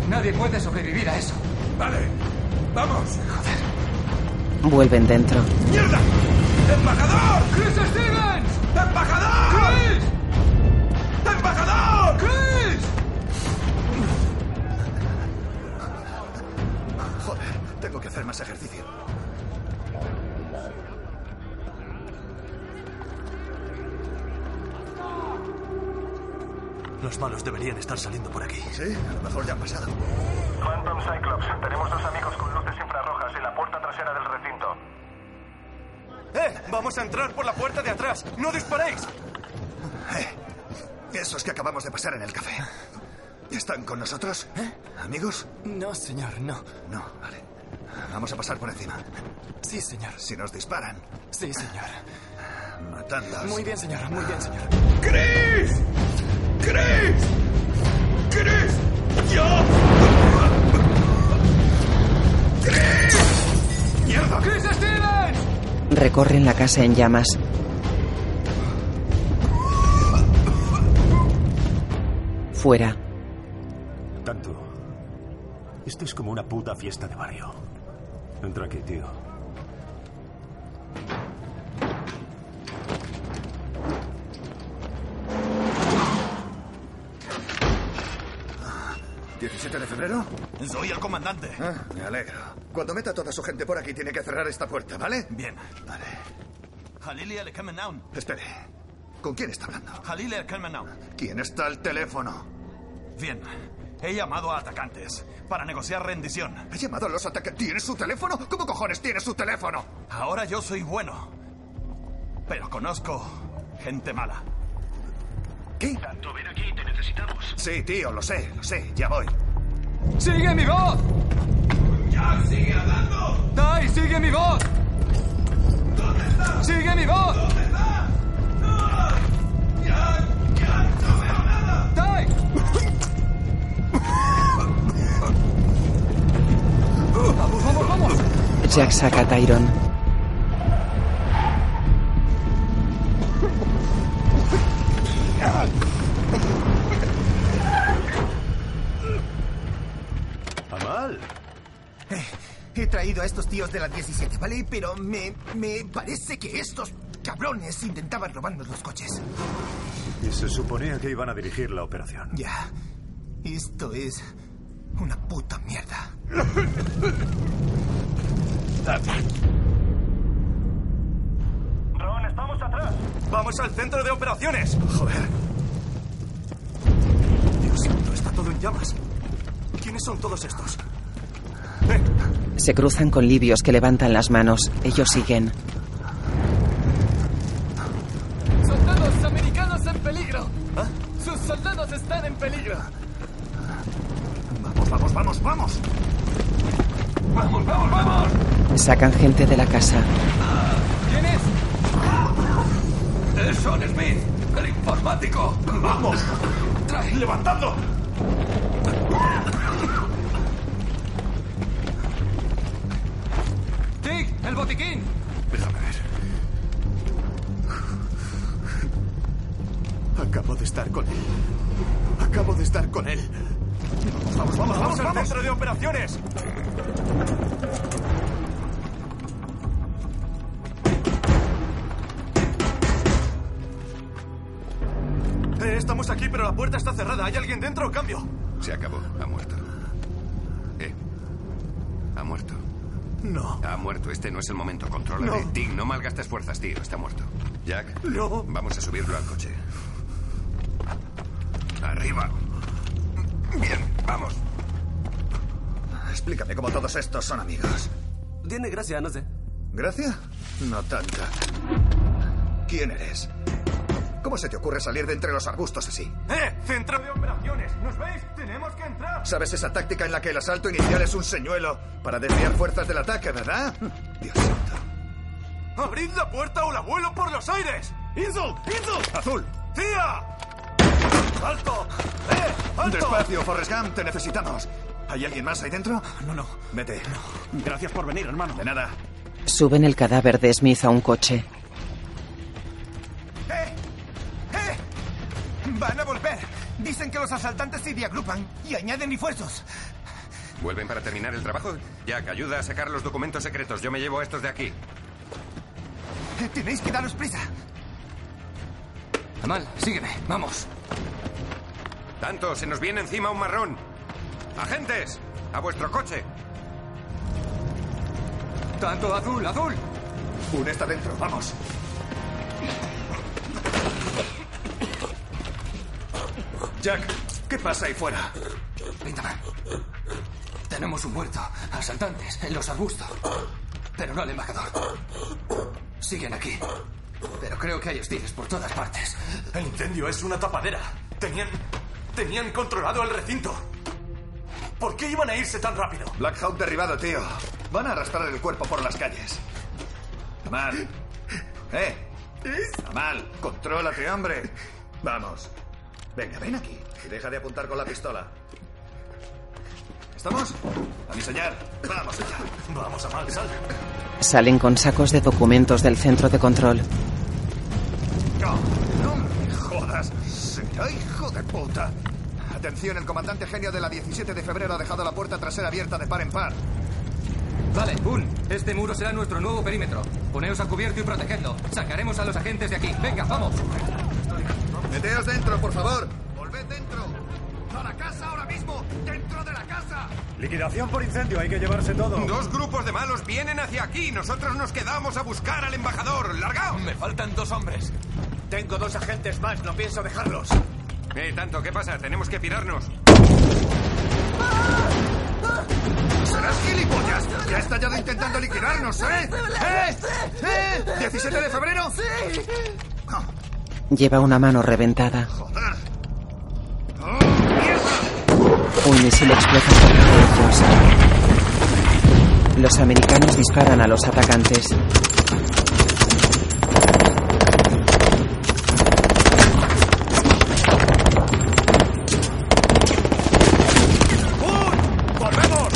Speaker 5: Nadie puede sobrevivir a eso.
Speaker 11: Vale. ¡Vamos!
Speaker 1: Vuelven dentro.
Speaker 11: ¡Mierda! ¡Embajador!
Speaker 47: ¡Chris Stevens!
Speaker 11: ¡Embajador! ¡Chris! ¡Embajador!
Speaker 47: ¡Chris!
Speaker 11: Joder, tengo que hacer más ejercicio.
Speaker 45: Los malos deberían estar saliendo por aquí.
Speaker 11: Sí, a lo mejor ya han pasado.
Speaker 48: Phantom Cyclops, tenemos dos amigos con luces infrarrojas en la puerta trasera del recinto.
Speaker 45: ¡Eh! Vamos a entrar por la puerta de atrás. ¡No disparéis!
Speaker 11: Eh, esos que acabamos de pasar en el café. ¿Están con nosotros?
Speaker 45: ¿Eh?
Speaker 11: ¿Amigos?
Speaker 12: No, señor, no.
Speaker 11: No, vale. Vamos a pasar por encima.
Speaker 12: Sí, señor.
Speaker 11: Si nos disparan,
Speaker 12: Sí, señor.
Speaker 11: matadlos.
Speaker 12: Muy bien, señor. Muy bien, señor.
Speaker 11: ¡Chris! ¡Chris!
Speaker 13: ¡Chris! ¡Yo! ¡Chris! ¡Mierda! ¡Chris Stevens!
Speaker 1: Recorren la casa en llamas. Fuera.
Speaker 9: Tanto. Esto es como una puta fiesta de barrio. Entra aquí, tío.
Speaker 11: ¿17 de febrero?
Speaker 13: Soy el comandante.
Speaker 11: Ah, me alegro. Cuando meta a toda su gente por aquí, tiene que cerrar esta puerta, ¿vale?
Speaker 13: Bien.
Speaker 11: Vale.
Speaker 13: Halil el Kemenaun.
Speaker 11: Espere. ¿Con quién está hablando?
Speaker 13: Halil el Kemenaun.
Speaker 11: ¿Quién está al teléfono?
Speaker 13: Bien. He llamado a atacantes para negociar rendición.
Speaker 11: ¿Ha llamado a los atacantes? ¿Tienes su teléfono? ¿Cómo cojones tienes su teléfono?
Speaker 13: Ahora yo soy bueno. Pero conozco gente mala.
Speaker 11: ¿Qué?
Speaker 51: Tanto ven aquí, te necesitamos.
Speaker 11: Sí, tío, lo sé, lo sé, ya voy.
Speaker 13: ¡Sigue mi voz!
Speaker 51: ¡Jack, sigue hablando!
Speaker 13: ¡Dai, sigue mi voz!
Speaker 51: ¿Dónde estás?
Speaker 13: ¡Sigue mi voz!
Speaker 51: ¿Dónde estás? ¡No! ¡Jack, Jack, no veo nada!
Speaker 13: ¡Dai! ¡Vamos, vamos, vamos!
Speaker 1: Jack saca a Tyron.
Speaker 9: Amal.
Speaker 52: Eh, he traído a estos tíos de la 17, ¿vale? Pero me, me parece que estos cabrones intentaban robarnos los coches.
Speaker 9: Y se suponía que iban a dirigir la operación.
Speaker 52: Ya. Esto es una puta mierda.
Speaker 53: Ron, estamos atrás.
Speaker 13: Vamos al centro de operaciones.
Speaker 9: Joder. Dios santo, está todo en llamas. ¿Quiénes son todos estos? ¡Eh!
Speaker 1: Se cruzan con libios que levantan las manos. Ellos siguen.
Speaker 54: ¡Soldados americanos en peligro!
Speaker 13: ¿Ah?
Speaker 54: ¡Sus soldados están en peligro!
Speaker 13: Vamos, vamos, vamos, vamos. Vamos, vamos, vamos.
Speaker 1: Sacan gente de la casa.
Speaker 13: ¿Quién es?
Speaker 54: Son Smith, el informático.
Speaker 13: Vamos. Trae. Levantando.
Speaker 54: Tig, el botiquín.
Speaker 9: Déjame ver. Acabo de estar con él. Acabo de estar con él.
Speaker 13: Vamos, vamos, vamos, vamos, al vamos. centro de operaciones. Eh, estamos aquí, pero la puerta está cerrada. ¿Hay alguien dentro o cambio?
Speaker 4: Se acabó. Ha muerto. ¿Eh? Ha muerto.
Speaker 9: No.
Speaker 4: Ha muerto. Este no es el momento. Contrólate.
Speaker 9: No.
Speaker 4: Tig, no malgastes fuerzas, tío. Está muerto. Jack.
Speaker 9: No.
Speaker 4: Vamos a subirlo al coche. Arriba. Bien, vamos.
Speaker 11: Explícame cómo todos estos son amigos.
Speaker 54: Tiene gracia, no sé.
Speaker 11: ¿Gracia? No tanta. ¿Quién eres? ¿Cómo se te ocurre salir de entre los arbustos así?
Speaker 13: ¡Eh! ¡Centro de operaciones! ¿Nos veis? ¡Tenemos que entrar!
Speaker 11: ¿Sabes esa táctica en la que el asalto inicial es un señuelo para desviar fuerzas del ataque, verdad? Dios santo.
Speaker 13: ¡Abrid la puerta o la vuelo por los aires! ¡Insult! ¡Insult!
Speaker 11: ¡Azul!
Speaker 13: ¡Tía! ¡Alto! ¡Eh! ¡Alto!
Speaker 11: Despacio, Forrest Gump, te necesitamos. ¿Hay alguien más ahí dentro?
Speaker 13: No, no.
Speaker 11: Vete.
Speaker 13: No. Gracias por venir, hermano.
Speaker 11: De nada.
Speaker 1: Suben el cadáver de Smith a un coche.
Speaker 52: ¡Eh! ¡Eh! Van a volver. Dicen que los asaltantes se reagrupan y añaden refuerzos.
Speaker 4: ¿Vuelven para terminar el trabajo? Jack, ayuda a sacar los documentos secretos. Yo me llevo a estos de aquí.
Speaker 52: Tenéis que daros prisa.
Speaker 5: Amal, sígueme. Vamos.
Speaker 4: Tanto, se nos viene encima un marrón. Agentes, a vuestro coche.
Speaker 5: Tanto, azul, azul.
Speaker 11: Un está dentro, vamos.
Speaker 13: Jack, ¿qué pasa ahí fuera?
Speaker 5: Lindaman, tenemos un muerto. Asaltantes en los arbustos. Pero no al embajador. Siguen aquí. Pero creo que hay hostiles por todas partes.
Speaker 13: El incendio es una tapadera. Tenían tenían controlado el recinto. ¿Por qué iban a irse tan rápido?
Speaker 11: Black Hawk derribado, tío. Van a arrastrar el cuerpo por las calles. Amal. ¿Eh? Amal, contrólate, hombre. Vamos. Venga, ven aquí. Y deja de apuntar con la pistola. ¿Estamos? A diseñar. Vamos allá.
Speaker 6: Vamos a mal, sal.
Speaker 1: Salen con sacos de documentos del centro de control.
Speaker 11: No, no me jodas. Será hijo de puta. Atención, el comandante genio de la 17 de febrero ha dejado la puerta trasera abierta de par en par.
Speaker 5: Vale, Boone, este muro será nuestro nuevo perímetro. Poneos a cubierto y protegedlo. Sacaremos a los agentes de aquí. Venga, vamos.
Speaker 11: Meteos dentro, por favor. Volved dentro. A la casa ahora mismo. Dentro de la casa.
Speaker 9: Liquidación por incendio, hay que llevarse todo.
Speaker 13: Dos grupos de malos vienen hacia aquí. Nosotros nos quedamos a buscar al embajador. ¡Largaos!
Speaker 6: Me faltan dos hombres. Tengo dos agentes más, no pienso dejarlos.
Speaker 13: Eh, tanto, ¿qué pasa? Tenemos que pirarnos.
Speaker 11: ¿Serás gilipollas? ¿Qué ha estallado intentando liquidarnos, eh? ¿Eh? ¿Eh? ¿17 de febrero?
Speaker 5: Sí.
Speaker 1: Lleva una mano reventada. Un misil explota cerca de ellos. Los americanos disparan a los atacantes.
Speaker 6: ¡Volvemos!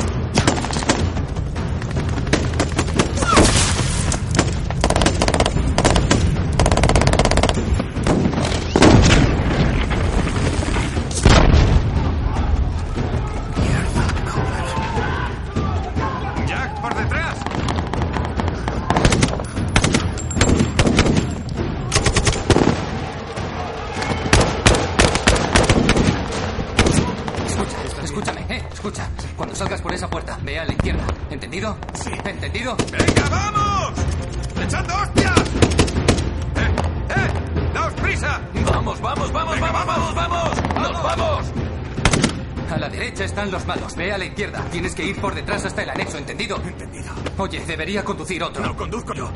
Speaker 13: ¡Jack, por detrás!
Speaker 5: Escucha, escúchame, eh, escucha. Cuando salgas por esa puerta, ve a la izquierda. ¿Entendido? Sí. ¿Entendido?
Speaker 13: ¡Venga, vamos! ¡Echando hostias! ¡Eh, eh! ¡Daos prisa!
Speaker 6: Vamos, vamos, vamos, vamos, vamos, vamos. ¡Nos vamos!
Speaker 5: A la derecha están los malos. Ve a la izquierda. Tienes que ir por detrás hasta el anexo, ¿entendido?
Speaker 6: Entendido.
Speaker 5: Oye, debería conducir otro.
Speaker 6: Lo conduzco yo.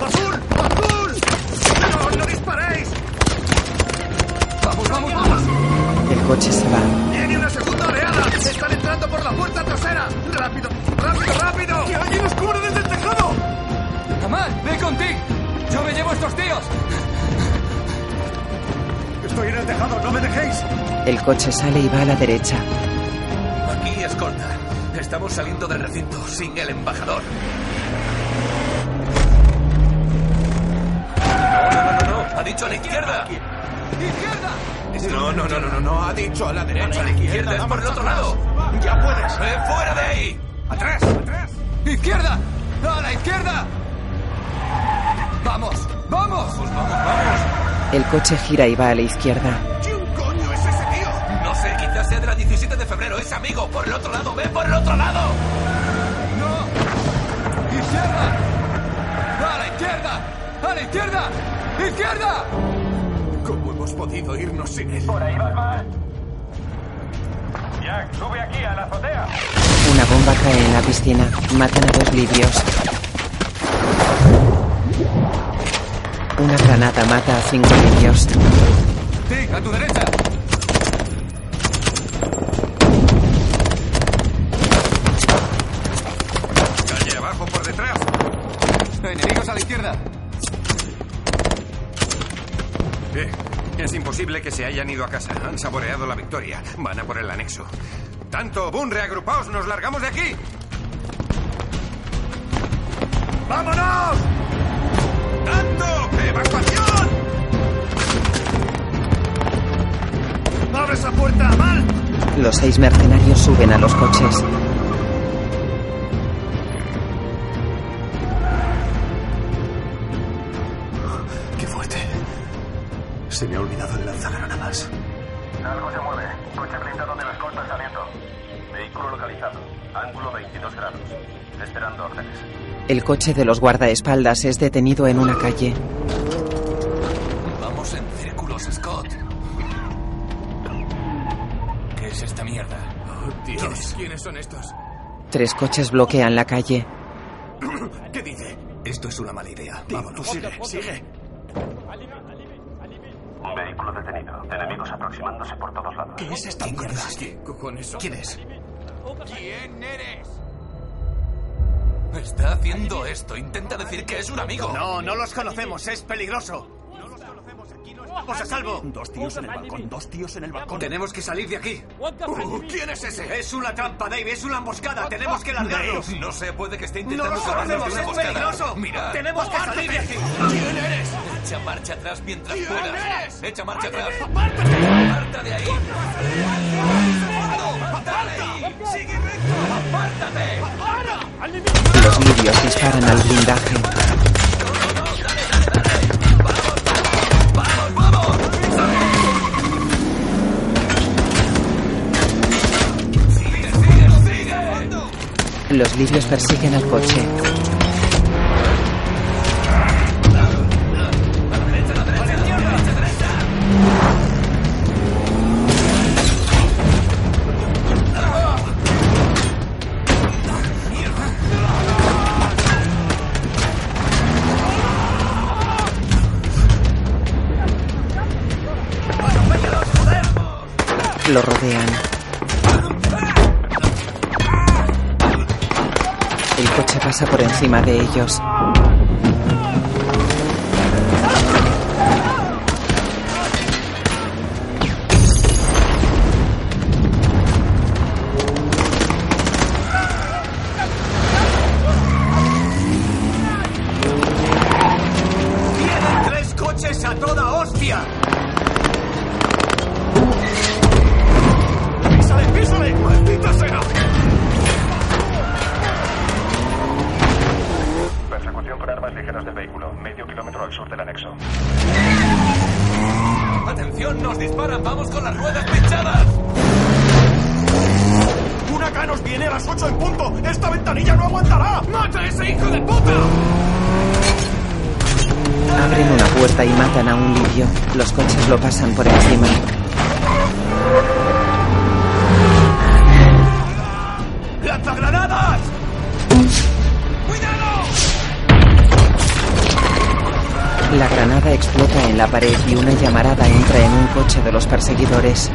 Speaker 11: ¡Azul! ¡Azul! ¡No, no disparéis!
Speaker 5: ¡Vamos, vamos, vamos!
Speaker 1: El coche se va.
Speaker 11: ¡Viene una segunda oleada! ¡Están entrando por la puerta trasera! ¡Rápido, rápido, rápido!
Speaker 6: ¡Que alguien nos cubre desde el tejado!
Speaker 5: ¡Kamal, ve con Tig! ¡Yo me llevo a estos tíos!
Speaker 6: Estoy en el tejado, no me dejéis.
Speaker 1: El coche sale y va a la derecha.
Speaker 13: Aquí, escolta. Estamos saliendo del recinto sin el embajador. No, no, no, no, no. Ha dicho a la izquierda.
Speaker 6: ¡Izquierda!
Speaker 13: No, no, no, no, no, no. Ha dicho a la derecha. A la izquierda es por el otro lado.
Speaker 6: ¡Ya puedes!
Speaker 13: ¡Eh, fuera de ahí! ¡Atrás! ¡Atrás!
Speaker 5: ¡Izquierda! ¡A la izquierda! ¡Vamos! ¡Vamos!
Speaker 13: Vamos, vamos.
Speaker 1: El coche gira y va a la izquierda.
Speaker 11: ¿Quién coño es ese tío?
Speaker 13: No sé, quizás sea de la 17 de febrero. Es amigo. Por el otro lado, ve por el otro lado.
Speaker 5: ¡No! ¡Izquierda! ¡A la izquierda! ¡A la izquierda! ¡Izquierda!
Speaker 13: ¿Cómo hemos podido irnos sin él?
Speaker 2: Por ahí vas más. Jack, sube aquí a la azotea.
Speaker 1: Una bomba cae en la piscina. Matan a dos libios. Una granada mata a cinco niños.
Speaker 5: ¡Tig, a tu derecha!
Speaker 13: Calle abajo por detrás.
Speaker 5: ¡Enemigos a la izquierda!
Speaker 17: Eh, es imposible que se hayan ido a casa. Han saboreado la victoria. Van a por el anexo. Tanto, Boon, reagrupaos, nos largamos de aquí.
Speaker 11: ¡Vámonos!
Speaker 13: ¡Tanto! ¡Evacuación!
Speaker 11: ¡Abre esa puerta, mal!
Speaker 1: Los seis mercenarios suben a los coches.
Speaker 9: Qué fuerte. Se me ha olvidado el lanzagranadas.
Speaker 2: Algo se mueve. Coche blindado de las cortas saliendo. Vehículo localizado. Ángulo 22 grados. Esperando órdenes.
Speaker 1: El coche de los guardaespaldas es detenido en una calle.
Speaker 35: Vamos en círculos, Scott. ¿Qué es esta mierda?
Speaker 6: Oh, Dios.
Speaker 35: ¿Quiénes, quiénes son estos?
Speaker 1: Tres coches bloquean la calle.
Speaker 6: ¿Qué dice?
Speaker 35: Esto es una mala idea.
Speaker 6: Tío, tú sigue, sigue.
Speaker 2: Vehículo detenido. Enemigos aproximándose por todos lados.
Speaker 6: ¿Qué es esta
Speaker 35: ¿Quién
Speaker 6: mierda?
Speaker 11: este?
Speaker 35: es? ¿Qué cojones son?
Speaker 6: ¿Quién es?
Speaker 35: ¿Quién eres? Está haciendo esto. Intenta decir que es un amigo.
Speaker 6: No, no los conocemos, es peligroso.
Speaker 2: No los conocemos, aquí no
Speaker 13: ¡Estamos a salvo!
Speaker 55: Dos tíos en el balcón, dos tíos en el balcón.
Speaker 13: Tenemos que salir de aquí.
Speaker 55: Uh, ¿Quién es ese?
Speaker 13: Es una trampa, Dave. Es una emboscada. Tenemos que largarnos.
Speaker 55: Dave, no sé, puede que esté intentando
Speaker 13: ¡No lo sabemos!
Speaker 55: ¡Es
Speaker 13: emboscada. peligroso!
Speaker 55: Mira,
Speaker 13: ¡Tenemos que salir de aquí!
Speaker 55: ¿Quién eres?
Speaker 56: Echa marcha atrás mientras
Speaker 55: ¿Quién
Speaker 56: puedas.
Speaker 55: eres?
Speaker 56: Echa marcha atrás.
Speaker 55: ¡Aparta
Speaker 56: de ahí!
Speaker 55: ¡Apártate!
Speaker 1: Los libios disparan al blindaje. Los libios persiguen al coche. Lo rodean. El coche pasa por encima de ellos.
Speaker 13: ¡Tienen tres coches a toda hostia! ¡Písale, písale! ¡Maldita sea!
Speaker 9: Persecución con armas ligeras del vehículo, medio kilómetro al sur del anexo.
Speaker 56: ¡Atención! ¡Nos disparan! ¡Vamos con las ruedas pinchadas!
Speaker 13: ¡Un nos viene a las 8 en punto! ¡Esta ventanilla no aguantará! ¡Mata a ese hijo de puta!
Speaker 1: Abren una puerta y matan a un libio. Los coches lo pasan por encima.
Speaker 13: ¡Lanzagranadas!
Speaker 1: La granada explota en la pared y una llamarada entra en un coche de los perseguidores.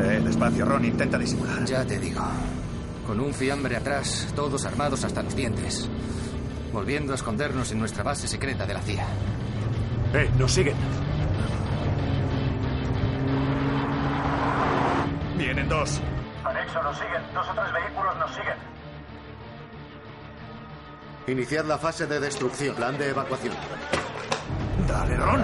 Speaker 57: Eh, despacio, Ron, intenta disimular.
Speaker 5: Ya te digo. Con un fiambre atrás, todos armados hasta los dientes. Volviendo a escondernos en nuestra base secreta de la CIA.
Speaker 58: ¡Eh, nos siguen!
Speaker 13: Vienen dos.
Speaker 9: Anexo nos siguen, dos o tres vehículos nos siguen.
Speaker 7: Iniciad la fase de destrucción. Plan de evacuación.
Speaker 13: ¡Dale, Ron!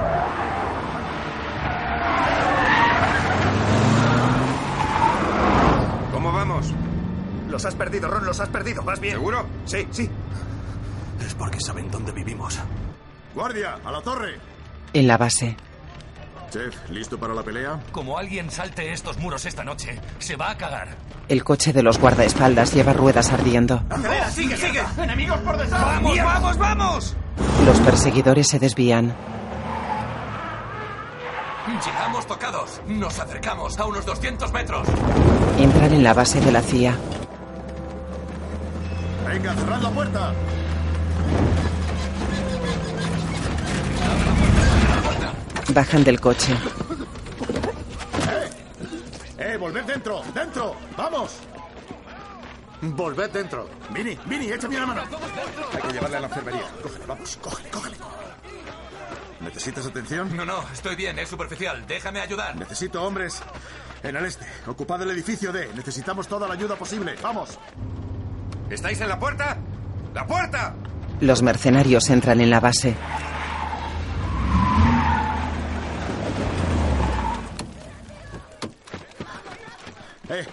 Speaker 4: ¿Cómo vamos?
Speaker 13: Los has perdido, Ron, los has perdido. ¿Vas bien?
Speaker 4: ¿Seguro?
Speaker 13: Sí, sí.
Speaker 55: Es porque saben dónde vivimos.
Speaker 11: ¡Guardia! ¡A la torre!
Speaker 1: En la base,
Speaker 11: Chef, ¿listo para la pelea?
Speaker 59: Como alguien salte estos muros esta noche, se va a cagar.
Speaker 1: el coche de los guardaespaldas lleva ruedas ardiendo.
Speaker 13: ¡Acelera, sigue, sigue! ¡Enemigos por detrás!
Speaker 5: ¡Vamos,
Speaker 13: vamos, vamos!
Speaker 1: Los perseguidores se desvían.
Speaker 56: Llegamos tocados. Nos acercamos a unos 200 metros.
Speaker 1: Entran en la base de la CIA.
Speaker 11: ¡Venga, cerrad la puerta!
Speaker 1: Bajan del coche.
Speaker 11: ¡Eh, volved dentro! ¡Dentro! ¡Vamos!
Speaker 7: Volved dentro.
Speaker 11: Mini, Mini, échame una mano.
Speaker 4: Hay que llevarle a la enfermería.
Speaker 11: Cógele, vamos, cógele, cógele. ¿Necesitas atención?
Speaker 56: No, no, estoy bien, es superficial. Déjame ayudar.
Speaker 11: Necesito hombres en el este. Ocupad el edificio D. Necesitamos toda la ayuda posible. ¡Vamos!
Speaker 4: ¿Estáis en la puerta? ¡La puerta!
Speaker 1: Los mercenarios entran en la base.
Speaker 11: ¡Eh!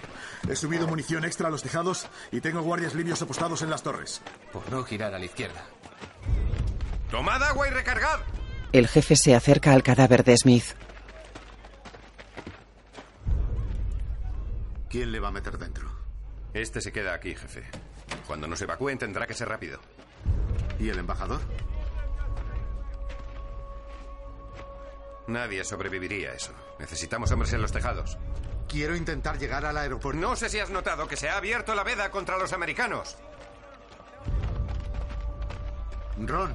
Speaker 11: He subido munición extra a los tejados y tengo guardias libios apostados en las torres.
Speaker 5: Por no girar a la izquierda.
Speaker 4: ¡Tomad agua y recargad!
Speaker 1: El jefe se acerca al cadáver de Smith.
Speaker 7: ¿Quién le va a meter dentro?
Speaker 4: Este se queda aquí, jefe. Cuando nos evacúen tendrá que ser rápido.
Speaker 7: ¿Y el embajador?
Speaker 4: Nadie sobreviviría a eso. Necesitamos hombres en los tejados.
Speaker 7: Quiero intentar llegar al aeropuerto.
Speaker 4: No sé si has notado que se ha abierto la veda contra los americanos.
Speaker 7: Ron,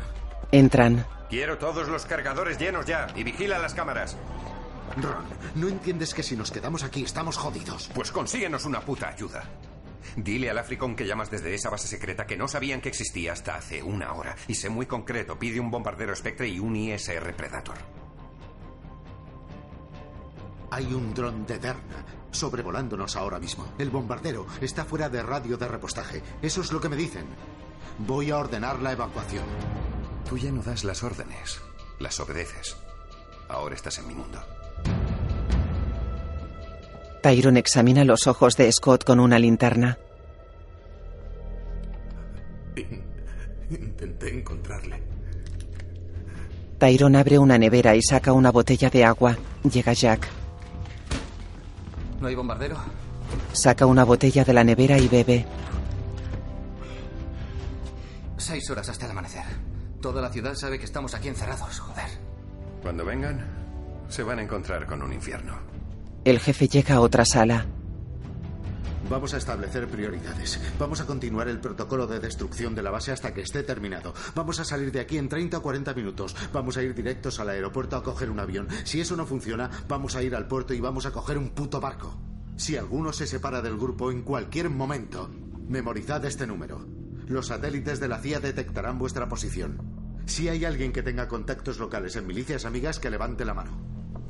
Speaker 1: Entran.
Speaker 4: Quiero todos los cargadores llenos ya y vigila las cámaras.
Speaker 7: Ron, ¿no entiendes que si nos quedamos aquí estamos jodidos?
Speaker 4: Pues consíguenos una puta ayuda. Dile al Africon que llamas desde esa base secreta que no sabían que existía hasta hace una hora. Y sé muy concreto, pide un bombardero Spectre y un ISR Predator.
Speaker 7: Hay un dron de Derna sobrevolándonos ahora mismo. El bombardero está fuera de radio de repostaje. Eso es lo que me dicen. Voy a ordenar la evacuación.
Speaker 4: Tú ya no das las órdenes, las obedeces. Ahora estás en mi mundo.
Speaker 1: Tyrone examina los ojos de Scott con una linterna.
Speaker 60: In- intenté encontrarle.
Speaker 1: Tyrone abre una nevera y saca una botella de agua. Llega Jack.
Speaker 5: ¿No hay bombardero?
Speaker 1: Saca una botella de la nevera y bebe.
Speaker 5: Seis horas hasta el amanecer. Toda la ciudad sabe que estamos aquí encerrados, joder.
Speaker 4: Cuando vengan, se van a encontrar con un infierno.
Speaker 1: El jefe llega a otra sala.
Speaker 7: Vamos a establecer prioridades. Vamos a continuar el protocolo de destrucción de la base hasta que esté terminado. Vamos a salir de aquí en 30 o 40 minutos. Vamos a ir directos al aeropuerto a coger un avión. Si eso no funciona, vamos a ir al puerto y vamos a coger un puto barco. Si alguno se separa del grupo en cualquier momento, memorizad este número. Los satélites de la CIA detectarán vuestra posición. Si hay alguien que tenga contactos locales en milicias amigas, que levante la mano.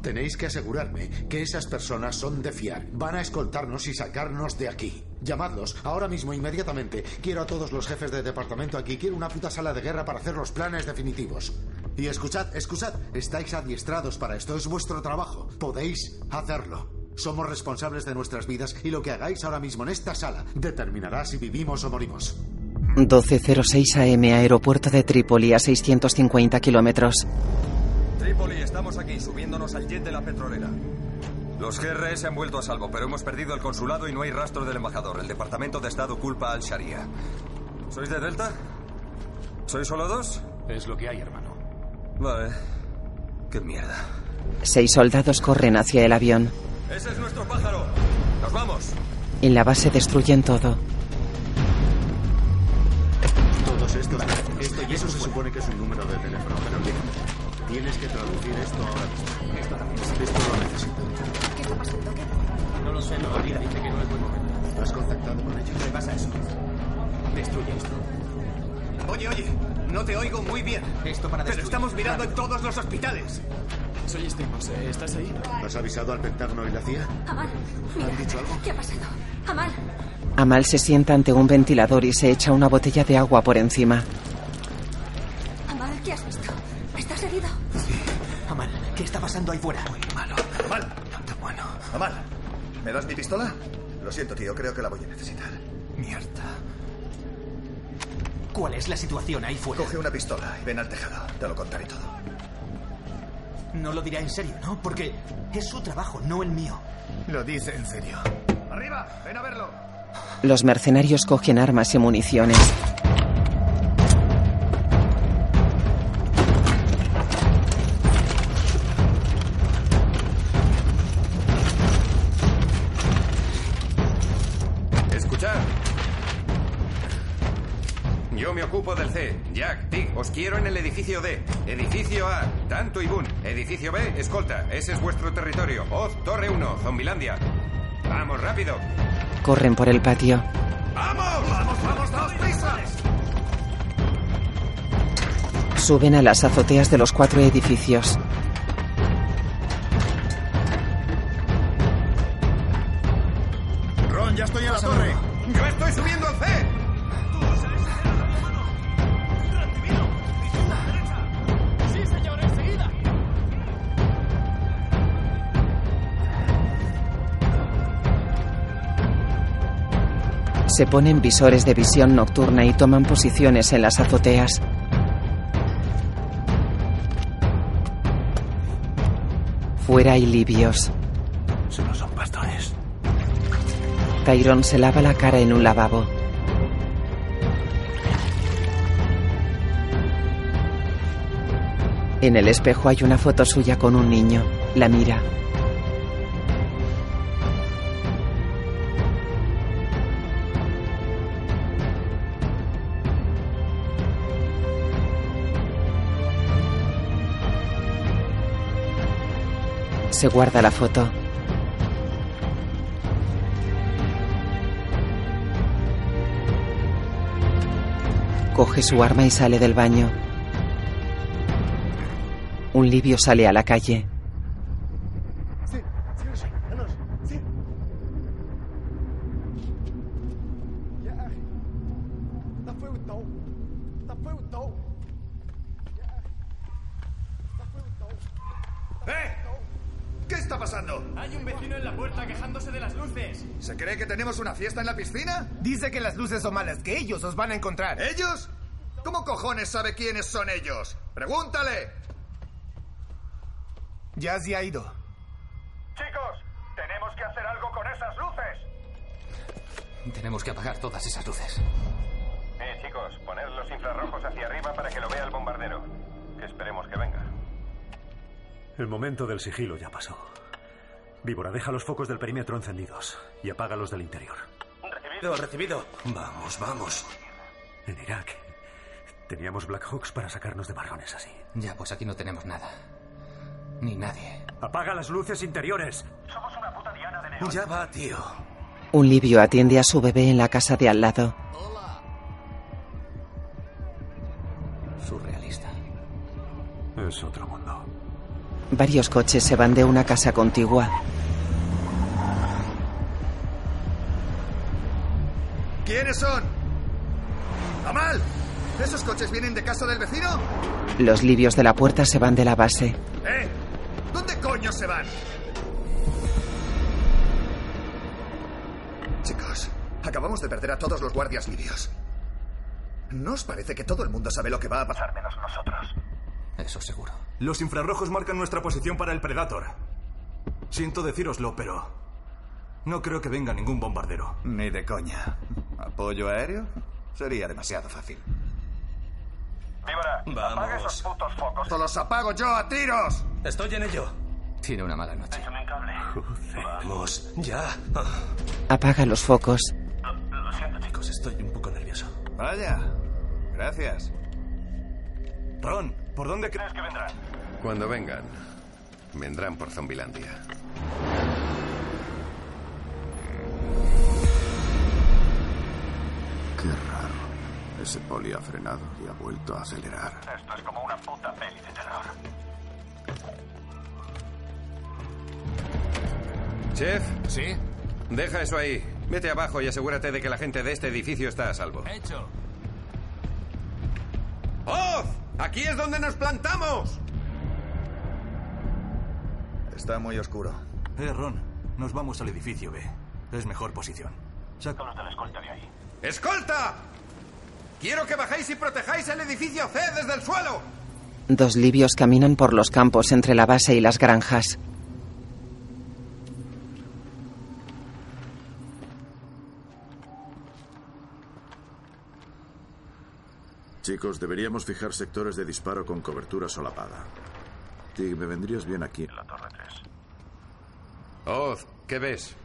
Speaker 7: Tenéis que asegurarme que esas personas son de fiar. Van a escoltarnos y sacarnos de aquí. Llamadlos, ahora mismo, inmediatamente. Quiero a todos los jefes de departamento aquí. Quiero una puta sala de guerra para hacer los planes definitivos. Y escuchad, escuchad, estáis adiestrados para esto. Es vuestro trabajo. Podéis hacerlo. Somos responsables de nuestras vidas y lo que hagáis ahora mismo en esta sala determinará si vivimos o morimos.
Speaker 1: 12.06 AM, aeropuerto de Trípoli, a 650 kilómetros.
Speaker 14: Trípoli, estamos aquí, subiéndonos al jet de la petrolera. Los GRS han vuelto a salvo, pero hemos perdido el consulado y no hay rastro del embajador. El Departamento de Estado culpa al Sharia. ¿Sois de Delta? ¿Sois solo dos?
Speaker 12: Es lo que hay, hermano.
Speaker 14: Vale. Qué mierda.
Speaker 1: Seis soldados corren hacia el avión.
Speaker 14: Ese es nuestro pájaro. Nos vamos.
Speaker 1: En la base destruyen todo.
Speaker 7: Todos estos. Esto y eso se supone que es un número de teléfono, pero bien. Tienes que traducir esto ahora mismo. Esto lo necesito.
Speaker 28: ¿Qué está pasando? ¿Qué?
Speaker 12: No lo sé, no lo dice que no es buen momento.
Speaker 7: ¿Has contactado con ellos?
Speaker 12: ¿Qué pasa eso? Destruye esto.
Speaker 5: Oye, oye, no te oigo muy bien.
Speaker 12: Esto para
Speaker 5: Pero estamos mirando en todos los hospitales.
Speaker 12: Soy este José, ¿estás ahí?
Speaker 7: ¿Has avisado al Pentágono y la CIA?
Speaker 28: Amal, mira.
Speaker 7: ¿Han dicho algo?
Speaker 28: ¿Qué ha pasado? Amal.
Speaker 1: Amal se sienta ante un ventilador y se echa una botella de agua por encima.
Speaker 28: Amal, ¿qué has visto? ¿Estás herido?
Speaker 5: Sí. Amal, ¿qué está pasando ahí fuera?
Speaker 12: Muy malo.
Speaker 11: Amal.
Speaker 12: No tan bueno.
Speaker 11: Amal, ¿me das mi pistola? Lo siento, tío, creo que la voy a necesitar.
Speaker 12: Mierda. ¿Cuál es la situación ahí fuera?
Speaker 11: Coge una pistola y ven al tejado. Te lo contaré todo.
Speaker 5: No lo dirá en serio, ¿no? Porque es su trabajo, no el mío.
Speaker 11: Lo dice en serio. ¡Arriba! ¡Ven a verlo!
Speaker 1: Los mercenarios cogen armas y municiones.
Speaker 4: Escuchad. Yo me ocupo del C. Jack, Tig, os quiero en el edificio D. Edificio A, Tanto y Boon. Edificio B, escolta. Ese es vuestro territorio. Oz, Torre 1, Zombilandia. Vamos, rápido.
Speaker 1: Corren por el patio.
Speaker 11: ¡Vamos! ¡Vamos, vamos, daos prisa!
Speaker 1: Suben a las azoteas de los cuatro edificios.
Speaker 11: Ron, ya estoy en la torre. ¡Yo estoy subiendo al C!
Speaker 13: Sí, señor, enseguida.
Speaker 1: Se ponen visores de visión nocturna y toman posiciones en las azoteas. Fuera hay libios.
Speaker 12: Solo son pastores.
Speaker 1: Tyrone se lava la cara en un lavabo. En el espejo hay una foto suya con un niño. La mira. Se guarda la foto. coge su arma y sale del baño. Un libio sale a la calle.
Speaker 11: ¡Eh! ¿Qué está pasando?
Speaker 8: Hay un vecino en la puerta quejándose de las luces.
Speaker 11: ¿Se cree que tenemos una fiesta en la piscina?
Speaker 3: Dice que las luces son malas, que ellos os van a encontrar.
Speaker 11: ¿Ellos? ¿Cómo cojones sabe quiénes son ellos? ¡Pregúntale!
Speaker 3: Ya se ha ido.
Speaker 2: Chicos, tenemos que hacer algo con esas luces.
Speaker 5: Tenemos que apagar todas esas luces.
Speaker 2: Eh, chicos, poned los infrarrojos hacia arriba para que lo vea el bombardero. Que esperemos que venga.
Speaker 9: El momento del sigilo ya pasó. Víbora, deja los focos del perímetro encendidos y apaga los del interior.
Speaker 61: Recibido, recibido.
Speaker 9: Vamos, vamos. En Irak teníamos Black Hawks para sacarnos de marrones así.
Speaker 5: Ya, pues aquí no tenemos nada. Ni nadie.
Speaker 9: Apaga las luces interiores.
Speaker 61: Ya va, tío.
Speaker 1: Un libio atiende a su bebé en la casa de al lado.
Speaker 5: Surrealista.
Speaker 9: Es otro mundo.
Speaker 1: Varios coches se van de una casa contigua.
Speaker 11: ¿Quiénes son? ¡Amal! ¿Esos coches vienen de casa del vecino?
Speaker 1: Los libios de la puerta se van de la base.
Speaker 11: ¿Eh? ¿Dónde coño se van? Chicos, acabamos de perder a todos los guardias libios. ¿No os parece que todo el mundo sabe lo que va a pasar menos nosotros?
Speaker 5: Eso seguro.
Speaker 13: Los infrarrojos marcan nuestra posición para el Predator. Siento decíroslo, pero. No creo que venga ningún bombardero.
Speaker 11: Ni de coña. ¿Apoyo aéreo? Sería demasiado fácil.
Speaker 2: Víbora, apaga esos putos focos.
Speaker 11: ¡Te los apago yo a tiros!
Speaker 61: Estoy en ello.
Speaker 5: Tiene una mala noche.
Speaker 2: Échame un cable.
Speaker 61: Vamos, ya. Ah,
Speaker 1: Apaga los focos.
Speaker 2: Lo siento, chicos.
Speaker 61: Chicos, estoy un poco nervioso.
Speaker 11: Vaya. Gracias.
Speaker 61: Ron, ¿por dónde crees
Speaker 2: que vendrán?
Speaker 17: Cuando vengan, vendrán por Zombilandia.
Speaker 10: Qué raro. Ese poli ha frenado y ha vuelto a acelerar.
Speaker 2: Esto es como una puta peli de terror.
Speaker 17: Chef. Sí. Deja eso ahí. Vete abajo y asegúrate de que la gente de este edificio está a salvo.
Speaker 61: Hecho.
Speaker 17: ¡Oz! ¡Aquí es donde nos plantamos!
Speaker 11: Está muy oscuro.
Speaker 13: Eh, Ron, nos vamos al edificio B. Es mejor posición. Saca
Speaker 2: Los de la escolta de ahí.
Speaker 17: ¡Escolta! Quiero que bajéis y protejáis el edificio C desde el suelo.
Speaker 1: Dos libios caminan por los campos entre la base y las granjas.
Speaker 10: Chicos, deberíamos fijar sectores de disparo con cobertura solapada. Tig, me vendrías bien aquí.
Speaker 17: Oz, ¿qué ves?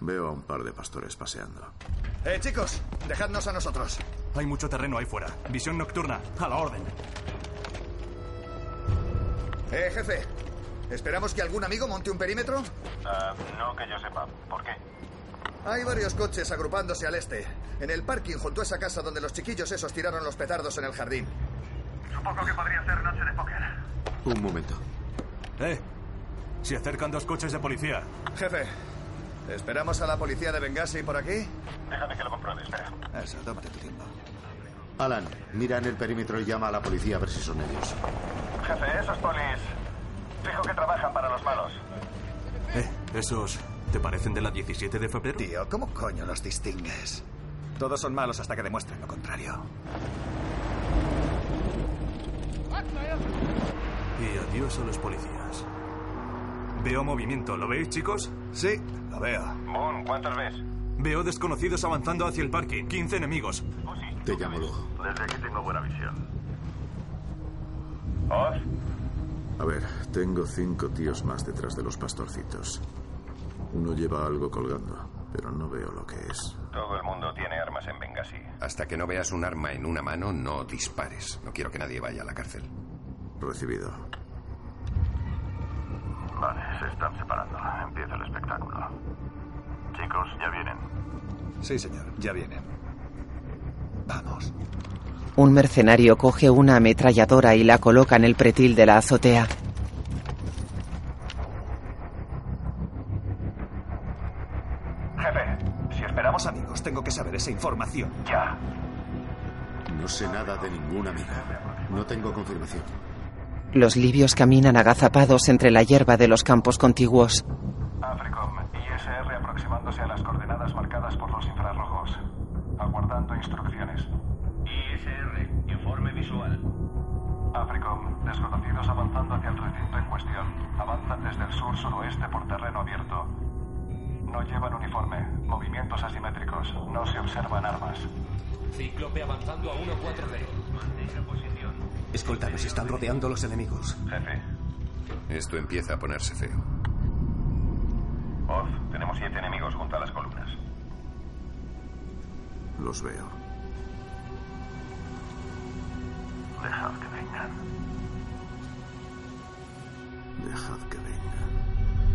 Speaker 10: Veo a un par de pastores paseando.
Speaker 11: Eh, chicos, dejadnos a nosotros.
Speaker 13: Hay mucho terreno ahí fuera. Visión nocturna. A la orden.
Speaker 11: Eh, jefe. ¿Esperamos que algún amigo monte un perímetro?
Speaker 2: Ah, no que yo sepa. ¿Por qué?
Speaker 11: Hay varios coches agrupándose al este. En el parking junto a esa casa donde los chiquillos esos tiraron los petardos en el jardín.
Speaker 2: Supongo que podría ser noche de póker.
Speaker 10: Un momento.
Speaker 13: Eh, se acercan dos coches de policía.
Speaker 11: Jefe, ¿esperamos a la policía de Benghazi por aquí?
Speaker 2: Déjame que lo compruebe, espera.
Speaker 11: Eso, tómate tu tiempo.
Speaker 7: Alan, mira en el perímetro y llama a la policía a ver si son ellos.
Speaker 2: Jefe, esos polis. Fijo que trabajan para los malos.
Speaker 13: Eh, esos. ¿Te parecen de la 17 de febrero?
Speaker 11: Tío, ¿cómo coño los distingues? Todos son malos hasta que demuestren lo contrario.
Speaker 13: Y adiós a los policías. Veo movimiento, ¿lo veis, chicos?
Speaker 11: Sí, lo veo.
Speaker 2: Boon, ¿cuántos ves?
Speaker 13: Veo desconocidos avanzando hacia el parque. 15 enemigos.
Speaker 10: Te llamo luego.
Speaker 2: Desde aquí tengo buena visión. Oz,
Speaker 10: A ver, tengo cinco tíos más detrás de los pastorcitos. Uno lleva algo colgando, pero no veo lo que es.
Speaker 2: todo el mundo tiene armas en Benghazi.
Speaker 17: Hasta que no veas un arma en una mano, no dispares. No quiero que nadie vaya a la cárcel.
Speaker 10: Recibido.
Speaker 2: Vale, se están separando. Empieza el espectáculo. Chicos, ya vienen.
Speaker 11: Sí, señor, ya vienen.
Speaker 62: vamos.
Speaker 1: Un mercenario coge una ametralladora y la coloca en el pretil de la azotea.
Speaker 63: Jefe, si esperamos amigos, tengo que saber esa información. Ya.
Speaker 7: No sé nada de ninguna amiga. No tengo confirmación.
Speaker 1: Los libios caminan agazapados entre la hierba de los campos contiguos.
Speaker 11: AFRICOM, ISR aproximándose a las coordenadas marcadas por los infrarrojos. Aguardando instrucciones. ISR, informe visual. AFRICOM, desconocidos avanzando hacia el recinto en cuestión. Avanzan desde el sur-suroeste por terreno abierto. No llevan uniforme, movimientos asimétricos, no se observan armas.
Speaker 64: Cíclope avanzando a 1-4D. Mantenga posición.
Speaker 65: Escolta, nos están rodeando los enemigos.
Speaker 11: Jefe,
Speaker 4: Esto empieza a ponerse feo.
Speaker 11: Oz, tenemos siete enemigos junto a las columnas.
Speaker 10: Los veo.
Speaker 11: Dejad que vengan.
Speaker 10: Dejad que venga.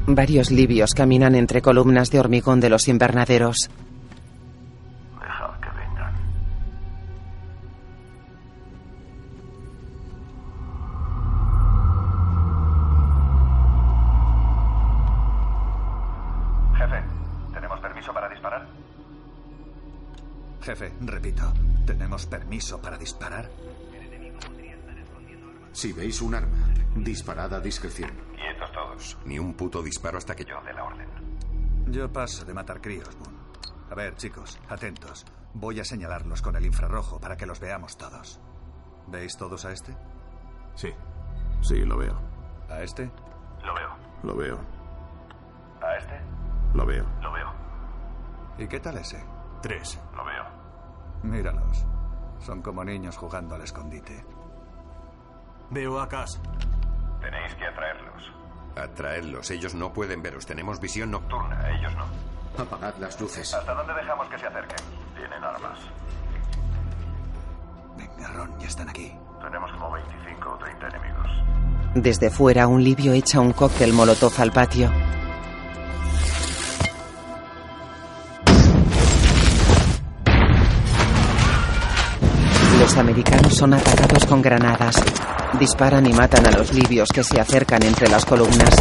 Speaker 1: Varios libios caminan entre columnas de hormigón de los invernaderos.
Speaker 11: Dejad que vengan. Jefe, ¿tenemos permiso para disparar?
Speaker 63: Jefe, repito, ¿tenemos permiso para disparar?
Speaker 7: Si veis un arma, disparad a discreción.
Speaker 11: Quietos todos.
Speaker 4: Ni un puto disparo hasta que yo
Speaker 11: dé la orden.
Speaker 63: Yo paso de matar críos, Boone. A ver, chicos, atentos. Voy a señalarlos con el infrarrojo para que los veamos todos. ¿Veis todos a este?
Speaker 10: Sí. Sí, lo veo.
Speaker 63: ¿A este?
Speaker 11: Lo veo.
Speaker 10: Lo veo.
Speaker 11: ¿A este?
Speaker 10: Lo veo.
Speaker 11: Lo veo.
Speaker 63: ¿Y qué tal ese?
Speaker 13: Tres.
Speaker 11: Lo veo.
Speaker 63: Míralos. Son como niños jugando al escondite.
Speaker 13: Veo a Cass.
Speaker 11: Tenéis que atraerlos.
Speaker 4: Atraerlos. Ellos no pueden veros. Tenemos visión
Speaker 11: nocturna. A ellos no.
Speaker 7: Apagad las luces.
Speaker 11: ¿Hasta dónde dejamos que se acerquen? Tienen armas.
Speaker 63: Venga, Ron, ya están aquí.
Speaker 11: Tenemos como 25 o 30 enemigos.
Speaker 1: Desde fuera, un libio echa un cóctel molotov al patio. Los americanos son atacados con granadas. Disparan y matan a los libios que se acercan entre las columnas.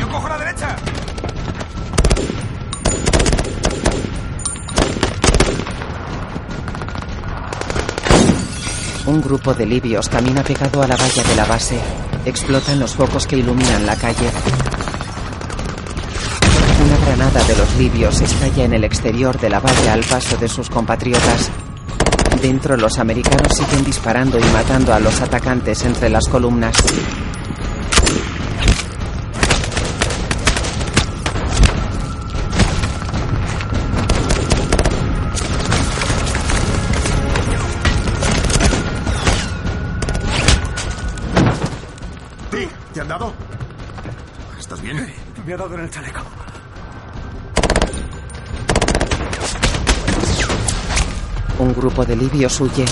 Speaker 66: ¡Yo cojo la derecha!
Speaker 1: Un grupo de libios camina pegado a la valla de la base. Explotan los focos que iluminan la calle. Una granada de los libios estalla en el exterior de la valla al paso de sus compatriotas. Dentro los americanos siguen disparando y matando a los atacantes entre las columnas.
Speaker 10: ¿Tig? ¿Te han dado?
Speaker 65: ¿Estás bien?
Speaker 13: Me ha dado en el chaleco.
Speaker 1: Un grupo de libios huye.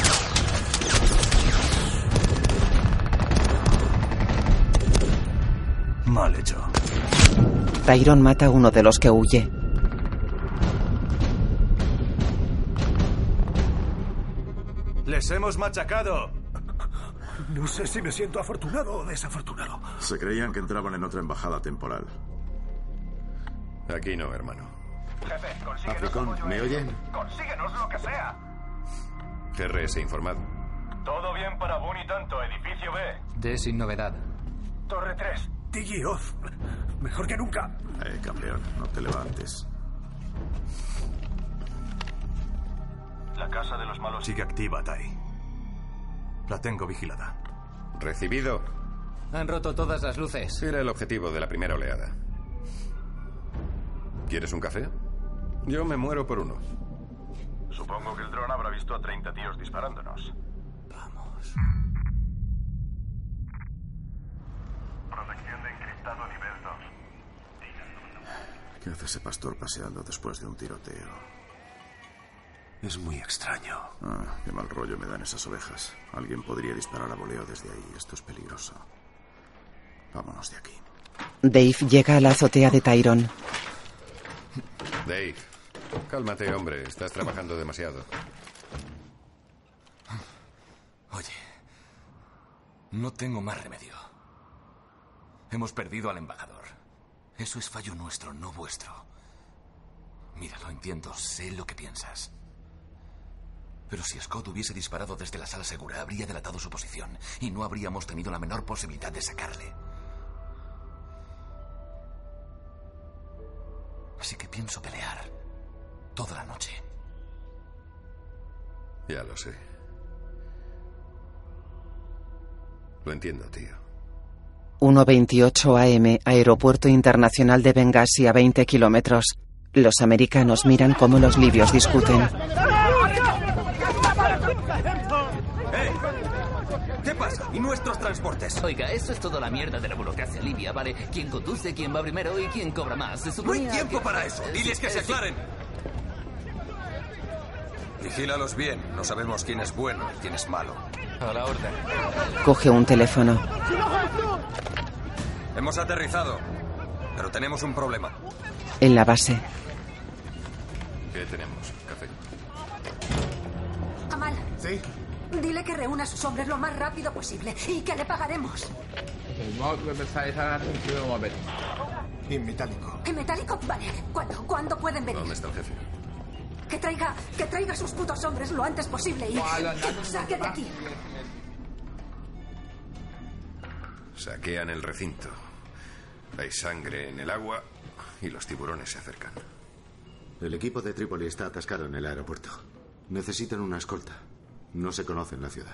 Speaker 13: Mal hecho.
Speaker 1: Tyron mata a uno de los que huye.
Speaker 13: ¡Les hemos machacado! No sé si me siento afortunado o desafortunado.
Speaker 10: Se creían que entraban en otra embajada temporal.
Speaker 4: Aquí no, hermano.
Speaker 11: Jefe, consíguenos
Speaker 7: Africón,
Speaker 11: apoyo
Speaker 7: ¿me
Speaker 11: aéreo.
Speaker 7: oyen?
Speaker 11: Consíguenos lo que sea.
Speaker 4: GRS informado.
Speaker 11: Todo bien para Boone y tanto. Edificio B.
Speaker 67: D sin novedad.
Speaker 11: Torre 3.
Speaker 13: Tiggy Oz. Mejor que nunca.
Speaker 10: Eh, campeón, no te levantes.
Speaker 11: La casa de los malos.
Speaker 13: Sigue activa, Tai. La tengo vigilada.
Speaker 4: Recibido.
Speaker 67: Han roto todas las luces.
Speaker 4: Era el objetivo de la primera oleada. ¿Quieres un café? Yo me muero por uno.
Speaker 68: Supongo que el dron habrá visto a 30 tíos disparándonos. Vamos. Protección de encriptado nivel 2.
Speaker 10: ¿Qué hace ese pastor paseando después de un tiroteo?
Speaker 11: Es muy extraño.
Speaker 10: Ah, qué mal rollo me dan esas ovejas. Alguien podría disparar a voleo desde ahí. Esto es peligroso. Vámonos de aquí.
Speaker 1: Dave llega a la azotea de Tyrone.
Speaker 4: Dave, cálmate, hombre. Estás trabajando demasiado.
Speaker 11: Oye, no tengo más remedio. Hemos perdido al embajador. Eso es fallo nuestro, no vuestro. Mira, lo entiendo, sé lo que piensas. Pero si Scott hubiese disparado desde la sala segura, habría delatado su posición y no habríamos tenido la menor posibilidad de sacarle. Así que pienso pelear toda la noche.
Speaker 4: Ya lo sé. Lo entiendo, tío.
Speaker 1: 1.28 AM, Aeropuerto Internacional de Benghazi a 20 kilómetros. Los americanos miran cómo los libios discuten.
Speaker 14: ¡Eh! ¿Qué pasa? ¿Y nuestros transportes?
Speaker 12: Oiga, eso es toda la mierda de la burocracia libia, ¿vale? ¿Quién conduce, quién va primero y quién cobra más? Se
Speaker 14: No hay
Speaker 12: suponía
Speaker 14: tiempo
Speaker 12: que-
Speaker 14: para eso.
Speaker 12: Eh,
Speaker 14: Diles
Speaker 12: sí,
Speaker 14: que
Speaker 12: eh,
Speaker 14: se
Speaker 12: sí.
Speaker 14: aclaren. Vigílalos bien. No sabemos quién es bueno y quién es malo. A la orden.
Speaker 1: Coge un teléfono.
Speaker 14: Hemos aterrizado, pero tenemos un problema.
Speaker 1: En la base,
Speaker 4: ¿Qué tenemos? Café.
Speaker 28: Amal. Sí. Dile que reúna a sus hombres lo más rápido posible y que le pagaremos.
Speaker 13: Y metálico.
Speaker 28: ¿En metálico? Vale. ¿Cuándo? ¿Cuándo pueden venir?
Speaker 4: está el jefe?
Speaker 28: Que traiga, que traiga a sus putos hombres lo antes posible y que nos saque de aquí.
Speaker 4: Saquean el recinto. Hay sangre en el agua y los tiburones se acercan.
Speaker 7: El equipo de Trípoli está atascado en el aeropuerto. Necesitan una escolta. No se conocen la ciudad.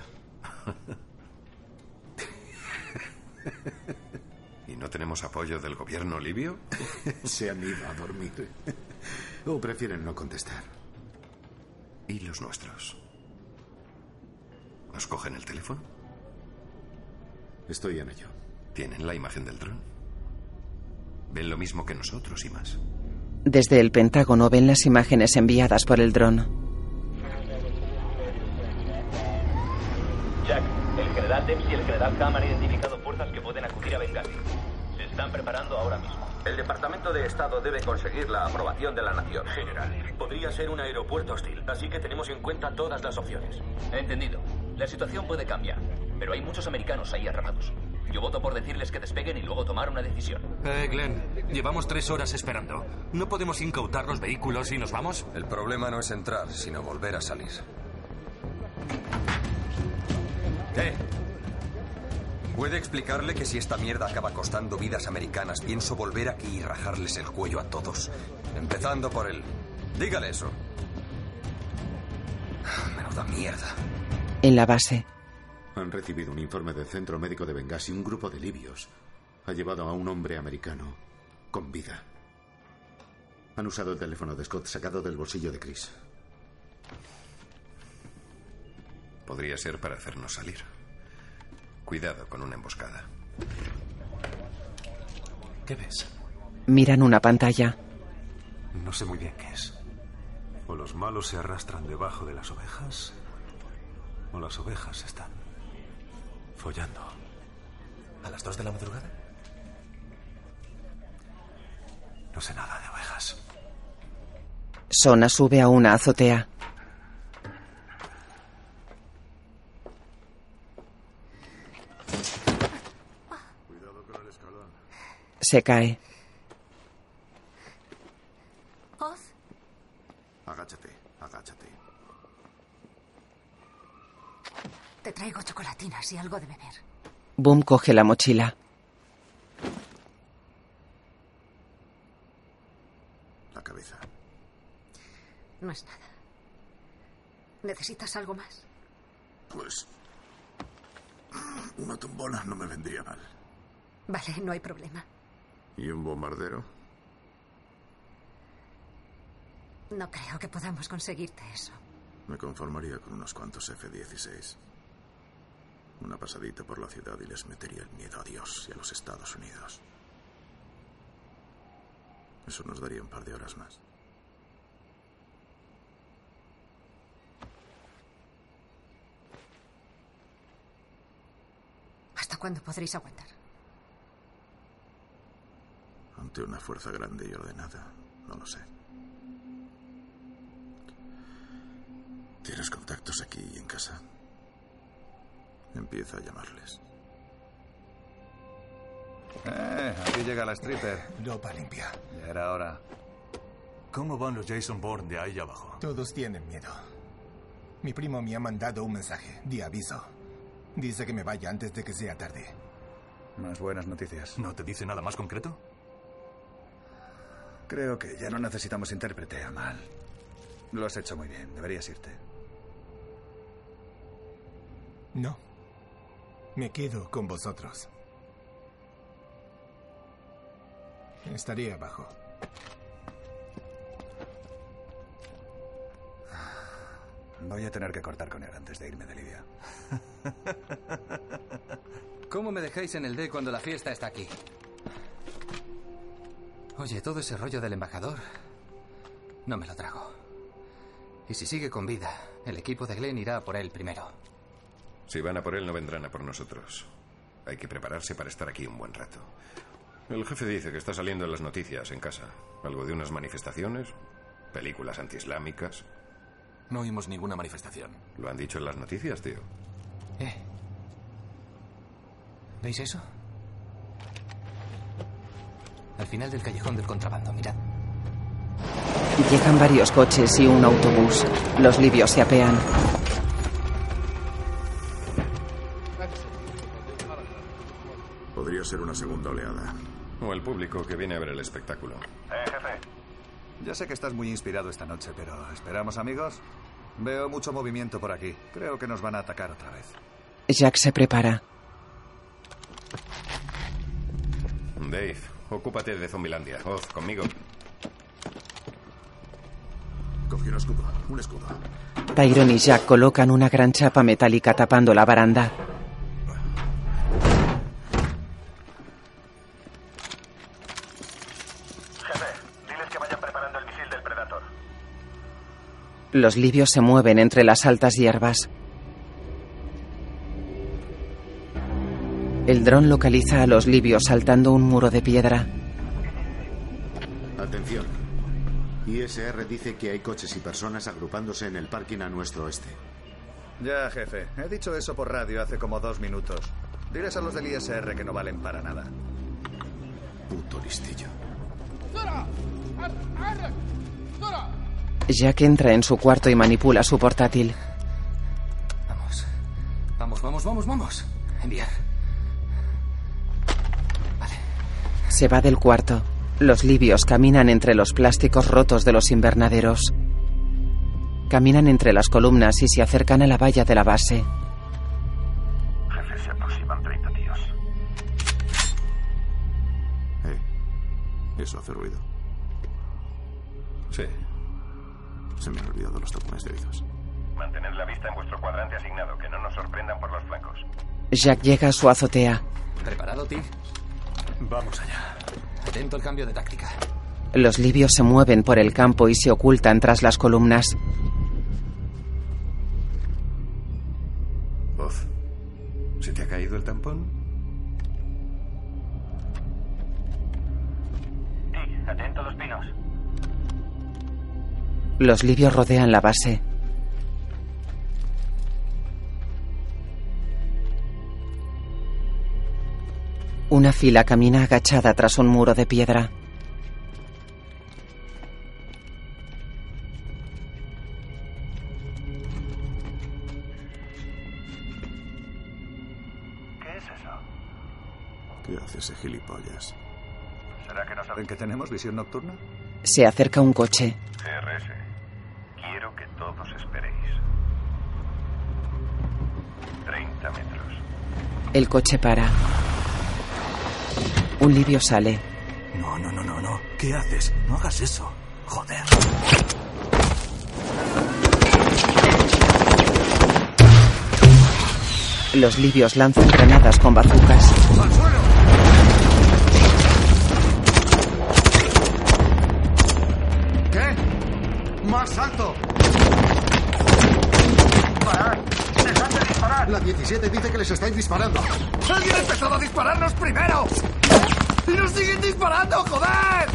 Speaker 4: ¿Y no tenemos apoyo del gobierno libio?
Speaker 7: Se han ido a dormir. O prefieren no contestar.
Speaker 4: ¿Y los nuestros? ¿Nos cogen el teléfono?
Speaker 7: Estoy en ello.
Speaker 4: ¿Tienen la imagen del dron? Ven lo mismo que nosotros y más.
Speaker 1: desde el Pentágono ven las imágenes enviadas por el dron.
Speaker 5: Jack, el general Debs y el general Ham han identificado fuerzas que pueden acudir a Benghazi. Se están preparando ahora mismo.
Speaker 69: El Departamento de Estado debe conseguir la aprobación de la Nación. General, podría ser un aeropuerto hostil, así que tenemos en cuenta todas las opciones.
Speaker 5: Entendido. La situación puede cambiar, pero hay muchos americanos ahí atrapados. Yo voto por decirles que despeguen y luego tomar una decisión.
Speaker 70: Eh, Glenn, llevamos tres horas esperando. ¿No podemos incautar los vehículos y nos vamos?
Speaker 14: El problema no es entrar, sino volver a salir. ¿Qué? ¿Puede explicarle que si esta mierda acaba costando vidas americanas, pienso volver aquí y rajarles el cuello a todos? Empezando por él. Dígale eso. Menuda mierda.
Speaker 1: En la base,
Speaker 7: Han recibido un informe del centro médico de Benghazi. Un grupo de libios ha llevado a un hombre americano con vida. Han usado el teléfono de Scott sacado del bolsillo de Chris.
Speaker 4: Podría ser para hacernos salir. Cuidado con una emboscada.
Speaker 70: ¿Qué ves?
Speaker 1: miran una pantalla.
Speaker 9: No sé muy bien qué es. O los malos se arrastran debajo de las ovejas, o las ovejas están follando.
Speaker 11: ¿A las dos de la madrugada?
Speaker 9: No sé nada de ovejas.
Speaker 1: Sona sube a una azotea. Se cae.
Speaker 28: Oz,
Speaker 7: Agáchate, agáchate.
Speaker 28: te traigo chocolatinas y algo de beber.
Speaker 1: Boom coge la mochila.
Speaker 7: La cabeza.
Speaker 28: No es nada. ¿Necesitas algo más?
Speaker 10: Pues. Una tumbona no me vendría mal.
Speaker 28: Vale, no hay problema.
Speaker 10: ¿Y un bombardero?
Speaker 28: No creo que podamos conseguirte eso.
Speaker 10: Me conformaría con unos cuantos F-16. Una pasadita por la ciudad y les metería el miedo a Dios y a los Estados Unidos. Eso nos daría un par de horas más.
Speaker 28: ¿Hasta cuándo podréis aguantar?
Speaker 10: Ante una fuerza grande y ordenada, no lo sé. ¿Tienes contactos aquí y en casa? Empieza a llamarles.
Speaker 11: Eh, aquí llega la stripper.
Speaker 13: Ropa limpia.
Speaker 11: Ya era hora.
Speaker 71: ¿Cómo van los Jason Bourne de ahí abajo?
Speaker 13: Todos tienen miedo. Mi primo me ha mandado un mensaje, de aviso. Dice que me vaya antes de que sea tarde.
Speaker 11: Más buenas noticias.
Speaker 71: ¿No te dice nada más concreto?
Speaker 11: Creo que ya no necesitamos intérprete, Amal. Lo has hecho muy bien. Deberías irte.
Speaker 13: No. Me quedo con vosotros. Estaré abajo.
Speaker 11: Voy a tener que cortar con él antes de irme de Libia. ¿Cómo me dejáis en el D cuando la fiesta está aquí? Oye, todo ese rollo del embajador no me lo trago. Y si sigue con vida, el equipo de Glenn irá a por él primero.
Speaker 4: Si van a por él, no vendrán a por nosotros. Hay que prepararse para estar aquí un buen rato. El jefe dice que está saliendo en las noticias en casa. Algo de unas manifestaciones, películas antiislámicas.
Speaker 72: No oímos ninguna manifestación.
Speaker 4: Lo han dicho en las noticias, tío.
Speaker 5: Eh. ¿Veis eso? Al final del callejón del contrabando, mirad.
Speaker 1: Llegan varios coches y un autobús. Los libios se apean.
Speaker 10: Podría ser una segunda oleada.
Speaker 4: O el público que viene a ver el espectáculo.
Speaker 73: Eh,
Speaker 11: Ya sé que estás muy inspirado esta noche, pero ¿esperamos, amigos? Veo mucho movimiento por aquí. Creo que nos van a atacar otra vez.
Speaker 1: Jack se prepara.
Speaker 4: Dave, ocúpate de Zombilandia. Oz, conmigo.
Speaker 10: Cogí un escudo, un escudo.
Speaker 1: Tyrone y Jack colocan una gran chapa metálica tapando la baranda. Los libios se mueven entre las altas hierbas. El dron localiza a los libios saltando un muro de piedra.
Speaker 7: Atención. ISR dice que hay coches y personas agrupándose en el parking a nuestro oeste.
Speaker 11: Ya, jefe. He dicho eso por radio hace como dos minutos. Diles a los del ISR que no valen para nada.
Speaker 7: Puto listillo.
Speaker 1: Jack entra en su cuarto y manipula su portátil.
Speaker 5: Vamos. Vamos, vamos, vamos, vamos. Enviar.
Speaker 1: Se va del cuarto. Los libios caminan entre los plásticos rotos de los invernaderos. Caminan entre las columnas y se acercan a la valla de la base.
Speaker 73: Jefe, se aproximan 30 tíos.
Speaker 10: Eh, eso hace ruido.
Speaker 4: Sí.
Speaker 10: Se me han olvidado los tapones de oídos.
Speaker 14: Mantened la vista en vuestro cuadrante asignado, que no nos sorprendan por los flancos.
Speaker 1: Jack llega a su azotea.
Speaker 5: ¿Preparado, Tig?
Speaker 71: Vamos allá.
Speaker 5: Atento al cambio de táctica.
Speaker 1: Los libios se mueven por el campo y se ocultan tras las columnas.
Speaker 4: Oz, ¿se te ha caído el tampón?
Speaker 14: Tig, atento a los pinos.
Speaker 1: Los libios rodean la base. Una fila camina agachada tras un muro de piedra.
Speaker 73: ¿Qué es eso?
Speaker 10: ¿Qué hace ese gilipollas?
Speaker 11: ¿Será que no saben que tenemos visión nocturna?
Speaker 1: Se acerca un coche.
Speaker 73: CRS, quiero que todos esperéis. 30 metros.
Speaker 1: El coche para. Un libio sale.
Speaker 71: No, no, no, no,
Speaker 10: Oh,
Speaker 71: no. ¿Qué haces? No hagas eso. Joder.
Speaker 1: Los libios lanzan granadas con bazucas.
Speaker 13: ¿Qué? ¡Más alto! ¡Parad! ¡Dejad de disparar! La 17 dice que les estáis disparando. ¡Alguien ha empezado a dispararnos primero! ¡Y nos siguen disparando, joder!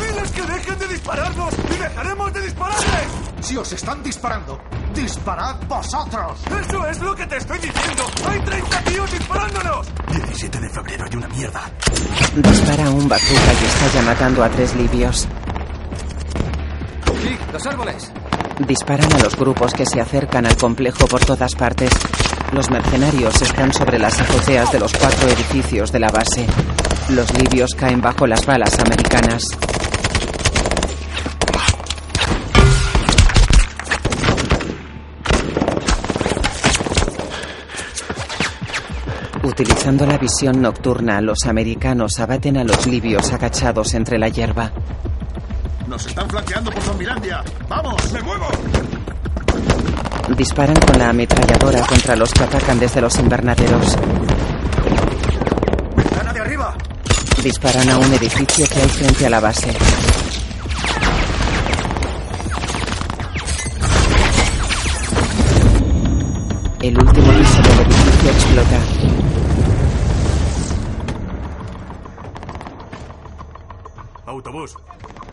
Speaker 13: ¡Diles que dejen de dispararnos y dejaremos de dispararles! Si os están disparando, disparad vosotros. ¡Eso es lo que te estoy diciendo! ¡Hay 30 tíos disparándonos!
Speaker 9: 17 de febrero hay una mierda.
Speaker 1: Dispara un bazooka y estalla matando a tres libios.
Speaker 5: ¡Sí! ¡Los árboles!
Speaker 1: Disparan a los grupos que se acercan al complejo por todas partes. Los mercenarios están sobre las azoteas de los cuatro edificios de la base. Los libios caen bajo las balas americanas. Utilizando la visión nocturna, los americanos abaten a los libios agachados entre la hierba.
Speaker 13: ¡Nos están flanqueando por Zombilandia! ¡Vamos! ¡Me muevo!
Speaker 1: Disparan con la ametralladora contra los que atacan desde los invernaderos.
Speaker 13: ¡Ventana de arriba!
Speaker 1: Disparan a un edificio que hay frente a la base. El último piso del edificio explota.
Speaker 61: Autobús.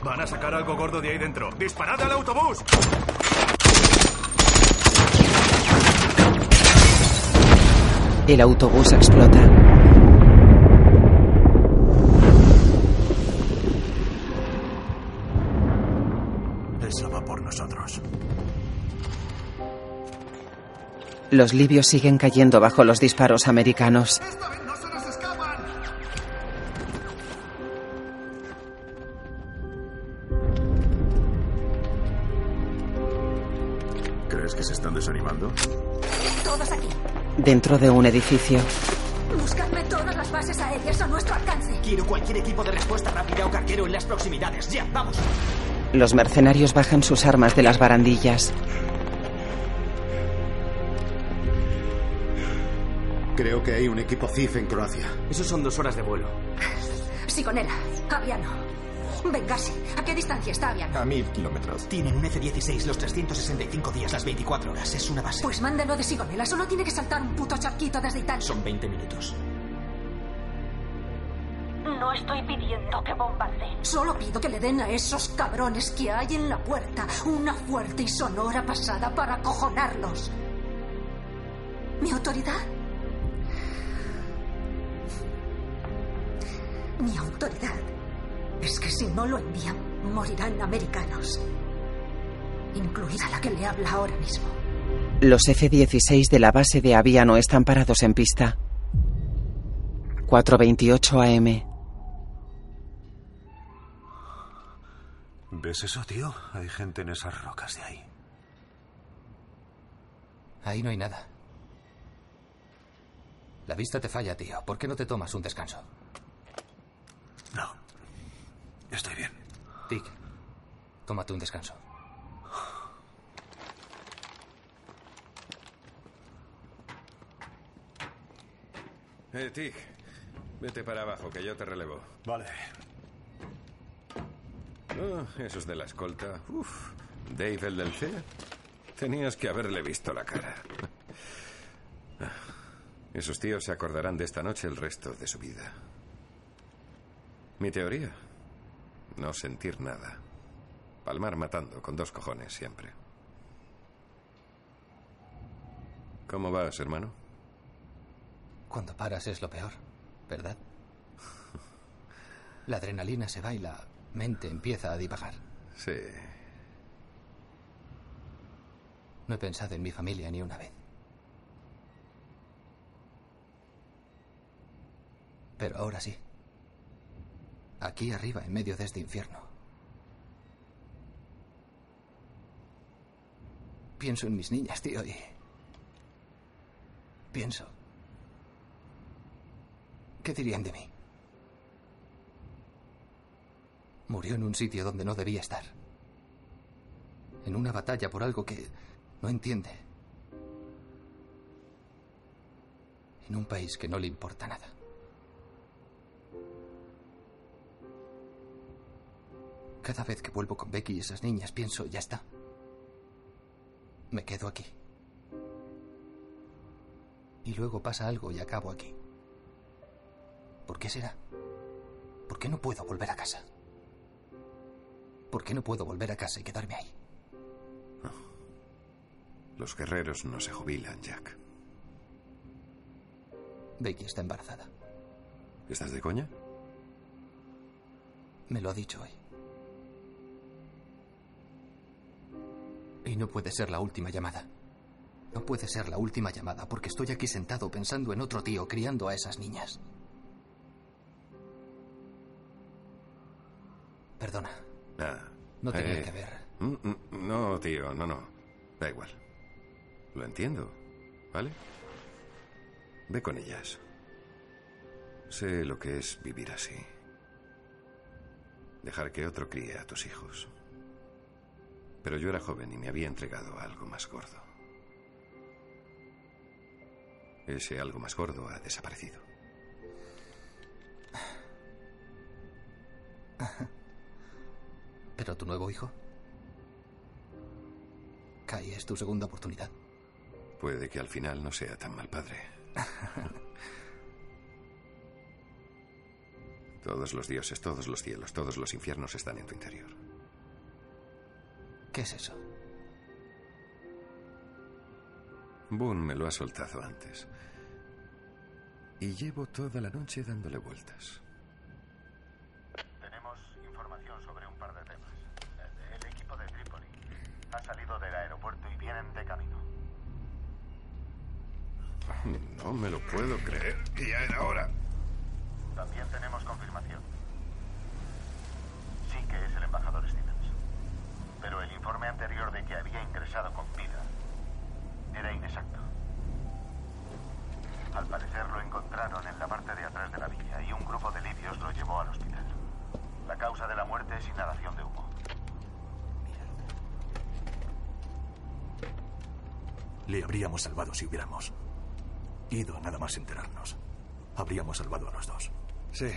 Speaker 61: Van a sacar algo gordo de ahí dentro. ¡Disparad al autobús!
Speaker 1: El autobús explota.
Speaker 9: Esa va por nosotros.
Speaker 1: Los libios siguen cayendo bajo los disparos americanos.
Speaker 10: ¿Crees que se están desanimando?
Speaker 28: Todos aquí.
Speaker 1: Dentro de un edificio,
Speaker 28: Buscadme todas las bases aéreas a nuestro alcance.
Speaker 8: Quiero cualquier equipo de respuesta rápida o carguero en las proximidades. Ya, vamos.
Speaker 1: los mercenarios bajan sus armas de las barandillas.
Speaker 7: Creo que hay un equipo CIF en Croacia.
Speaker 8: Eso son dos horas de vuelo.
Speaker 28: Sigonera, Aviano. Bengasi, ¿a qué distancia está Aviano?
Speaker 8: A mil kilómetros. Tienen un F-16 los 365 días, las 24 horas. Es una base.
Speaker 28: Pues mándalo de Sigonera, solo tiene que saltar un puto charquito desde Italia.
Speaker 8: Son 20 minutos.
Speaker 28: No estoy pidiendo que bombardeen. Solo pido que le den a esos cabrones que hay en la puerta una fuerte y sonora pasada para acojonarlos. ¿Mi autoridad? Mi autoridad es que si no lo envían, morirán americanos. Incluida la que le habla ahora mismo.
Speaker 1: Los F-16 de la base de Aviano están parados en pista. 4.28 AM.
Speaker 9: ¿Ves eso, tío? Hay gente en esas rocas de ahí.
Speaker 5: Ahí no hay nada. La vista te falla, tío. ¿Por qué no te tomas un descanso?
Speaker 9: No. Estoy bien.
Speaker 5: Dick, tómate un descanso.
Speaker 4: Eh, Tig, vete para abajo, que yo te relevo.
Speaker 9: Vale.
Speaker 4: Ah, esos de la escolta. Uf, Dave, el del C. Tenías que haberle visto la cara. Ah, Esos tíos se acordarán de esta noche el resto de su vida. Mi teoría. No sentir nada. Palmar matando con dos cojones siempre. ¿Cómo vas, hermano?
Speaker 5: Cuando paras es lo peor, ¿verdad? La adrenalina se va y la mente empieza a divagar.
Speaker 4: Sí.
Speaker 5: No he pensado en mi familia ni una vez. Pero ahora sí. Aquí arriba, en medio de este infierno. Pienso en mis niñas, tío, y... Pienso. ¿Qué dirían de mí? Murió en un sitio donde no debía estar. En una batalla por algo que no entiende. en un país que no le importa nada. Cada vez que vuelvo con Becky y esas niñas pienso, ya está. Me quedo aquí. Y luego pasa algo y acabo aquí. ¿Por qué será? ¿Por qué no puedo volver a casa? ¿Por qué no puedo volver a casa y quedarme ahí?
Speaker 4: Los guerreros no se jubilan, Jack.
Speaker 5: Becky está embarazada.
Speaker 4: ¿Estás de coña?
Speaker 5: Me lo ha dicho hoy. Y no puede ser la última llamada. No puede ser la última llamada porque estoy aquí sentado pensando en otro tío criando a esas niñas. Perdona,
Speaker 4: Ah,
Speaker 5: no tenía
Speaker 4: eh,
Speaker 5: que ver.
Speaker 4: mm, mm, No, tío, no, no. Da igual. Lo entiendo, ¿vale? Ve con ellas. Sé lo que es vivir así. Dejar que otro críe a tus hijos. Pero yo era joven y me había entregado a algo más gordo. Ese algo más gordo ha desaparecido.
Speaker 5: ¿Pero tu nuevo hijo? Kai, es tu segunda oportunidad.
Speaker 4: Puede que al final no sea tan mal padre. todos los dioses, todos los cielos, todos los infiernos están en tu interior.
Speaker 5: ¿Qué es eso?
Speaker 4: Boone me lo ha soltado antes. Y llevo toda la noche dándole vueltas.
Speaker 7: Tenemos información sobre un par de temas. Eh, El equipo de Trípoli ha salido del aeropuerto y vienen de camino.
Speaker 4: No me lo puedo creer. Ya era hora.
Speaker 7: También tenemos confirmación. Sí que es el embajador Stevens. Pero el informe anterior de que había ingresado con vida era inexacto. Al parecer lo encontraron en la parte de atrás de la villa y un grupo de libios lo llevó al hospital. La causa de la muerte es inhalación de humo.
Speaker 10: Le habríamos salvado si hubiéramos ido nada más enterarnos. Habríamos salvado a los dos.
Speaker 11: Sí.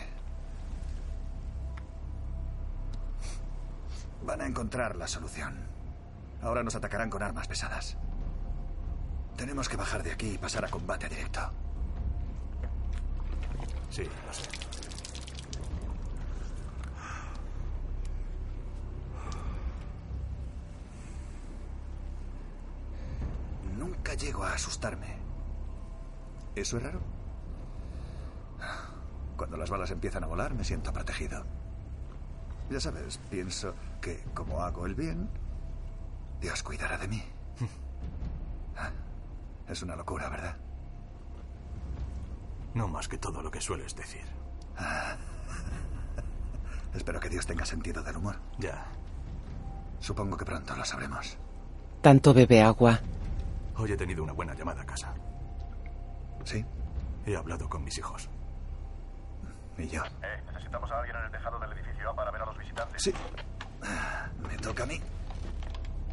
Speaker 11: Van a encontrar la solución. Ahora nos atacarán con armas pesadas. Tenemos que bajar de aquí y pasar a combate directo.
Speaker 10: Sí, lo sé.
Speaker 11: Nunca llego a asustarme. ¿Eso es raro? Cuando las balas empiezan a volar me siento protegido. Ya sabes, pienso que como hago el bien, Dios cuidará de mí. Ah, Es una locura, ¿verdad?
Speaker 10: No más que todo lo que sueles decir.
Speaker 11: Ah. Espero que Dios tenga sentido del humor. Ya. Supongo que pronto lo sabremos.
Speaker 1: Tanto bebe agua.
Speaker 10: Hoy he tenido una buena llamada a casa.
Speaker 11: ¿Sí?
Speaker 10: He hablado con mis hijos.
Speaker 11: ¿Y yo?
Speaker 7: Eh, necesitamos a alguien en el tejado del edificio A para ver a los visitantes.
Speaker 11: Sí. Me toca a mí.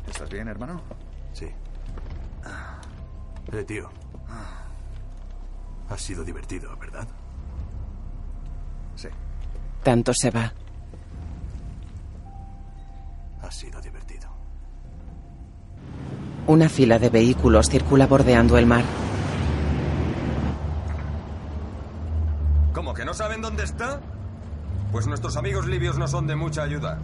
Speaker 11: ¿Estás bien, hermano?
Speaker 10: Sí. Eh, tío. Ha sido divertido, ¿verdad?
Speaker 11: Sí.
Speaker 1: Tanto se va.
Speaker 10: Ha sido divertido.
Speaker 1: Una fila de vehículos circula bordeando el mar.
Speaker 14: ¿Cómo que no saben dónde está? Pues nuestros amigos libios no son de mucha ayuda.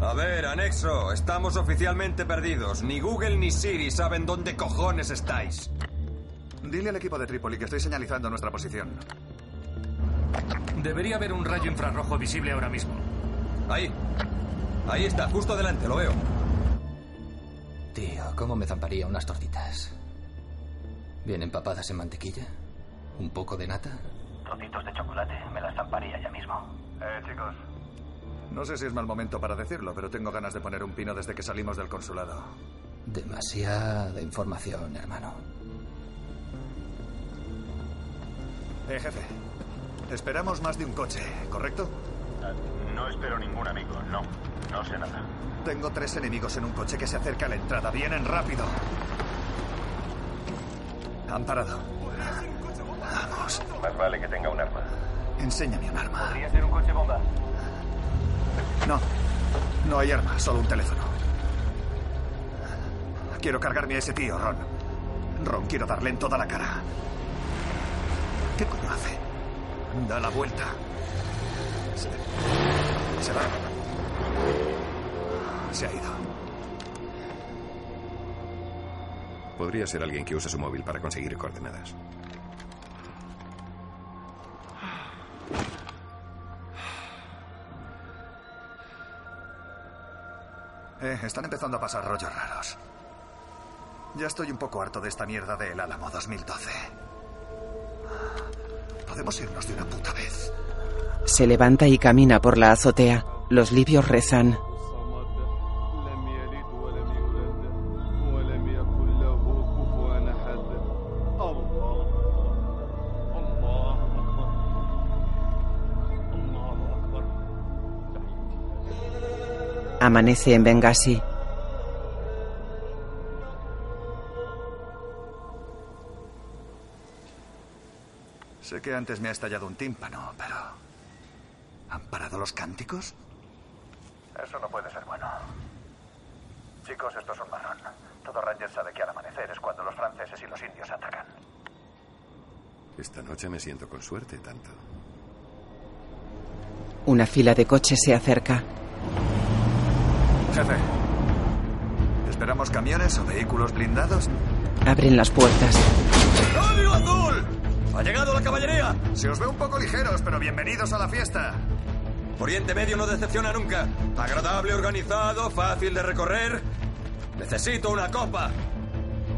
Speaker 14: A ver, anexo, estamos oficialmente perdidos. Ni Google ni Siri saben dónde cojones estáis.
Speaker 11: Dile al equipo de Trípoli que estoy señalizando nuestra posición.
Speaker 74: Debería haber un rayo infrarrojo visible ahora mismo.
Speaker 14: Ahí. Ahí está, justo delante, lo veo.
Speaker 5: Tío, ¿cómo me zamparía unas tortitas? Bien empapadas en mantequilla, un poco de nata.
Speaker 7: Trocitos de chocolate, me las zamparía ya mismo. Eh, chicos,
Speaker 11: No sé si es mal momento para decirlo, pero tengo ganas de poner un pino desde que salimos del consulado.
Speaker 5: Demasiada información, hermano.
Speaker 11: Eh, jefe. Esperamos más de un coche, ¿correcto?
Speaker 7: no espero ningún amigo, no. No sé nada.
Speaker 11: Tengo tres enemigos en un coche que se acerca a la entrada. Vienen rápido. Han parado.
Speaker 75: lejos.
Speaker 13: Más vale que tenga un arma.
Speaker 11: Enséñame un arma.
Speaker 13: Podría ser un coche bomba.
Speaker 11: No. No hay arma, solo un teléfono. Quiero cargarme a ese tío, Ron. Ron, quiero darle en toda la cara. ¿Qué coño hace? Da la vuelta. Se, se va. Se ha ido.
Speaker 4: Podría ser alguien que usa su móvil para conseguir coordenadas.
Speaker 11: Eh, están empezando a pasar rollos raros. Ya estoy un poco harto de esta mierda del Álamo 2012. Podemos irnos de una puta vez.
Speaker 1: Se levanta y camina por la azotea. Los libios rezan.
Speaker 8: لم يلد ولم يولد ولم يكن له كفوا احد Oh, الله oh, الله اكبر الله اكبر
Speaker 1: Amanece en Benghazi.
Speaker 11: Sé que antes me ha estallado un tímpano, pero... ¿Han parado los cánticos?
Speaker 76: Eso no puede ser bueno. Chicos, esto es un marrón. Todo Ranger sabe que al amanecer es cuando los franceses y los indios atacan.
Speaker 4: Esta noche me siento con suerte tanto.
Speaker 1: Una fila de coches se acerca.
Speaker 11: Jefe. ¿Esperamos camiones o vehículos blindados?
Speaker 1: Abren las puertas.
Speaker 11: ¡Código azul! ¡Ha llegado la caballería! Se os ve un poco ligeros, pero bienvenidos a la fiesta.
Speaker 14: Oriente Medio no decepciona nunca. Agradable, organizado, fácil de recorrer. Necesito una copa.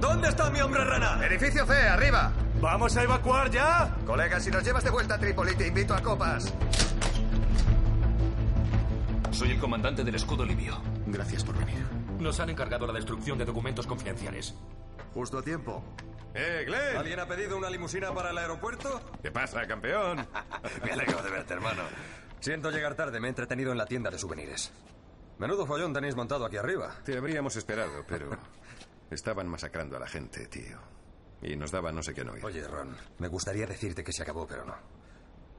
Speaker 14: ¿Dónde está mi hombre rana?
Speaker 76: Edificio C, arriba.
Speaker 77: ¿Vamos a evacuar ya?
Speaker 76: Colega, si nos llevas de vuelta a Trípoli, te invito a copas.
Speaker 12: Soy el comandante del escudo libio.
Speaker 78: Gracias por venir.
Speaker 12: Nos han encargado la destrucción de documentos confidenciales.
Speaker 78: Justo a tiempo.
Speaker 4: ¡Eh, Glenn!
Speaker 14: ¿Alguien ha pedido una limusina para el aeropuerto?
Speaker 4: ¿Qué pasa, campeón?
Speaker 14: Me alegro de verte, hermano. Siento llegar tarde, me he entretenido en la tienda de souvenirs. Menudo follón tenéis montado aquí arriba.
Speaker 4: Te habríamos esperado, pero estaban masacrando a la gente, tío. Y nos daban no sé qué no oír.
Speaker 14: Oye, Ron, me gustaría decirte que se acabó, pero no.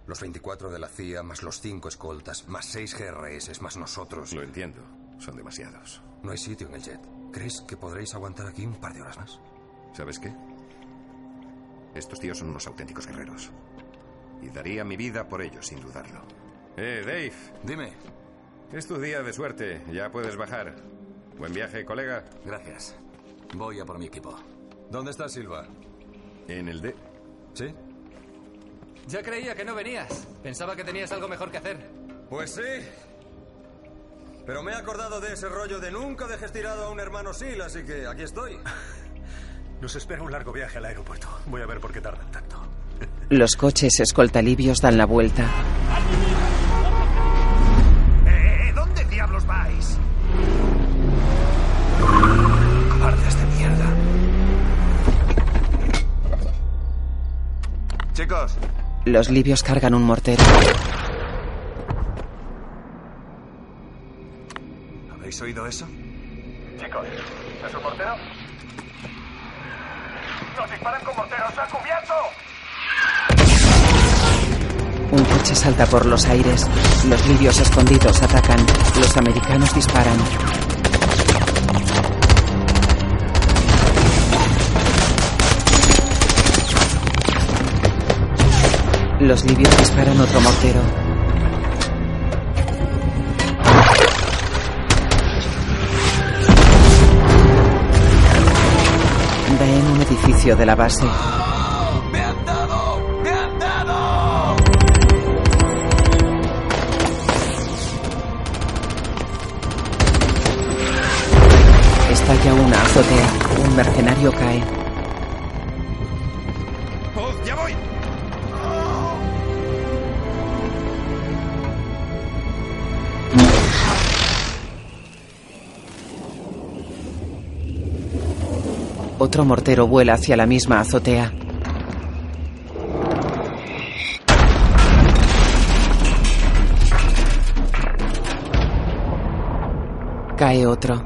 Speaker 14: Los 24 de la CIA, más los 5 escoltas, más 6 GRS, más nosotros.
Speaker 4: Lo entiendo, son demasiados.
Speaker 14: No hay sitio en el jet. ¿Crees que podréis aguantar aquí un par de horas más?
Speaker 4: ¿Sabes qué? Estos tíos son unos auténticos guerreros. Y daría mi vida por ellos, sin dudarlo. Eh, Dave.
Speaker 14: Dime.
Speaker 4: Es tu día de suerte. Ya puedes bajar. Buen viaje, colega.
Speaker 14: Gracias. Voy a por mi equipo. ¿Dónde está Silva?
Speaker 4: En el D.
Speaker 14: ¿Sí?
Speaker 5: Ya creía que no venías. Pensaba que tenías algo mejor que hacer.
Speaker 14: Pues sí. Pero me he acordado de ese rollo de nunca dejes tirado a un hermano Sil, así que aquí estoy.
Speaker 9: Nos espera un largo viaje al aeropuerto. Voy a ver por qué tardan tanto.
Speaker 1: Los coches escolta libios dan la vuelta.
Speaker 11: Eh, ¿Dónde diablos vais? Cobardes
Speaker 13: este
Speaker 11: de mierda. Chicos,
Speaker 1: Los libios cargan un mortero.
Speaker 11: ¿habéis oído eso?
Speaker 13: Chicos, ¿es un mortero? ¡Nos disparan con morteros! ¡A cubierto!
Speaker 1: Un coche salta por los aires. Los libios escondidos atacan. Los americanos disparan. Los libios disparan otro mortero. Da en un edificio de la base. Estalla una azotea. Un mercenario cae.
Speaker 4: ¡Oh, ya voy!
Speaker 1: Otro mortero vuela hacia la misma azotea. Cae otro.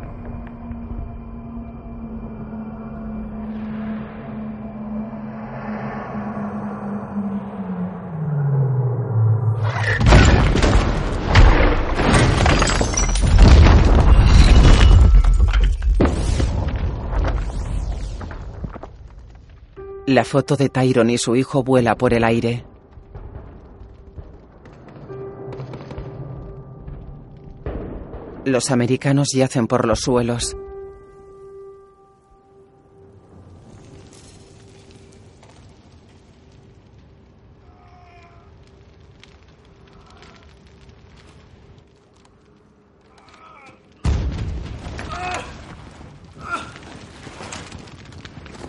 Speaker 1: La foto de Tyron y su hijo vuela por el aire. Los americanos yacen por los suelos.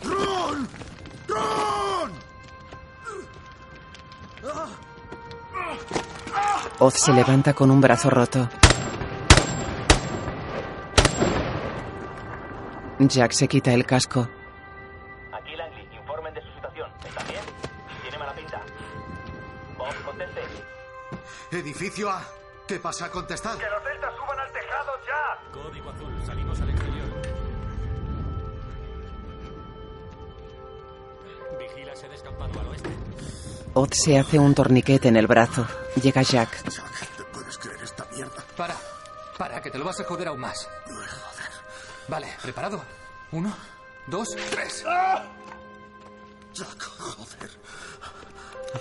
Speaker 79: ¡Ron! ¡Ron!
Speaker 1: Oz se levanta con un brazo roto. Jack se quita el casco.
Speaker 7: Aquí Langley, informen de su situación. ¿Está bien? Tiene mala pinta. Bob, conteste.
Speaker 80: Edificio A. ¿Qué pasa? Contestad.
Speaker 7: ¡Que los deltas suban al tejado ya! Código azul, salimos al exterior. Vigila ese descampado al oeste.
Speaker 1: Oz se hace un torniquete en el brazo. Llega Jack.
Speaker 5: ¿Puedes creer esta mierda? Para, para, que te lo vas a joder aún más. joder. Vale, ¿preparado? Uno, dos, tres.
Speaker 79: Jack, joder.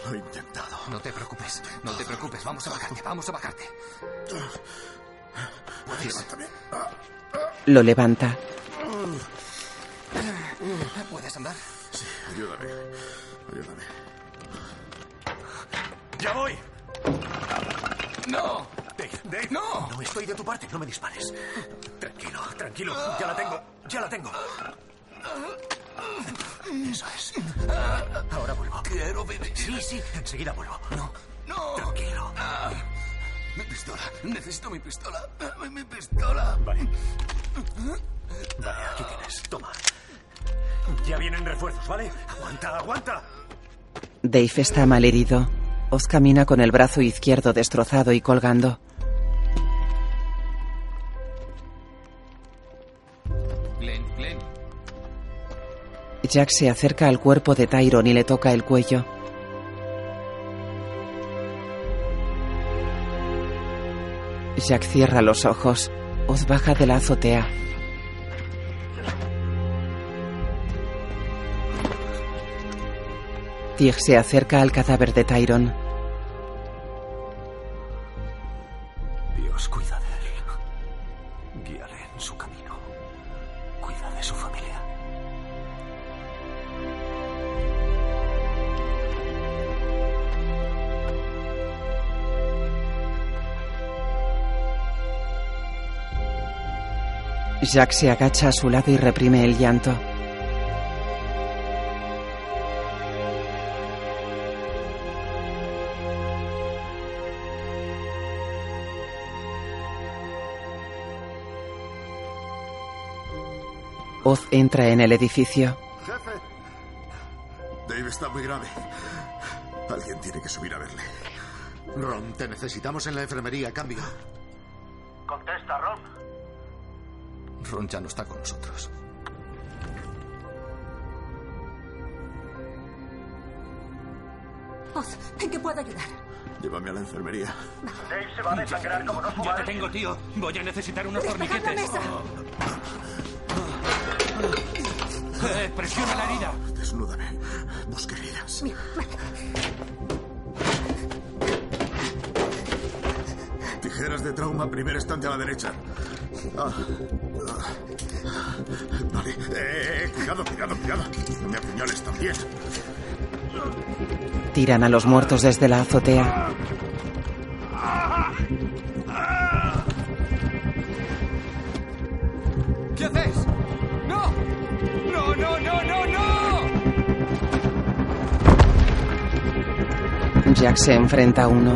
Speaker 79: Lo he intentado.
Speaker 5: No te preocupes, no te preocupes. Vamos a bajarte, vamos a bajarte. ¿Puedes?
Speaker 1: Lo levanta.
Speaker 5: ¿Puedes andar?
Speaker 10: Sí, ayúdame. Ayúdame.
Speaker 13: ¡Ya voy!
Speaker 5: ¡No!
Speaker 13: Dave, Dave, no. No estoy de tu parte, no me dispares. Tranquilo, tranquilo.
Speaker 5: Ah.
Speaker 13: Ya la tengo, ya la tengo. Eso es.
Speaker 5: Ah.
Speaker 13: Ahora vuelvo. Quiero vivir. Sí, sí, enseguida vuelvo. No, no. Tranquilo.
Speaker 5: Ah. Mi pistola, necesito mi pistola. Dame mi pistola. Vale.
Speaker 13: Vale, aquí tienes. Toma. Ya vienen refuerzos, ¿vale? Aguanta, aguanta.
Speaker 1: Dave está malherido. Oz camina con el brazo izquierdo destrozado y colgando.
Speaker 5: Glenn, Glenn.
Speaker 1: Jack se acerca al cuerpo de Tyron y le toca el cuello. Jack cierra los ojos. Oz baja de la azotea. Tig se acerca al cadáver de Tyron.
Speaker 81: Dios cuida de él. Guíale en su camino. Cuida de su familia.
Speaker 1: Jack se agacha a su lado y reprime el llanto. Oz entra en el edificio.
Speaker 10: Jefe. Dave está muy grave. Alguien tiene que subir a verle.
Speaker 82: Ron, te necesitamos en la enfermería. Cambio.
Speaker 7: Contesta, Ron.
Speaker 5: Ron ya no está con nosotros.
Speaker 28: Oz, ¿en qué puedo ayudar?
Speaker 10: Llévame a la enfermería.
Speaker 7: Dave se va a desangrar como no
Speaker 11: Ya
Speaker 7: suba
Speaker 11: te tengo, tío. Voy a necesitar unos
Speaker 28: Despejad la
Speaker 11: torniquetes.
Speaker 28: mesa.
Speaker 11: Eh, presiona la herida.
Speaker 10: Desnúdame. Busca heridas. Tijeras de trauma, primer estante a la derecha. Ah. Ah. Vale. Eh, eh, cuidado, cuidado, cuidado. No me apuñales también.
Speaker 1: Tiran a los muertos desde la azotea.
Speaker 5: ¿Qué hacéis? ¡No! ¡No, no, no, no, no!
Speaker 1: Jack se enfrenta a uno.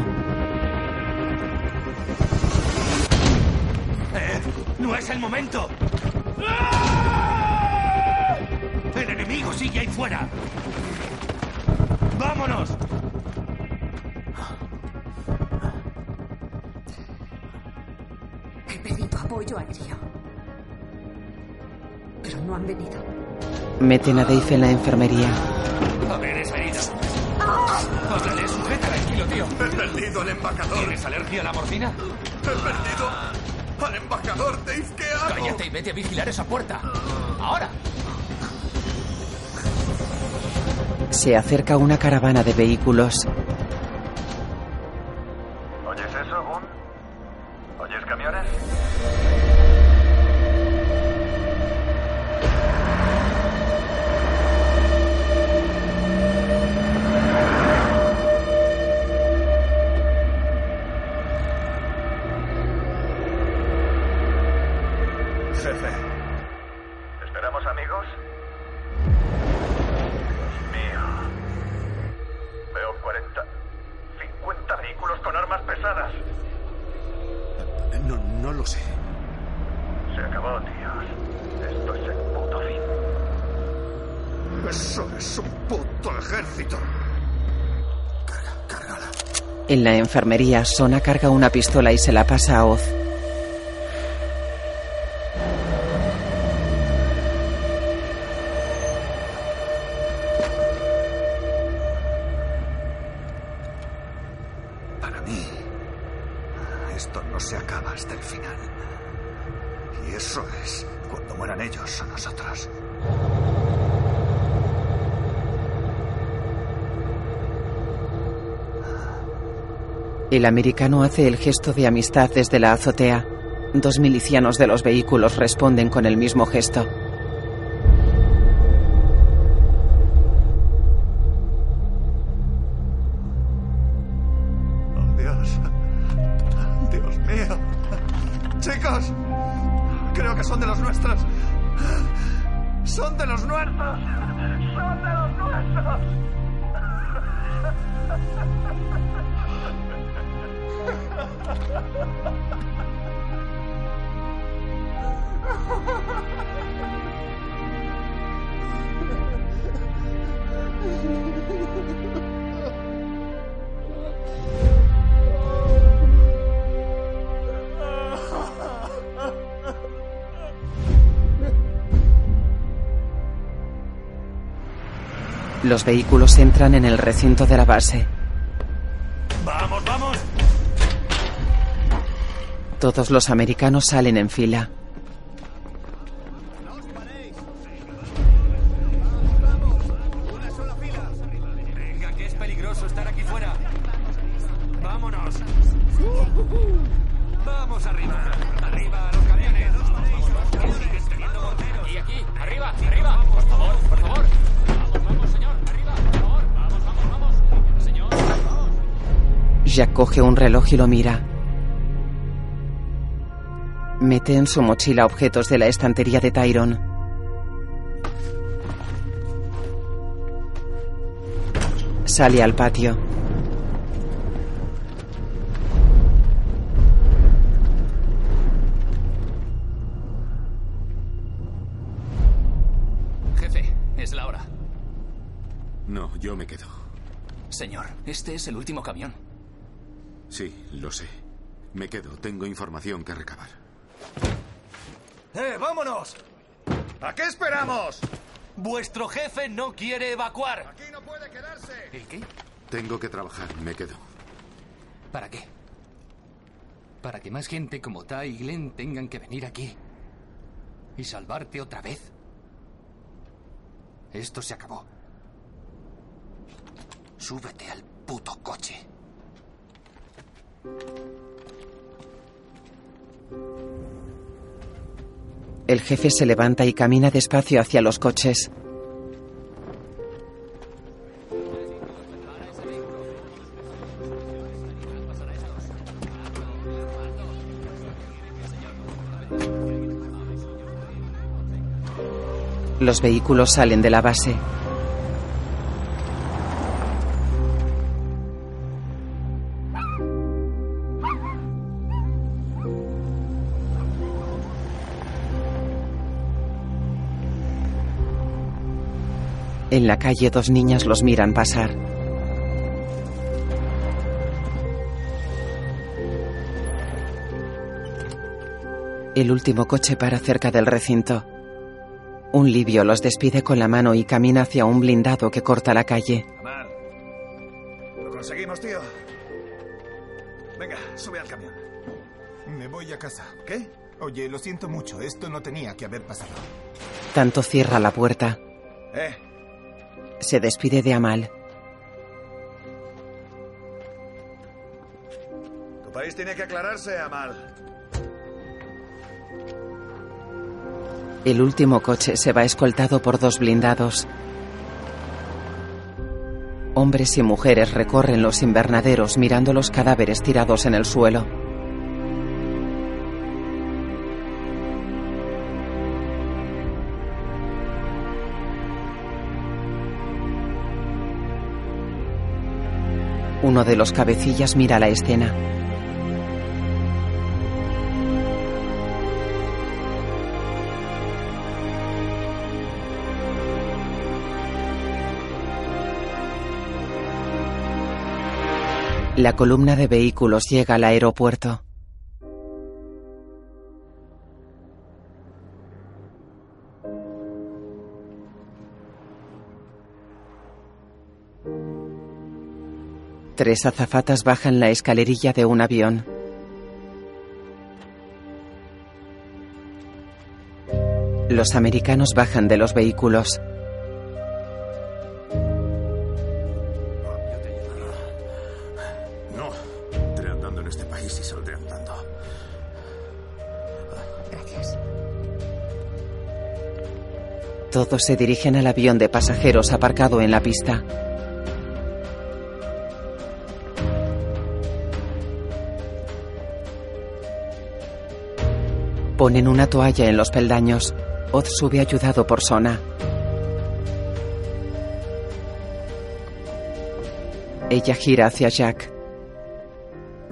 Speaker 11: Eh, no es el momento. El enemigo sigue ahí fuera. ¡Vámonos!
Speaker 28: He pedido apoyo aéreo. Pero no han venido.
Speaker 1: Meten a Dave en la enfermería.
Speaker 11: A ver esa herida. Háblale, sujeta tranquilo, tío. He perdido al embajador. ¿Tienes alergia a la morfina? He perdido al embajador, Dave. ¿Qué hago?
Speaker 5: Cállate y vete a vigilar esa puerta. ¡Ahora!
Speaker 1: Se acerca una caravana de vehículos.
Speaker 13: ¿Oyes eso, Boone? ¿Oyes camiones?
Speaker 11: Jefe.
Speaker 13: ¿Esperamos amigos? Dios mío. Veo 40... 50 vehículos con armas pesadas.
Speaker 11: No, no lo sé.
Speaker 13: Se acabó, tíos. Esto es el puto fin.
Speaker 11: Eso es un puto ejército.
Speaker 1: En la enfermería, Sona carga una pistola y se la pasa a Oz.
Speaker 83: Para mí, esto no se acaba hasta el final. Y eso es cuando mueran ellos o nosotros.
Speaker 1: El americano hace el gesto de amistad desde la azotea. Dos milicianos de los vehículos responden con el mismo gesto.
Speaker 11: Dios. Dios mío. Chicos, creo que son de los nuestros. Son de los nuestros. Son de los nuestros.
Speaker 1: Los vehículos entran en el recinto de la base.
Speaker 11: Vamos, vamos.
Speaker 1: Todos los americanos salen en fila.
Speaker 11: Venga, que es peligroso estar aquí fuera. Vámonos. Vamos arriba. Arriba a los camiones.
Speaker 84: Y aquí, arriba, arriba, por favor, por favor.
Speaker 1: Jack coge un reloj y lo mira. Mete en su mochila objetos de la estantería de Tyron. Sale al patio.
Speaker 5: Jefe, es la hora.
Speaker 7: No, yo me quedo.
Speaker 5: Señor, este es el último camión.
Speaker 7: Sí, lo sé. Me quedo, tengo información que recabar.
Speaker 11: ¡Eh, vámonos! ¿A qué esperamos? Vuestro jefe no quiere evacuar. Aquí no puede quedarse. ¿El qué?
Speaker 7: Tengo que trabajar, me quedo.
Speaker 5: ¿Para qué? Para que más gente como Ty y Glenn tengan que venir aquí. Y salvarte otra vez. Esto se acabó. Súbete al puto coche.
Speaker 1: El jefe se levanta y camina despacio hacia los coches. Los vehículos salen de la base. En la calle dos niñas los miran pasar. El último coche para cerca del recinto. Un libio los despide con la mano y camina hacia un blindado que corta la calle.
Speaker 11: Amal. Lo conseguimos, tío. Venga, sube al camión.
Speaker 85: Me voy a casa. ¿Qué? Oye, lo siento mucho. Esto no tenía que haber pasado.
Speaker 1: Tanto cierra la puerta.
Speaker 11: Eh.
Speaker 1: Se despide de Amal.
Speaker 11: Tu país tiene que aclararse, Amal.
Speaker 1: El último coche se va escoltado por dos blindados. Hombres y mujeres recorren los invernaderos mirando los cadáveres tirados en el suelo. Uno de los cabecillas mira la escena. La columna de vehículos llega al aeropuerto. Tres azafatas bajan la escalerilla de un avión. Los americanos bajan de los vehículos.
Speaker 10: No. Entré andando en este país y saldré andando. Gracias.
Speaker 1: Todos se dirigen al avión de pasajeros aparcado en la pista. Ponen una toalla en los peldaños. Oz sube ayudado por Sona. Ella gira hacia Jack.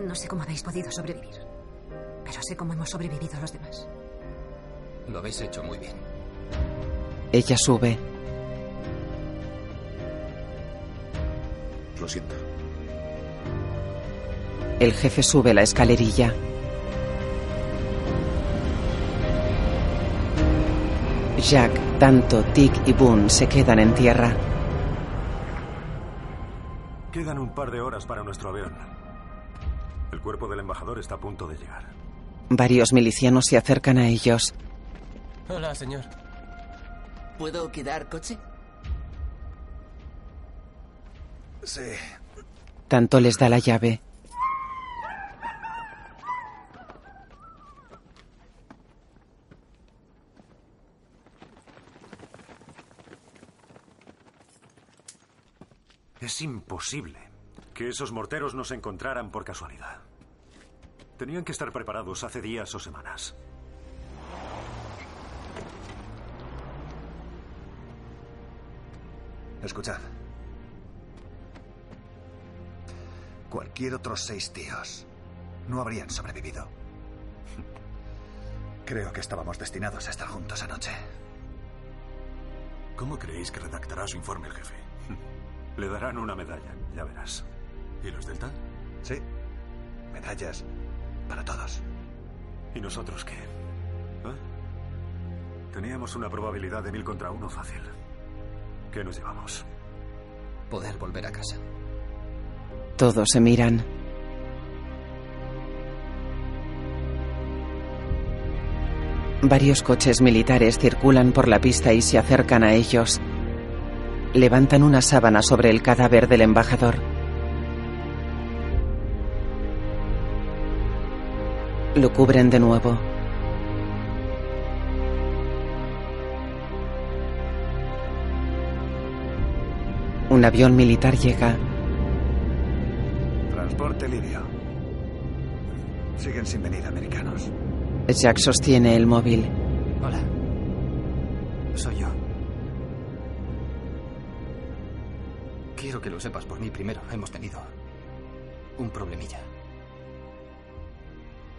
Speaker 28: No sé cómo habéis podido sobrevivir, pero sé cómo hemos sobrevivido los demás.
Speaker 5: Lo habéis hecho muy bien.
Speaker 1: Ella sube.
Speaker 7: Lo siento.
Speaker 1: El jefe sube la escalerilla. Jack, Tanto, Tick y Boone se quedan en tierra.
Speaker 9: Quedan un par de horas para nuestro avión. El cuerpo del embajador está a punto de llegar.
Speaker 1: Varios milicianos se acercan a ellos.
Speaker 17: Hola, señor. ¿Puedo quedar coche?
Speaker 13: Sí.
Speaker 1: Tanto les da la llave.
Speaker 9: Es imposible que esos morteros nos encontraran por casualidad. Tenían que estar preparados hace días o semanas.
Speaker 11: Escuchad. Cualquier otros seis tíos no habrían sobrevivido. Creo que estábamos destinados a estar juntos anoche.
Speaker 9: ¿Cómo creéis que redactará su informe el jefe? Le darán una medalla, ya verás. ¿Y los Delta?
Speaker 11: Sí. Medallas. Para todos.
Speaker 9: ¿Y nosotros qué? ¿Eh? Teníamos una probabilidad de mil contra uno fácil. ¿Qué nos llevamos?
Speaker 5: Poder volver a casa.
Speaker 1: Todos se miran. Varios coches militares circulan por la pista y se acercan a ellos levantan una sábana sobre el cadáver del embajador. Lo cubren de nuevo. Un avión militar llega.
Speaker 11: Transporte libio. Siguen sin venir americanos.
Speaker 1: Jack sostiene el móvil.
Speaker 5: Hola. Soy yo. Quiero que lo sepas por mí primero. Hemos tenido un problemilla.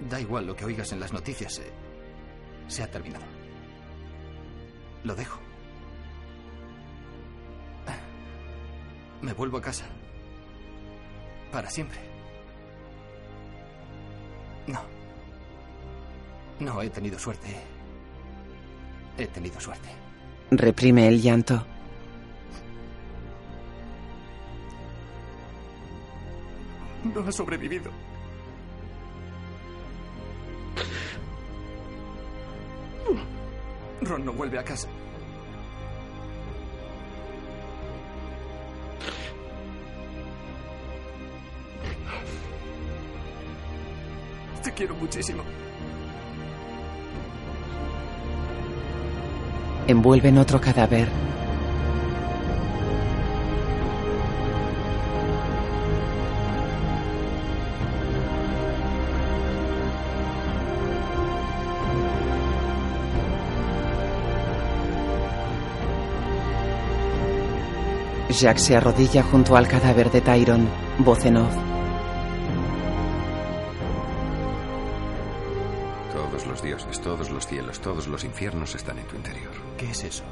Speaker 5: Da igual lo que oigas en las noticias. eh, se ha terminado. Lo dejo. Me vuelvo a casa. Para siempre. No. No he tenido suerte. eh. He tenido suerte.
Speaker 1: Reprime el llanto.
Speaker 17: No ha sobrevivido.
Speaker 5: Ron no vuelve a casa.
Speaker 17: Te quiero muchísimo.
Speaker 1: Envuelven otro cadáver. Jack se arrodilla junto al cadáver de Tyron. Voz en off.
Speaker 4: Todos los dioses, todos los cielos, todos los infiernos están en tu interior.
Speaker 8: ¿Qué es eso?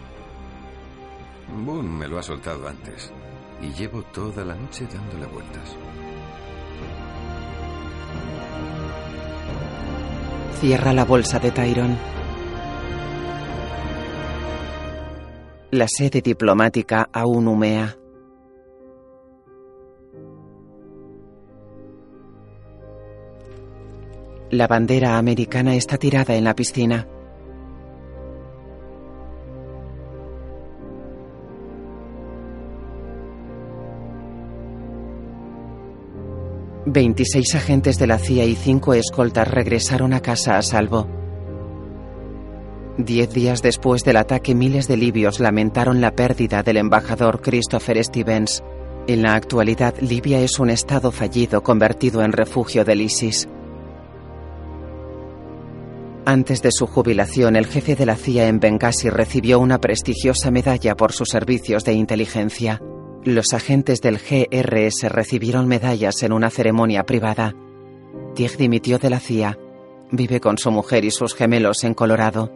Speaker 4: Boom me lo ha soltado antes. Y llevo toda la noche dándole vueltas.
Speaker 1: Cierra la bolsa de Tyron. La sede diplomática aún humea. La bandera americana está tirada en la piscina. Veintiséis agentes de la CIA y cinco escoltas regresaron a casa a salvo. Diez días después del ataque, miles de libios lamentaron la pérdida del embajador Christopher Stevens. En la actualidad, Libia es un estado fallido convertido en refugio del ISIS. Antes de su jubilación, el jefe de la CIA en Benghazi recibió una prestigiosa medalla por sus servicios de inteligencia. Los agentes del GRS recibieron medallas en una ceremonia privada. Tig dimitió de la CIA. Vive con su mujer y sus gemelos en Colorado.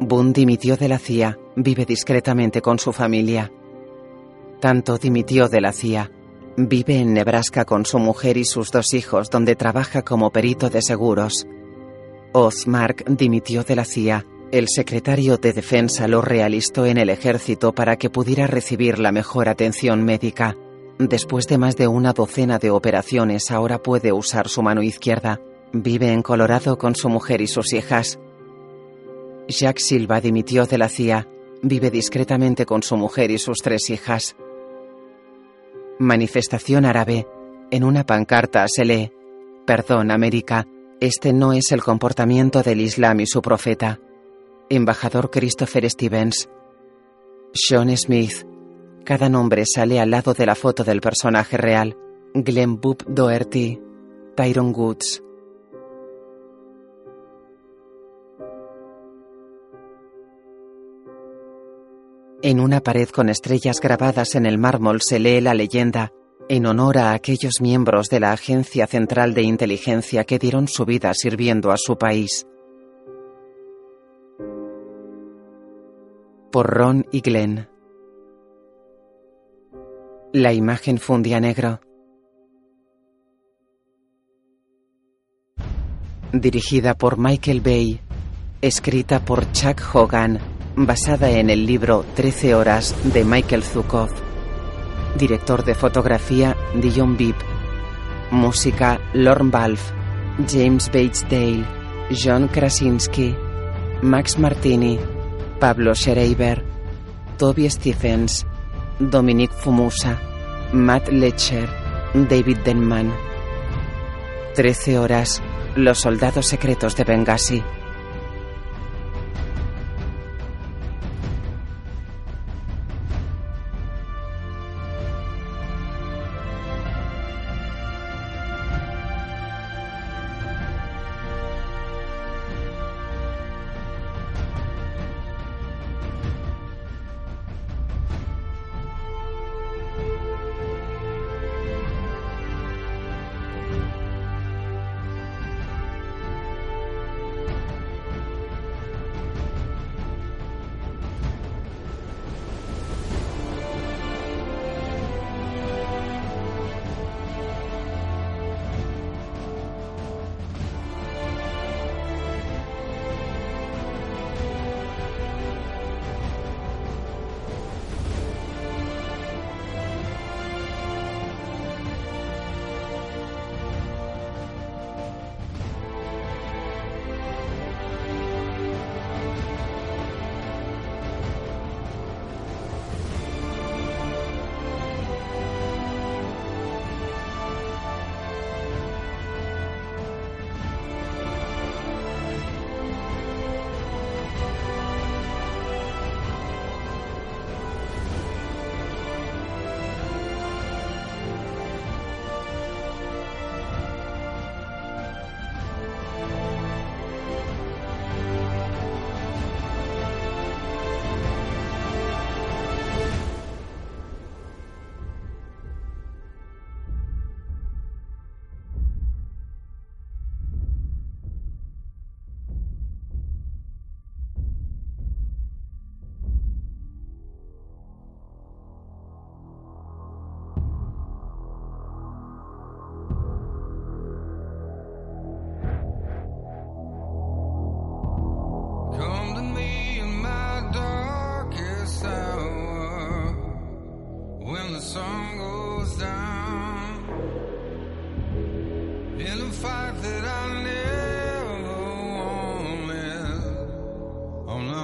Speaker 1: Boone dimitió de la CIA. Vive discretamente con su familia. Tanto dimitió de la CIA. Vive en Nebraska con su mujer y sus dos hijos, donde trabaja como perito de seguros. Ozmark dimitió de la CIA. El secretario de Defensa lo realistó en el ejército para que pudiera recibir la mejor atención médica. Después de más de una docena de operaciones, ahora puede usar su mano izquierda. Vive en Colorado con su mujer y sus hijas. Jack Silva dimitió de la CIA. Vive discretamente con su mujer y sus tres hijas. Manifestación árabe. En una pancarta se lee, Perdón, América, este no es el comportamiento del Islam y su profeta. Embajador Christopher Stevens. Sean Smith. Cada nombre sale al lado de la foto del personaje real. Glenn Boop Doherty. Tyron Woods. En una pared con estrellas grabadas en el mármol se lee la leyenda en honor a aquellos miembros de la Agencia Central de Inteligencia que dieron su vida sirviendo a su país. Por Ron y Glenn. La imagen fundía negro. Dirigida por Michael Bay. Escrita por Chuck Hogan. Basada en el libro 13 horas de Michael Zukov. Director de fotografía Dion Bibb. Música Lorne Balfe, James Batesdale, John Krasinski, Max Martini, Pablo Schreiber, Toby Stephens, Dominic Fumusa, Matt Lecher, David Denman. 13 horas. Los soldados secretos de Benghazi.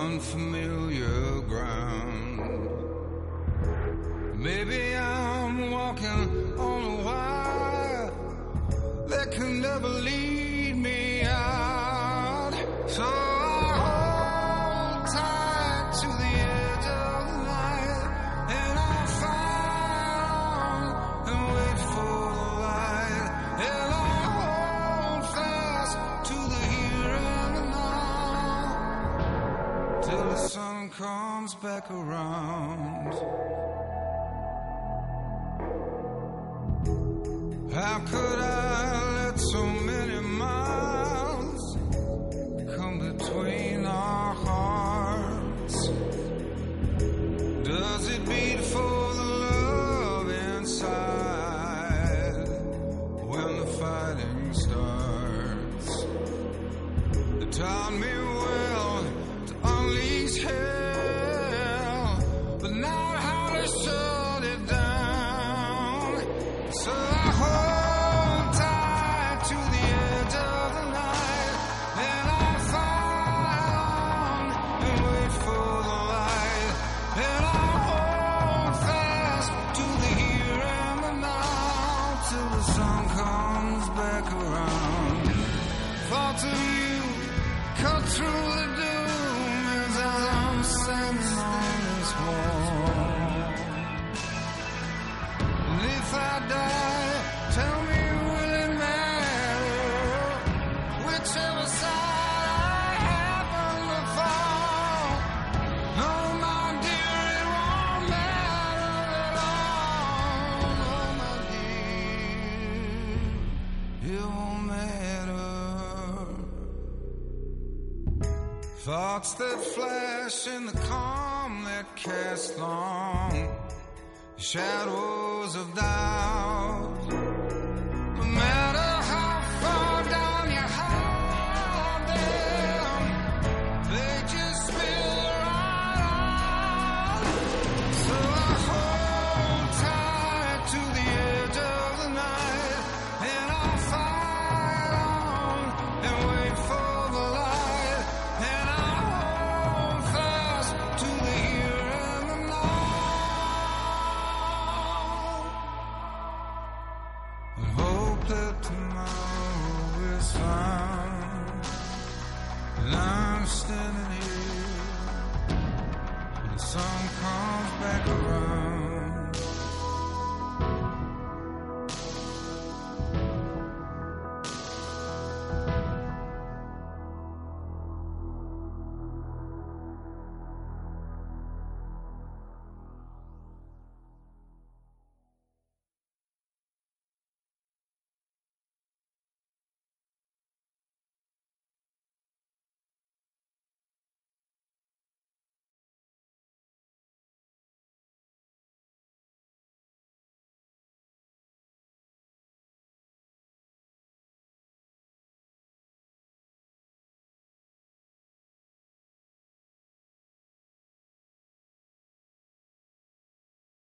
Speaker 8: unfamiliar ground. Maybe I'm walking on a wire that can never lead me out. So I hold tight to the edge of the night and I'll find and wait for the light. And I'll hold fast to the here and the now till the sun comes back around. How could I let so many miles come between our hearts? Does it beat for the love inside when the fighting starts? They taught me well to unleash hell, but not how to shut it down. So I hold tight to the edge of the night, and I find and wait for the light, and I hold fast to the here and the now till the sun comes back around. Thoughts of you cut through the doom as I'm standing on this wall. And if I die, tell me will it matter? Whichever side I happen to fall, no, my dear, it won't matter at all. No, my dear, it won't matter. Thoughts that flash in the calm that cast long shadows of doubt. No matter how far down you hide them, they just spill right out. So I hold tight to the edge of the night, and I'll fight on and wait for the light, and I'll hold fast to the here and the and hope that tomorrow is found. And I'm standing here when the sun comes back around.